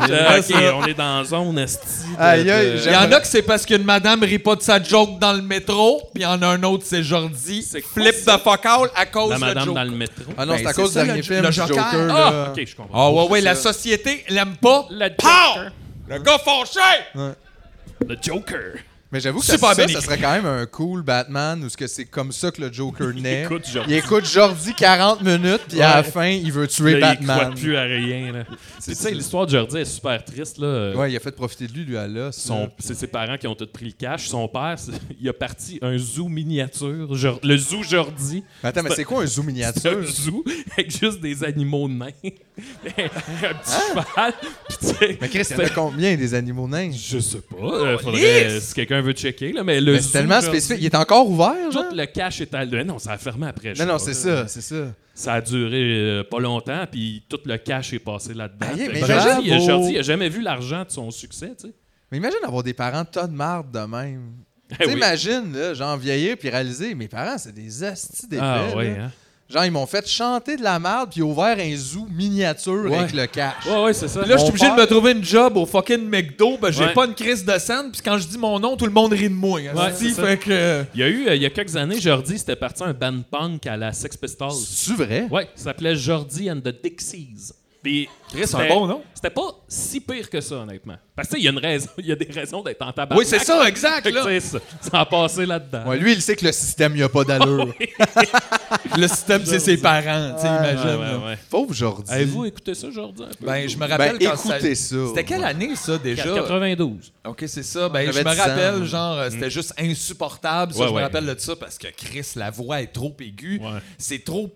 j'ai dit, OK, on est dans la zone esti. de-
Aïe, aïe,
de-
Il Euh, y en a que c'est parce qu'une madame rit pas de sa joke dans le métro, puis il y en a un autre, c'est Jordi.
C'est quoi
Flip de fuck out à cause
La
de
madame
joke.
dans le métro.
Ah non,
Ben,
c'est à
c'est
cause du
ça,
dernier
le-
film,
le
du
Joker.
Joker,
Ah,
là.
OK, je comprends.
Ah ouais, ouais, la société l'aime pas.
Le
Pow!
Joker.
Le gars fâché!
Le Joker.
Mais j'avoue que
Super
ça, ça,
bénéfique.
serait quand même un cool Batman où ce que c'est comme ça que le Joker naît.
écoute Jordi.
Il écoute Jordi 40 minutes, puis à la fin, il veut tuer
Là, il croit
Batman.
plus à rien. Là. Puis Tu sais, l'histoire de Jordi est super triste. Là.
Ouais, il a fait profiter de lui, lui, à là.
Son- c'est ses parents qui ont tous pris le cash. Son père, c'est- il a parti un zoo miniature. Jor- le zoo Jordi.
Mais Attends, mais c'est quoi un zoo
C'est un
miniature?
zoo avec juste des animaux nains. un petit cheval. Puis tu sais,
Mais Chris, il y en a combien des animaux nains?
je sais pas. euh, faudrait, euh, si quelqu'un veut checker, là, mais le
Mais c'est
zoo
tellement
Jordi,
spécifique. Il est encore ouvert, genre?
Tout le cash est à Non, ça a fermé après. je
Non, non,
sais pas,
c'est
là.
ça, c'est ça.
Ça a duré euh, pas longtemps, puis tout le cash est passé là-dedans.
Aïe,
Fait
mais
que Jordi, il a-
bravo!
Jordi, il a jamais vu l'argent de son succès, tu sais.
Mais imagine avoir des parents tas de marde de même.
Eh oui.
T'imagines, là, genre vieillir puis réaliser, mes parents, c'est des astis d'épais.
Ah
là.
ouais, hein.
Genre, ils m'ont fait chanter de la marde puis ouvert un zoo miniature
Ouais. Oh,
avec le cash.
Ouais, ouais, c'est ça.
Puis là, je suis
Mon
obligé de
père-
me trouver une job au fucking McDo, ben j'ai
Ouais.
pas une crise de scène, puis quand je dis mon nom, tout le monde rit de moi. hein,
Ouais,
si,
c'est ça.
fait que...
Il y a eu, euh, il y a quelques années, Jordi, c'était parti un band punk à la Sex Pistols.
C'est vrai?
Ouais, ça s'appelait Jordi and the Dixies. Puis,
c'est
c'était-
un bon nom.
C'était pas si pire que ça, honnêtement. Parce que, tu sais, il y a une raison, il y a des raisons d'être en tabac.
Oui, c'est ça, exact. là.
Ça, ça a passé là-dedans.
Ouais, lui, il sait que le système, il a pas d'allure.
Le système, c'est ses parents, tu sais,
Ouais,
imagine.
ouais,
là.
ouais.
Pauvre Jordi.
Avez-vous écouté ça, Jordi? un peu?
Ben, je me
Ben,
rappelle quand ça...
écoutez ça.
C'était quelle année, ça, déjà?
92.
OK, c'est ça. Ben, je
J'avais
me
10 ans.
rappelle, genre, euh, c'était juste insupportable. Ça,
Ouais,
je
ouais.
me rappelle de ça parce que Chris, la voix est trop aiguë.
Ouais.
C'est trop.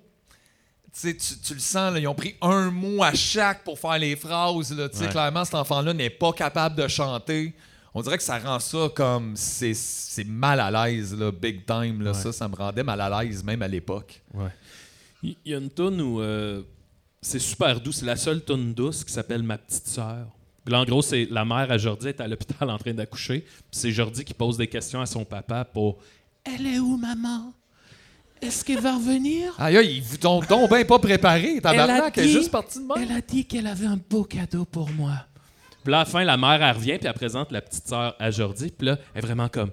Tu sais, tu, tu le sens, là, ils ont pris un mot à chaque pour faire les phrases. Là, Tu sais,
Ouais.
Clairement, cet enfant-là n'est pas capable de chanter. On dirait que ça rend ça comme. C'est c'est mal à l'aise, là, big time. Là, Ça, ça me rendait mal à l'aise, même à l'époque.
Il il y a une toune où euh, c'est super doux. C'est la seule toune douce qui s'appelle Ma petite sœur. Puis là, en gros, c'est la mère à Jordi est à l'hôpital en train d'accoucher. Puis c'est Jordi qui pose des questions à son papa pour Elle est où, maman Est-ce qu'elle va revenir
Aïe, aïe, ils vous ont donc bien pas préparé. Tabarnak, elle est
dit-
juste partie de moi.
Elle a dit qu'elle avait un beau cadeau pour moi. Puis là, à la fin, la mère, elle revient, puis elle présente la petite sœur à Jordi. Puis là, elle est vraiment comme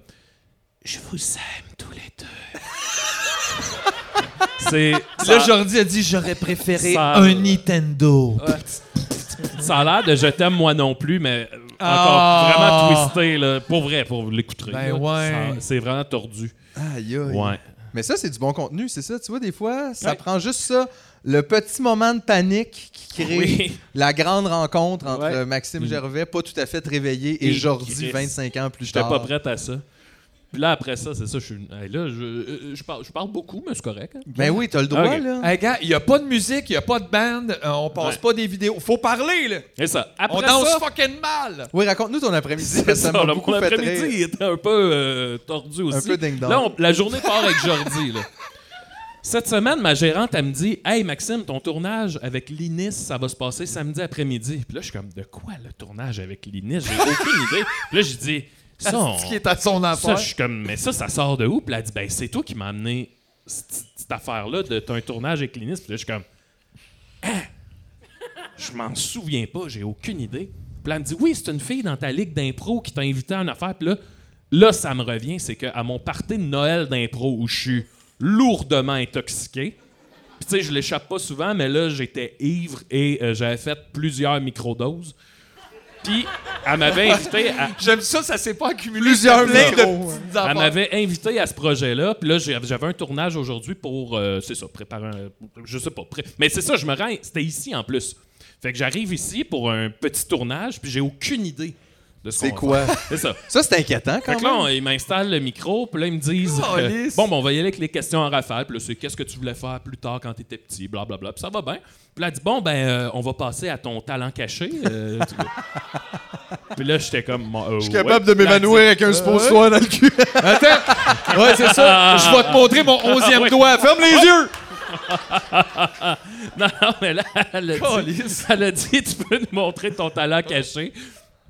Je vous aime tous les deux. c'est.
Là,
ça-
Jordi a dit J'aurais préféré
Ça- euh,
un Nintendo.
Ça a l'air de Je t'aime moi non plus, mais euh, encore
Ah.
vraiment twisté, là. Pour vrai, pour l'écouter.
Ben
là.
ouais.
Ça- C'est vraiment tordu.
Aïe, aïe.
Ouais.
Mais ça, c'est du bon contenu, c'est ça. Tu vois, des fois, ça
Ouais.
prend juste ça, le petit moment de panique qui crée
Oui.
la grande rencontre entre Maxime
Mm.
Gervais, pas tout à fait réveillé, et,
Et
Jordi,
Chris.
25 ans plus
J'étais
tard.
pas prête à ça. Puis là, après ça, c'est ça, je suis. hey, là, je, euh, je parle, je parle beaucoup, mais c'est correct. hein.
Ben oui, t'as le droit,
Ok.
là.
Hey, gars, il n'y a pas de musique, il n'y a pas de band, euh, on passe
Ouais.
pas des vidéos. Faut parler, là.
C'est ça.
on
Après
danse
ça,
fucking mal.
Oui, raconte-nous ton après-midi.
C'est
Ça
ça,
m'a
là,
beaucoup
mon
fait
après-midi
rire.
il était un peu euh, tordu aussi.
peu ding-dong.
Là, on- la journée part avec Jordi. là. Cette semaine, ma gérante, elle me dit Hey Maxime, ton tournage avec l'INIS, ça va se passer samedi après-midi. Puis là, je suis comme De quoi le tournage avec l'INIS J'ai aucune idée. Puis là, je dis Ça, on-
Ce qui est à son
ça,
affaire.
je suis comme Mais ça, ça sort de où Puis là, elle dit Ben, c'est toi qui m'as amené cette, cette affaire-là de ton tournage avec l'INIS. Puis là, je suis comme hein? je m'en souviens pas, j'ai aucune idée. Puis là, elle me dit, oui, c'est une fille dans ta ligue d'impro qui t'a invité à une affaire. Puis là, là, ça me revient, c'est qu'à mon party de Noël d'impro où je suis lourdement intoxiqué, puis tu sais, je l'échappe pas souvent, mais là, j'étais ivre et euh, j'avais fait plusieurs microdoses. Puis, elle m'avait invité à,
J'aime ça, ça s'est pas accumulé.
Plusieurs
plein de
micros,
petites
elle
affaires.
m'avait invité à ce projet-là, puis là, j'ai- j'avais un tournage aujourd'hui pour, euh, c'est ça, préparer un, je sais pas, pré- mais c'est ça, je me rends, c'était ici en plus. Fait que j'arrive ici pour un petit tournage, puis j'ai aucune idée de ce qu'on
C'est
va
quoi?
faire. C'est ça.
Ça, c'est inquiétant quand
Fait que là, on-
même.
ils m'installent le micro, puis là, ils me disent
Oh,
euh,
lisse.
Bon, ben, on va y aller avec les questions en rafale. Puis là, c'est qu'est-ce que tu voulais faire plus tard quand t'étais petit, blablabla. Puis ça va bien. Puis là, elle dit Bon, ben, euh, on va passer à ton talent caché. euh, tu vois. puis là, j'étais comme euh, Je suis
Capable de m'évanouir avec un sponsor dans le cul.
Attends. Ouais, c'est
Ah.
ça. Je vais te montrer mon onzième
Ouais.
doigt. Ferme les yeux.
Non, non, mais là, elle a, dit, elle a dit tu peux nous montrer ton talent caché.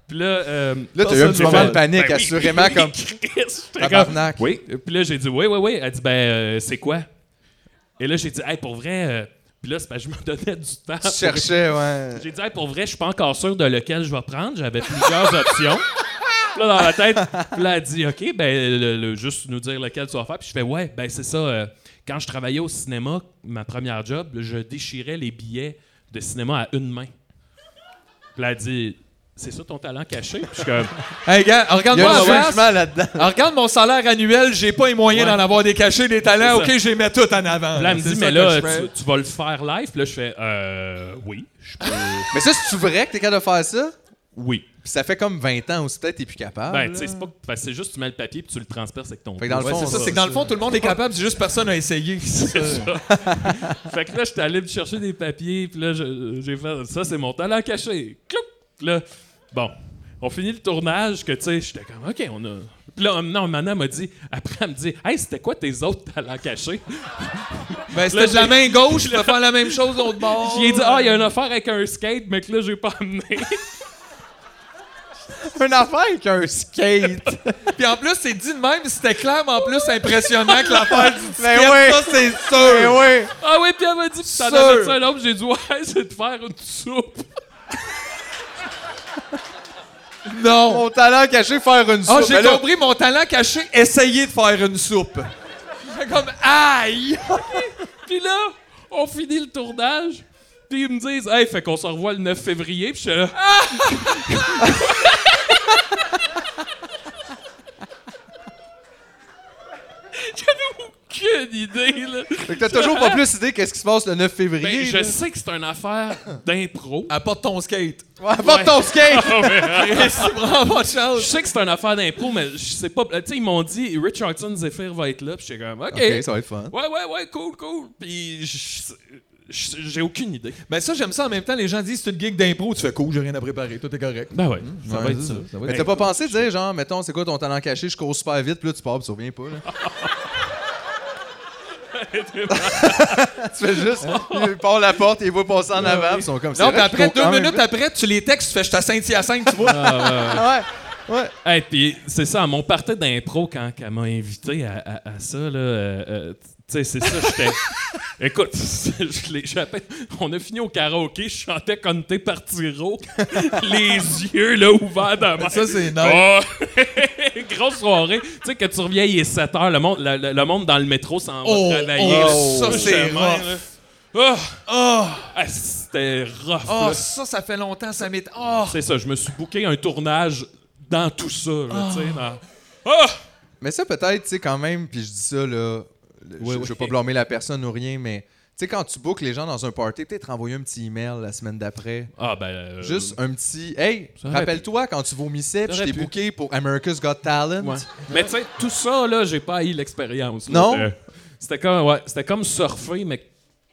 Puis là, euh,
Là, t'as eu un petit
j'ai
moment
fait,
de panique,
Ben oui,
assurément,
oui,
comme
Chris, j'étais comme,
tabarnak.
Oui. Puis là, j'ai dit oui, oui, oui. Elle dit ben, euh, c'est quoi Et là, j'ai dit hey, pour vrai. euh, Puis là, c'est parce que je me donnais du temps.
Tu
pour-
cherchais, ouais.
J'ai dit Hey, pour vrai, je suis pas encore sûr de lequel je vais prendre. J'avais plusieurs options. Puis Là, dans la tête, puis là, elle dit OK, ben, le- le- juste nous dire lequel tu vas faire. Puis je fais Ouais, ben, c'est ça. euh, quand je travaillais au cinéma, ma première job, je déchirais les billets de cinéma à une main. Puis là, elle dit C'est ça ton talent caché Puis je suis comme
Hey, gars,
Il y a
regarde-moi
un
en face.
jugement là-dedans.
Ah, regarde mon salaire annuel, j'ai pas les moyens
Ouais.
d'en avoir des cachets, des talents.
C'est ça.
Ok, je les mets tout en avant.
Puis là, elle me
C'est
dit
ça
Mais
que
là,
je fais.
tu, tu vas le faire live Puis là, je fais Euh, Oui, je peux.
Mais ça, c'est-tu vrai que t'es capable de faire ça?
oui.
Puis ça fait comme 20 ans aussi, peut-être t'es plus capable.
Ben, tu
là.
sais, c'est pas. parce que c'est juste, tu mets le papier puis tu le transperces avec ton.
Fait que dans le
Ouais,
fond,
c'est ça,
ça,
c'est que dans le fond, tout le monde est capable, c'est juste personne n'a essayé.
Fait que là, j'étais allé me chercher des papiers, puis là, je- j'ai fait ça, c'est mon talent caché. Cloup! Puis là, bon, on finit le tournage, que tu sais, j'étais comme, OK, on a. Puis là, non, Mana m'a dit, après, elle me dit, Hey, c'était quoi tes autres talents cachés?
Ben,
Là,
c'était de la
j'ai-
main gauche, je peux faire la même chose l'autre bord.
J'ai dit, Ah, il y a une affaire avec un skate, mais que là, j'ai pas amené.
une affaire avec un skate.
Puis en plus, c'est dit de même, c'était clairement plus impressionnant que l'affaire du
Mais
skate.
Ben ouais. Ben
Ça, c'est
Eh
sûr.
ouais.
ah oui, puis elle m'a dit, Puis t'en
Sûr.
avais un autre, j'ai dit, Ouais, c'est de faire une soupe.
Non.
Mon talent caché, faire une
Ah,
soupe.
j'ai
Ben là,
compris mon talent caché, essayer de faire une soupe. Fait Comme aïe!
Puis là, on finit le tournage. Puis ils me disent, hey, fait qu'on se revoit le 9 février. Puis je suis là. Ah! J'avais aucune idée, là.
Fait que t'as toujours pas plus idée qu'est-ce qui se passe le 9
Ben,
février.
je
là.
sais que c'est une affaire d'impro.
Apporte ton skate.
Ouais, apporte ton skate!
C'est vraiment pas de
Je
chance.
sais que c'est une affaire d'impro, mais je sais pas. Tu sais, ils m'ont dit Richardson Zephyr va être là. Puis j'étais comme, OK.
ok, Eh, ça va être fun.
Ouais, ouais, ouais, cool, cool. Puis je- je- j'ai aucune idée.
Mais Ben ça, j'aime ça en même temps. Les gens disent c'est une gig d'impro. Tu fais cool, j'ai rien à préparer. Tout est correct.
Ben ouais, ça va être ça.
Mais t'as pas pensé de dire, genre, mettons, c'est quoi ton talent caché, je cours super vite, puis là, tu pars, puis tu reviens pas, là. tu fais juste, il part la porte, il voit passer en avant, puis ils sont comme ça.
Non, puis après, deux minutes après, tu les textes, tu fais je suis à Saint-Hyacinthe, tu vois.
Ouais, ouais.
Hey, puis c'est ça, mon party d'impro, quand elle m'a invité à, à- à ça, là, euh, euh, tu sais, c'est ça, j'étais. Écoute, je l'ai- je l'appelle- on a fini au karaoké, je chantais Conte Partiro, les yeux là, ouverts dans ma
Ça, c'est nice.
Oh! Grosse soirée. Tu sais, que tu reviens, il est 7 heures, le monde, le, le- le monde dans le métro s'en
Oh,
va travailler.
oh, ça, c'est
Justement, là.
rough.
Ah!
Oh,
Ah, c'était rough.
oh,
là.
ça, ça fait longtemps, ça m'est. Oh,
C'est ça, je me suis booké un tournage dans tout ça, là, tu sais, dans- Ah!
Mais ça, peut-être, tu sais, quand même, puis je dis ça, là, je,
Ouais,
je veux
ouais.
pas blâmer la personne ou rien, mais sais, quand tu bookes les gens dans un party, peut-être envoyer un petit email la semaine d'après.
Ah, ben. euh,
Juste un petit. Hey,
Ça aurait
rappelle-toi quand tu vomissais, puis je
aurait
t'ai
pu.
booké pour America's Got Talent.
Ouais. Mais tu sais, tout ça, là, j'ai pas haï l'expérience. là.
Non?
C'était- C'était comme, ouais, c'était comme surfer, mais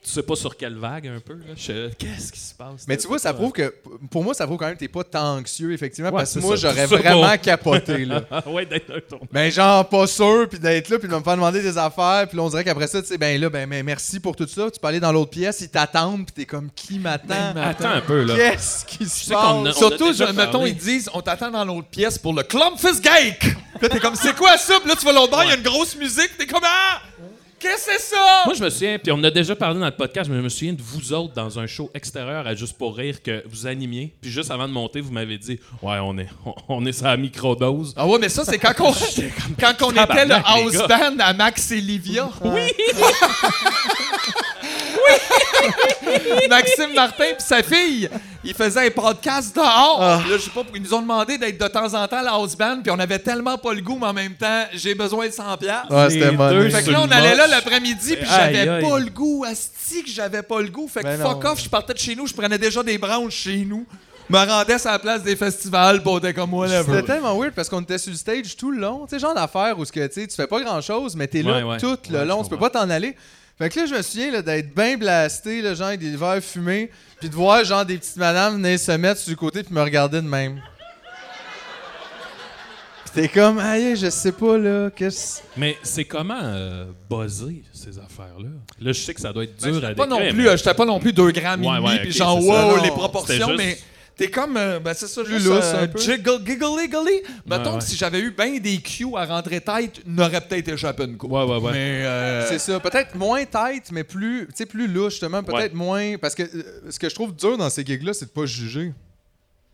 tu sais pas sur quelle vague un peu. là. Je- Qu'est-ce qui se passe?
Mais tu vois, ça prouve que. Pour moi, ça prouve quand même que t'es pas tant anxieux, effectivement,
Ouais,
parce que
c'est
moi,
ça.
j'aurais
C'est
vraiment
bon.
capoté, là.
Ah ouais, d'être un tournoi.
Ben, genre, pas sûr, puis d'être là, puis de me faire demander des affaires, puis là, on dirait qu'après ça, tu sais, ben là, ben, ben, merci pour tout ça. Tu peux aller dans l'autre pièce, ils t'attendent, puis t'es comme, qui m'attend?
Attends un peu, là.
Qu'est-ce qui se
sais qu'on
passe?
a- on
Surtout,
déjà
je- mettons,
parlé.
ils disent on t'attend dans l'autre pièce pour le Clumpfist Geek. Puis là, t'es comme c'est quoi ça? Puis là, tu vas l'autre bord, il y a une grosse musique. T'es comme ah! Qu'est-ce que c'est ça?
Moi, je me souviens, puis on en a déjà parlé dans le podcast, mais je me souviens de vous autres dans un show extérieur à Juste pour rire que vous animiez. Puis juste avant de monter, vous m'avez dit Ouais, on est, on, on est sur la microdose.
Ah ouais, mais ça, c'est quand on, quand on était le
Tabarnak, les
house band à Max et Livia. Oui! Maxime Martin puis sa fille, ils faisaient un podcast dehors.
Ah.
Là, je sais pas, ils nous ont demandé d'être de temps en temps la house band, puis on avait tellement pas le goût, mais en même temps, j'ai besoin de 100 pièces.
Ah, c'était
Les
money.
deux
Fait que
sur
là, on
le
allait là
moche.
l'après-midi, puis
Aïe,
j'avais
aïe.
pas le goût. Asti que j'avais pas le goût. Fait que
Ben
fuck
non.
off, je partais de chez nous, je prenais déjà des branches chez nous. Me rendais sur la place des festivals, bon, t'es comme whatever.
C'était tellement weird parce qu'on était sur le stage tout le long. Tu sais, genre d'affaire où ce que, tu sais, tu fais pas grand chose, mais t'es là
Ouais, ouais.
tout le
Ouais,
long.
je
Tu peux pas t'en aller. Fait que là, je me souviens là, d'être bien blasté, là, genre avec des verres fumés, puis de voir genre des petites madames venir se mettre sur le côté puis me regarder de même. Puis t'es comme, aïe, je sais pas là, qu'est-ce.
Mais c'est comment euh, buzzer ces affaires-là Là, je sais que ça doit être
Ben,
dur à
Pas
décrire.
non plus,
mais-
euh, j'étais pas non plus 2 grammes
Ouais,
et demi,
ouais,
puis
ok,
genre
c'est ça.
wow,
Non,
les
c'était
proportions,
juste-
mais t'es comme, euh, ben c'est ça,
Plus
juste
lousse,
euh,
un peu.
jiggle, giggle, giggle. Mettons
ouais.
que si j'avais eu bien des cues à rentrer tête, n'aurait peut-être échappé une coupe.
Ouais, ouais, ouais.
Mais euh,
C'est ça. Peut-être moins tête, mais plus, tu sais, plus louche, justement. Peut-être moins. Parce que euh, ce que je trouve dur dans ces gigs-là, c'est de pas juger.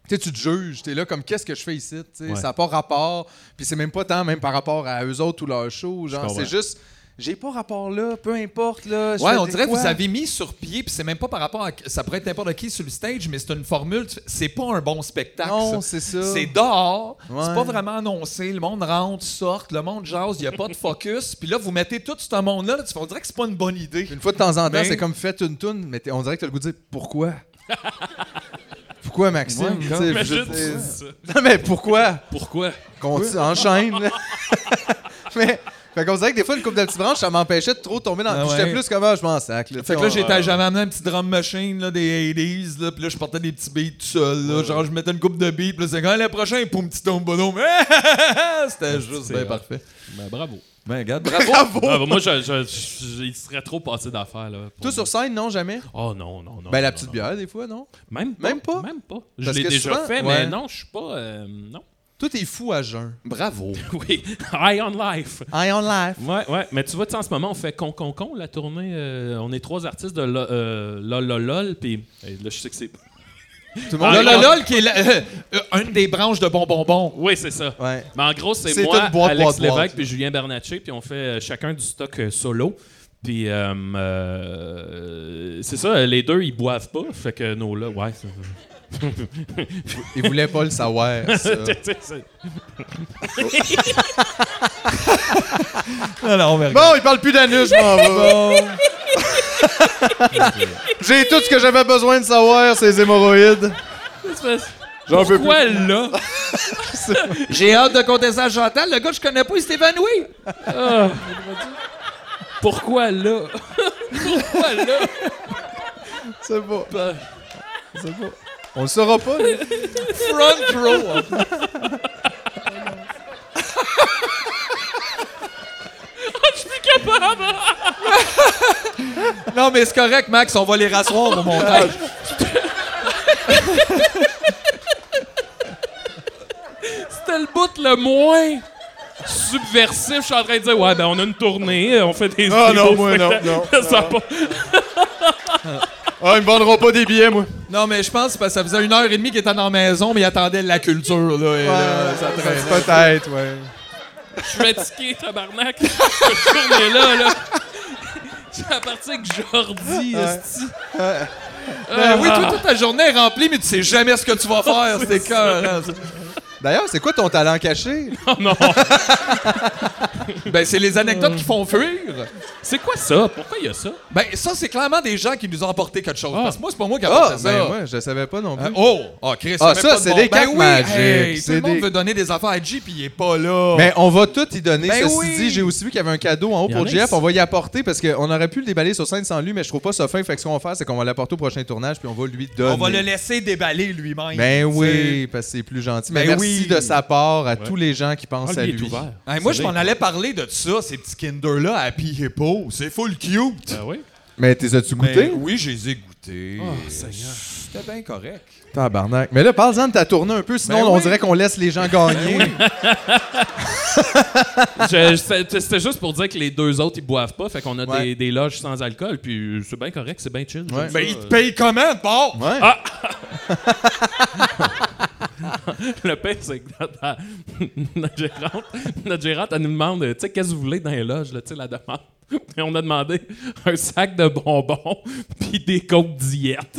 Tu sais, tu te juges. T'es là comme qu'est-ce que je fais ici. tu sais,
Ouais.
Ça n'a pas rapport. Puis c'est même pas tant, même par rapport à eux autres ou leur show. Genre,
comprends.
c'est juste. J'ai pas rapport là, peu importe là. je
Ouais,
fais
on
des
dirait que
quoi.
vous avez mis sur pied, puis c'est même pas par rapport à. Ça pourrait être n'importe qui sur le stage, mais c'est une formule. tu fais- C'est pas un bon spectacle.
Non,
ça.
c'est ça.
C'est dehors,
Ouais.
c'est pas vraiment annoncé. Le monde rentre, sort, le monde jase, il n'y a pas de focus. Puis là, vous mettez tout ce monde-là, là, tu fais, on dirait que c'est pas une bonne idée.
Une fois de temps en temps,
Mais-
c'est comme faites une toune, mais t'es- on dirait que t'as le goût de dire pourquoi. pourquoi Maxime Tu sais, je-
Imagine,
c'est-
ça.
Non mais pourquoi
Pourquoi
qu'on t- enchaîne. là. mais fait qu'on dirait que des fois une coupe de petites branches ça m'empêchait de trop tomber dans
Ah
Puis j'étais
ouais.
plus comme Ah, je m'en sac là.
Fait que là,
euh,
j'étais, j'avais amené un petit drum machine là, des 80s, là, puis là, je portais des petits beats tout seul. là. genre, je mettais une coupe de beats, puis là, c'est quand le prochain, poum, petit tombe bonhomme. C'était juste
C'est
bien
hot.
parfait.
Ben, bravo.
Ah, Ben, regarde,
bravo.
Ah, ben, moi, je, je- je- il serait trop passé d'affaires. là. pour-
Toi sur scène non jamais
Oh non, non, non.
Ben la
non,
petite
non.
bière des fois non.
Même pas.
Même pas?
Même pas. Je
Parce
l'ai
que
déjà
souvent-
fait,
ouais.
mais non, je suis pas. euh, non.
Toi t'es fou à jeun.
Bravo.
Oui. High on life.
I on life.
Ouais, ouais. Mais tu vois, tu sais, en ce moment, on fait Con Con Con, la tournée. euh, on est trois artistes de lo- euh, LOL LOL LOL. Puis hey, là, je sais que c'est.
Tout le monde.
Ah,
Lololol, qui est la- euh, euh, une des branches de bonbonbon.
Oui, c'est ça.
Ouais.
Mais en gros, c'est
C'est
moi,
une boîte,
Alex
boîte, boîte,
Lévesque
là.
puis Julien Bernatchez, puis on fait euh, chacun du stock euh, solo. Puis euh, euh, c'est ça, les deux, ils boivent pas. Fait que nos là, ouais. c'est-
Ils voulaient pas le savoir. ça.
c'est- c'est-
Alors, Ah, on verra.
Bon, ils parlent plus d'anus, je m'en vais. J'ai tout ce que j'avais besoin de savoir, ces hémorroïdes. J'en peux plus.
Pourquoi là?
J'ai hâte de compter ça à Chantal. Le gars que je connais pas, il s'est évanoui.
Pourquoi là? Pourquoi là?
C'est pas.
Ben,
C'est pas. On le saura pas. là.
Front row.
Oh, Je suis plus capable!
Non, mais c'est correct, Max. On va les rasseoir au montage.
C'était le bout le moins subversif. Je suis en train de dire, ouais, ben on a une tournée, on fait des.
Ah
des
non,
beaux
moi, non,
spectacles.
non.
Ça a pas-
Ah, ils me vendront pas des billets, moi.
Non, mais je pense parce que ça faisait une heure et demie qu'il était dans la maison, mais il attendait la culture. Là, et
Euh,
là, ça traînait.
Peut-être, ouais.
Je suis fatigué, tabarnak. Cette journée-là, là. J'ai la partie avec Jordi, esti.
Ben oui, toi, toute ta journée est remplie, mais tu sais jamais ce que tu vas faire. C'est
ça.
cœur.
D'ailleurs, c'est quoi ton talent caché?
Oh non!
ben, c'est les anecdotes qui font fuir.
C'est quoi ça? Pourquoi il y a ça?
Ah,
Ben, ça, c'est clairement des gens qui nous ont apporté quelque chose. Parce que moi, c'est pas moi qui ai
Ah,
apporté ça.
ben ouais, je savais pas non plus.
Hein? Oh! Ah, Chris,
Ah,
même
ça,
pas de
c'est
bon-
des
ben
cartes
oui,
Magic,
hey, tout
c'est
le monde
des-
veut donner des affaires à J, puis il est pas là.
Mais on va tout y donner.
oh. Ben
Ceci
oui.
dit, j'ai aussi vu qu'il y avait un cadeau en haut
Il y en
pour
a
Jeff.
ici.
On va y apporter parce qu'on aurait pu le déballer sur scène sans lui, mais je trouve pas ça fin. Fait que ce qu'on va faire, c'est qu'on va l'apporter au prochain tournage puis on va lui donner.
on va le laisser déballer lui-même.
Ben
tu sais.
oui, parce que c'est plus gentil. Mais
Ben
merci
oui.
de sa part à tous les gens qui
Ah,
pensent à
lui, il est
lui.
ouvert.
Hey, moi, je m'en allais parler de ça, ces petits Kinder-là, Happy Hippo. C'est full cute.
Ben oui.
Mais t'es as-tu
Mais
goûté?
Ben oui, je les ai goûtés.
Oh, Seigneur.
C'était bien correct.
Tabarnak. Mais là, parle-en de ta tournée un peu, sinon
Ben
on
oui. Ben
dirait qu'on laisse les gens gagner.
Je- je- c'est- C'était juste pour dire que les deux autres, ils boivent pas. Fait qu'on a
Ouais.
des, des loges sans alcool. Puis c'est bien correct, c'est bien chill. j'aime
Ouais.
ça.
Mais ils te payent comment, bon?
Ouais.
Le pire, c'est que dans- dans- notre gérante, notre gérante, elle nous demande, tu sais, qu'est-ce que vous voulez dans les loges, là, tu sais, la demande. Et on a demandé un sac de bonbons puis des coques diète.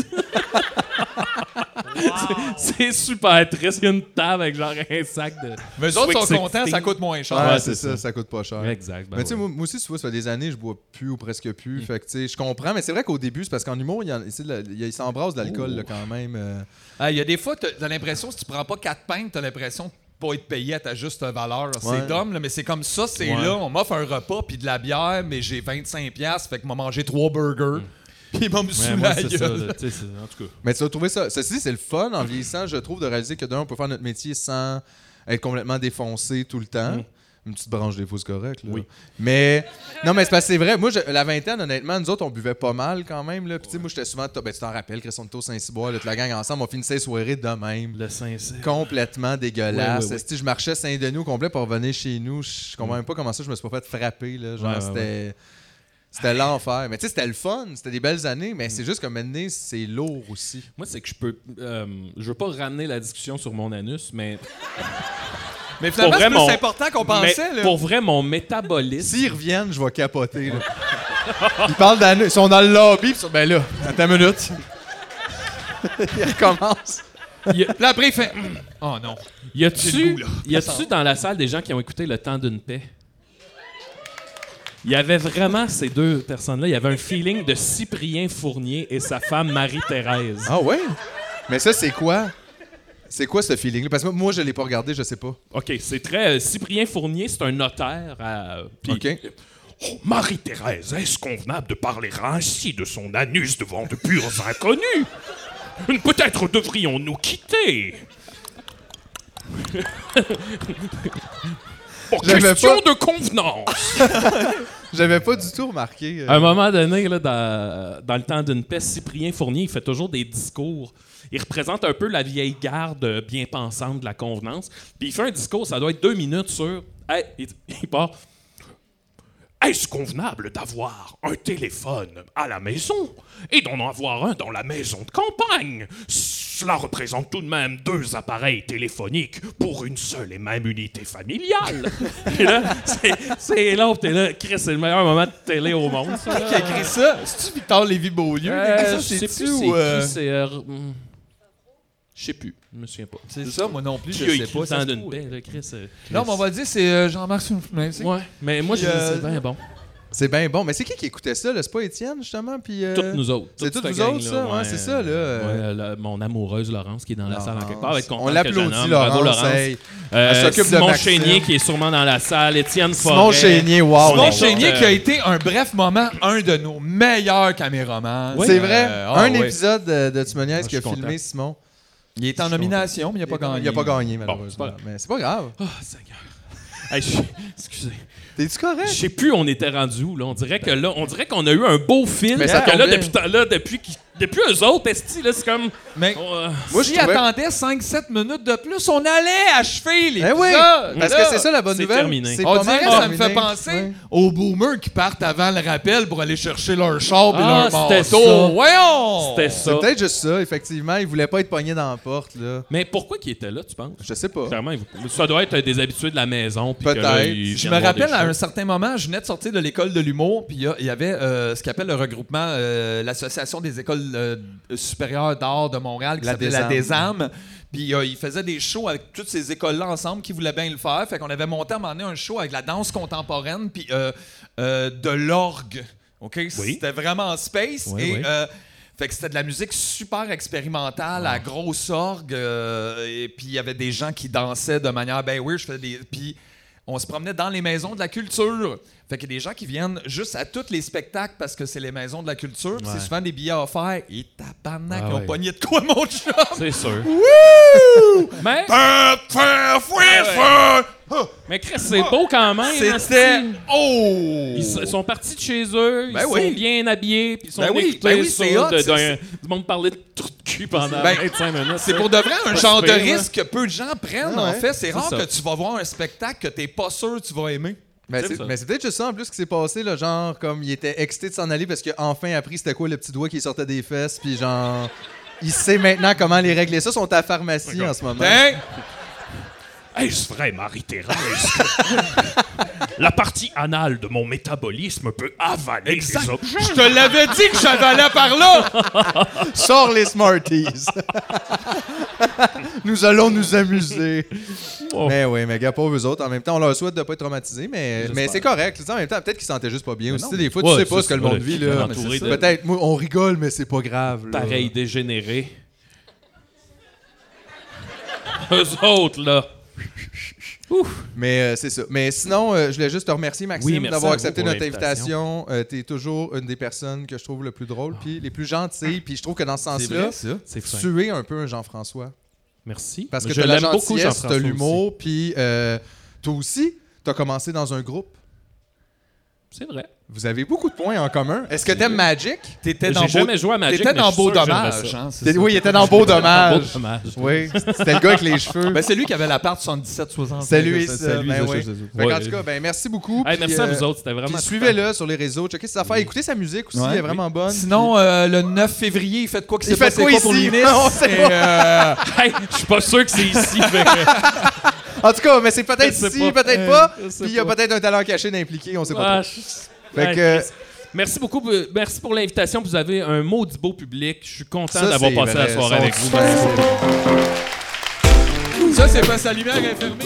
C'est c'est super triste. Il y a une table avec genre un sac de.
Mais eux autres sont
Sweet
contents,
16.
ça coûte moins cher.
Ouais,
Ouais,
c'est
c'est
ça, ça coûte pas cher.
Exact. ben
mais tu sais,
ouais. Hmm.
moi, moi aussi, tu vois, ça fait des années, je bois plus ou presque plus. Fait que, tu sais, je comprends, mais c'est vrai qu'au début, c'est parce qu'en humour, il y en- tu sais, la- il y a- il s'embrasse de l'alcool, là, quand même. euh.
Ah, Il y a des fois, t'as t'as l'impression, si tu prends pas quatre pintes, t'as l'impression de pas être payé à ta juste valeur.
Ouais.
C'est dumb, là, mais c'est comme ça, c'est
Ouais.
là. On m'offre un repas puis de la bière, mais j'ai 25$, piastres, fait que m'a mangé trois burgers. Puis il m'a me
Mm. Ouais,
sous
Ben, moi,
la
c'est ça,
gueule.
là, tu sais, c'est- En tout cas.
Mais tu vas trouver ça. Ceci, dit, c'est le fun en vieillissant, je trouve, de réaliser que d'un, on peut faire notre métier sans être complètement défoncé tout le temps. Une petite branche des fous, c'est correct. Là.
Hmm. Oui.
Mais non, mais c'est parce que c'est vrai. Moi, je- la vingtaine, honnêtement, nous autres, on buvait pas mal quand même. Là. Puis, tu sais, moi, j'étais souvent. top- Ben, tu t'en rappelles, Cresson de Saint-Cyboire, là, toute la gang ensemble, on finissait les soirées de même.
Le sincère.
complètement dégueulasse.
Oui, oui, oui.
Esti, je marchais Saint-Denis au complet pour revenir chez nous. Je comprends même pas comment ça, je me suis pas fait frapper. Là. Genre,
Mm. Ouais, ouais,
c'était. C'était l'enfer. Mais tu sais, c'était le fun, c'était des belles années,
Mm.
mais c'est juste que maintenant, c'est lourd aussi.
Moi, c'est que je peux. euh, je veux pas ramener la discussion sur mon anus, mais.
Mais finalement,
Pour
c'est
vrai,
plus
mon-
important qu'on pensait.
mais
là.
Pour vrai, mon métabolisme.
S'ils reviennent, je vais capoter. là. Ils parlent d'années. Ils sont dans le lobby, puis ils sont- ben là, attends une minute. Ils recommencent.
Puis là, après, il fait Hum, Oh non.
Y
J'ai le goût,
a-tu
là.
y a-tu dans la salle des gens qui ont écouté Le Temps d'une paix? Il y avait vraiment ces deux personnes-là. Il y avait un feeling de Cyprien Fournier et sa femme Marie-Thérèse.
Ah ouais? Mais ça, c'est quoi? C'est quoi ce feeling-là? Parce que moi, je l'ai pas regardé, je sais pas.
OK, c'est très. euh, Cyprien Fournier, c'est un notaire. à- puis-
OK.
Oh, Marie-Thérèse, est-ce convenable de parler ainsi de son anus devant de purs inconnus? Peut-être devrions-nous quitter. Pour
J'avais
question
pas-
de convenance.
J'avais pas du tout remarqué. euh.
À un moment donné, là, dans, dans le temps d'une paix, Cyprien Fournier, il fait toujours des discours. Il représente un peu la vieille garde euh, bien pensante de la convenance. Puis il fait un discours, ça doit être deux minutes sur. Hey, il, il part. Est-ce convenable d'avoir un téléphone à la maison et d'en avoir un dans la maison de campagne? Cela représente tout de même deux appareils téléphoniques pour une seule et même unité familiale. Et là, c'est- c'est long, t'es là, Chris, c'est le meilleur moment de télé au monde. ça, là.
Qui a écrit ça C'est-tu Victor Lévy-Beaulieu
Euh,
Ça,
je sais
c'est-tu
plus c'est
ou, euh,
qui, c'est... euh, hmm, Je sais plus, je me souviens pas.
C'est ça, moi non plus,
Qui
je
a
sais
écrit
pas.
le
ça
temps
se
d'une
trouve.
paix, là, Chris? euh,
Non, mais on va le dire, c'est euh, Jean-Marc Soufflin. c'est-
Ouais, mais moi, je
Puis, euh,
c'est bien bon.
C'est bien bon. Mais c'est qui qui écoutait ça? là? C'est pas Étienne, justement? Puis, euh,
Toutes nous autres.
c'est
toute
toutes
cette
vous autres,
gang-là,
ça? Ouais, c'est ça, là.
Ouais, euh, la- mon amoureuse Laurence qui est dans la salle en quelque part. Elle va être contente
On
que je
l'applaudit,
nomme.
Laurence.
Bravo, Laurence.
hey.
Euh,
Elle s'occupe de
Simon
Maxime.
Chénier qui est sûrement dans la salle. Étienne Forêt.
Simon Chénier, wow.
Simon
Ouais.
Chénier
Euh,
qui a été un bref moment, un de nos meilleurs caméramans.
C'est
Euh,
vrai.
ah
un
ouais.
épisode de, de Tu me niaises
Ah, je
qui a
suis
filmé Simon.
Il est en nomination, mais il n'a pas gagné.
Il a pas gagné,
c'est pas
malheureusement.
grave.
Mais c'est pas grave.
Oh, Seigneur. Hey, je- Excusez.
T'es-tu
Je
correct?
sais plus où on était rendu où, là. On dirait que là, on dirait qu'on a eu un beau film.
Mais ça
que là,
tombait.
depuis, tant- là, depuis, qui- depuis eux autres, esti, là, c'est comme...
Mais
Oh, euh,
Moi,
moi,
je
j'y
trouvais-
attendais 5-7 minutes de plus, on allait achever les
Eh oui! Parce que c'est ça la bonne
c'est
nouvelle.
terminé.
C'est
On
pas mal
dirait que ça me
terminé.
fait penser
Ouais.
aux boomers qui partent avant le rappel pour aller chercher leur char et
Ah,
leur
c'était ça.
manteau. Voyons!
C'était ça.
C'est peut-être juste ça, effectivement. Il voulait pas être pogné dans la porte, là.
Mais pourquoi qu'il était là, tu penses?
Je sais pas.
Clairement, il vous- ça doit être euh, des habitués de la maison. puis que là,
Peut-être.
ils
Je
viennent
me
voir des
rappelle à
shows.
un certain moment, je venais de sortir de l'école de l'humour, puis il y a- il y avait euh, ce qu'appelle le regroupement, euh, l'association des écoles l'école euh, supérieure d'art de Montréal qui
La
s'appelait la
Désarme.
Désarme. Puis euh, il faisait des shows avec toutes ces écoles-là ensemble qui voulaient bien le faire. Fait qu'on avait monté à un moment donné un show avec la danse contemporaine puis euh, euh, de l'orgue. OK? C'était vraiment space.
Oui,
et,
oui.
euh, fait que c'était de la musique super expérimentale, à grosse orgue. euh, et puis il y avait des gens qui dansaient de manière ben oui, je faisais des. Puis on se promenait dans les maisons de la culture. Fait qu'il y a des gens qui viennent juste à tous les spectacles parce que c'est les maisons de la culture. puis
Ouais.
C'est souvent des billets offerts. Et tabarnak,
Ah
ils ont
ouais.
pogné de quoi, mon chum?
C'est sûr.
Wouh!
Mais. Mais Chris, c'est beau quand même.
C'était.
hein,
Oh!
Ils s- sont partis de chez eux,
Ben
ils
oui.
sont bien habillés, puis ils sont
Ben oui,
écoutés
ben oui,
sur
c'est hot,
de-
c'est-
d'un-
c'est-
du monde parler de trou de cul pendant
Ben,
25 minutes.
C'est pour de vrai un
pas
genre de
super, hein.
risque que peu de gens prennent,
Ah ouais.
en fait. C'est
C'est
rare
ça.
que tu vas voir un spectacle que t'es pas sûr que tu vas aimer.
Mais
J'aime
c'est
ça.
mais c'est peut-être juste ça en plus qui s'est passé, là, genre comme il était excité de s'en aller parce qu'il a enfin appris c'était quoi le petit doigt qui sortait des fesses, puis genre il sait maintenant comment les régler. Ça, ils sont à la pharmacie en ce moment.
Hein?
Est-ce vraiment Thérèse La partie anale de mon métabolisme peut avaler les objets.
Je te l'avais dit que j'avalais par là!
Sors les Smarties. nous allons nous amuser.
Oh.
Mais oui, mais gars, pauvres eux autres. En même temps, on leur souhaite de pas être traumatisés, mais, mais c'est correct. Tu sais, En même temps, peut-être qu'ils se sentaient juste pas bien aussi. Tu sais, Des fois,
Ouais,
tu sais pas
ça,
ce que le
c'est
monde
vrai,
vit.
tu
là.
t'es entouré de-
Peut-être, moi, on rigole, mais c'est pas grave. là.
Pareil dégénéré. Eux autres, là.
Mais euh, c'est ça. Mais sinon, euh, je voulais juste te remercier, Maxime,
Oui, merci
d'avoir
à vous
accepté
pour
notre invitation. tu es toujours une des personnes que je trouve le plus drôle, puis les plus gentilles. Puis je trouve que dans ce sens-là,
C'est fin.
tu es un peu un Jean-François.
Merci.
Parce que
Je
tu as la
l'aime beaucoup,
gentillesse, tu
Jean-François
l'humour, puis euh, toi aussi, tu as commencé dans un groupe.
aussi. C'est vrai.
Vous avez beaucoup de points en commun. Est-ce que t'aimes Magic?
T'étais dans beau,
J'ai jamais joué à Magic.
t'étais
mais
dans
je suis
beau
sûr que j'aimerais
dommage.
ça.
hein, c'est
T'es-
ça.
Oui, il était dans Beau
Dans Beau
Dommage.
Dommage.
Oui, c'était le gars avec les cheveux.
Ben, c'est lui qui avait l'appart 77 60
c'est lui, ça. ben oui. Fait qu'en
Ouais.
tout cas, ben, merci beaucoup.
Hey,
puis,
merci à
euh,
vous autres, c'était vraiment.
Puis suivez-le sur les réseaux, checkez ses affaires, écoutez sa musique aussi,
Ouais,
elle est vraiment bonne.
Sinon, euh, le 9 février, il fait de quoi qui
Il
s'est
fait
passé
quoi
quoi pour le
ici?
ministre?
On sait
Et, euh,
Hey, je suis pas sûr que c'est ici. fait que-
En tout cas, mais c'est peut-être
Je sais
ici,
pas. Euh,
peut-être pas.
Je sais
Puis il y a
pas.
peut-être un talent caché d'impliquer, on sait pas.
Ah,
trop.
je-
Fait
Ouais,
que-
Chris, Merci beaucoup, euh, merci pour l'invitation. Vous avez un maudit beau public. Je suis content
Ça,
d'avoir
c'est
passé la
vrai,
soirée
son
ben, avec vous.
super-
ça, c'est pas sa lumière est fermée.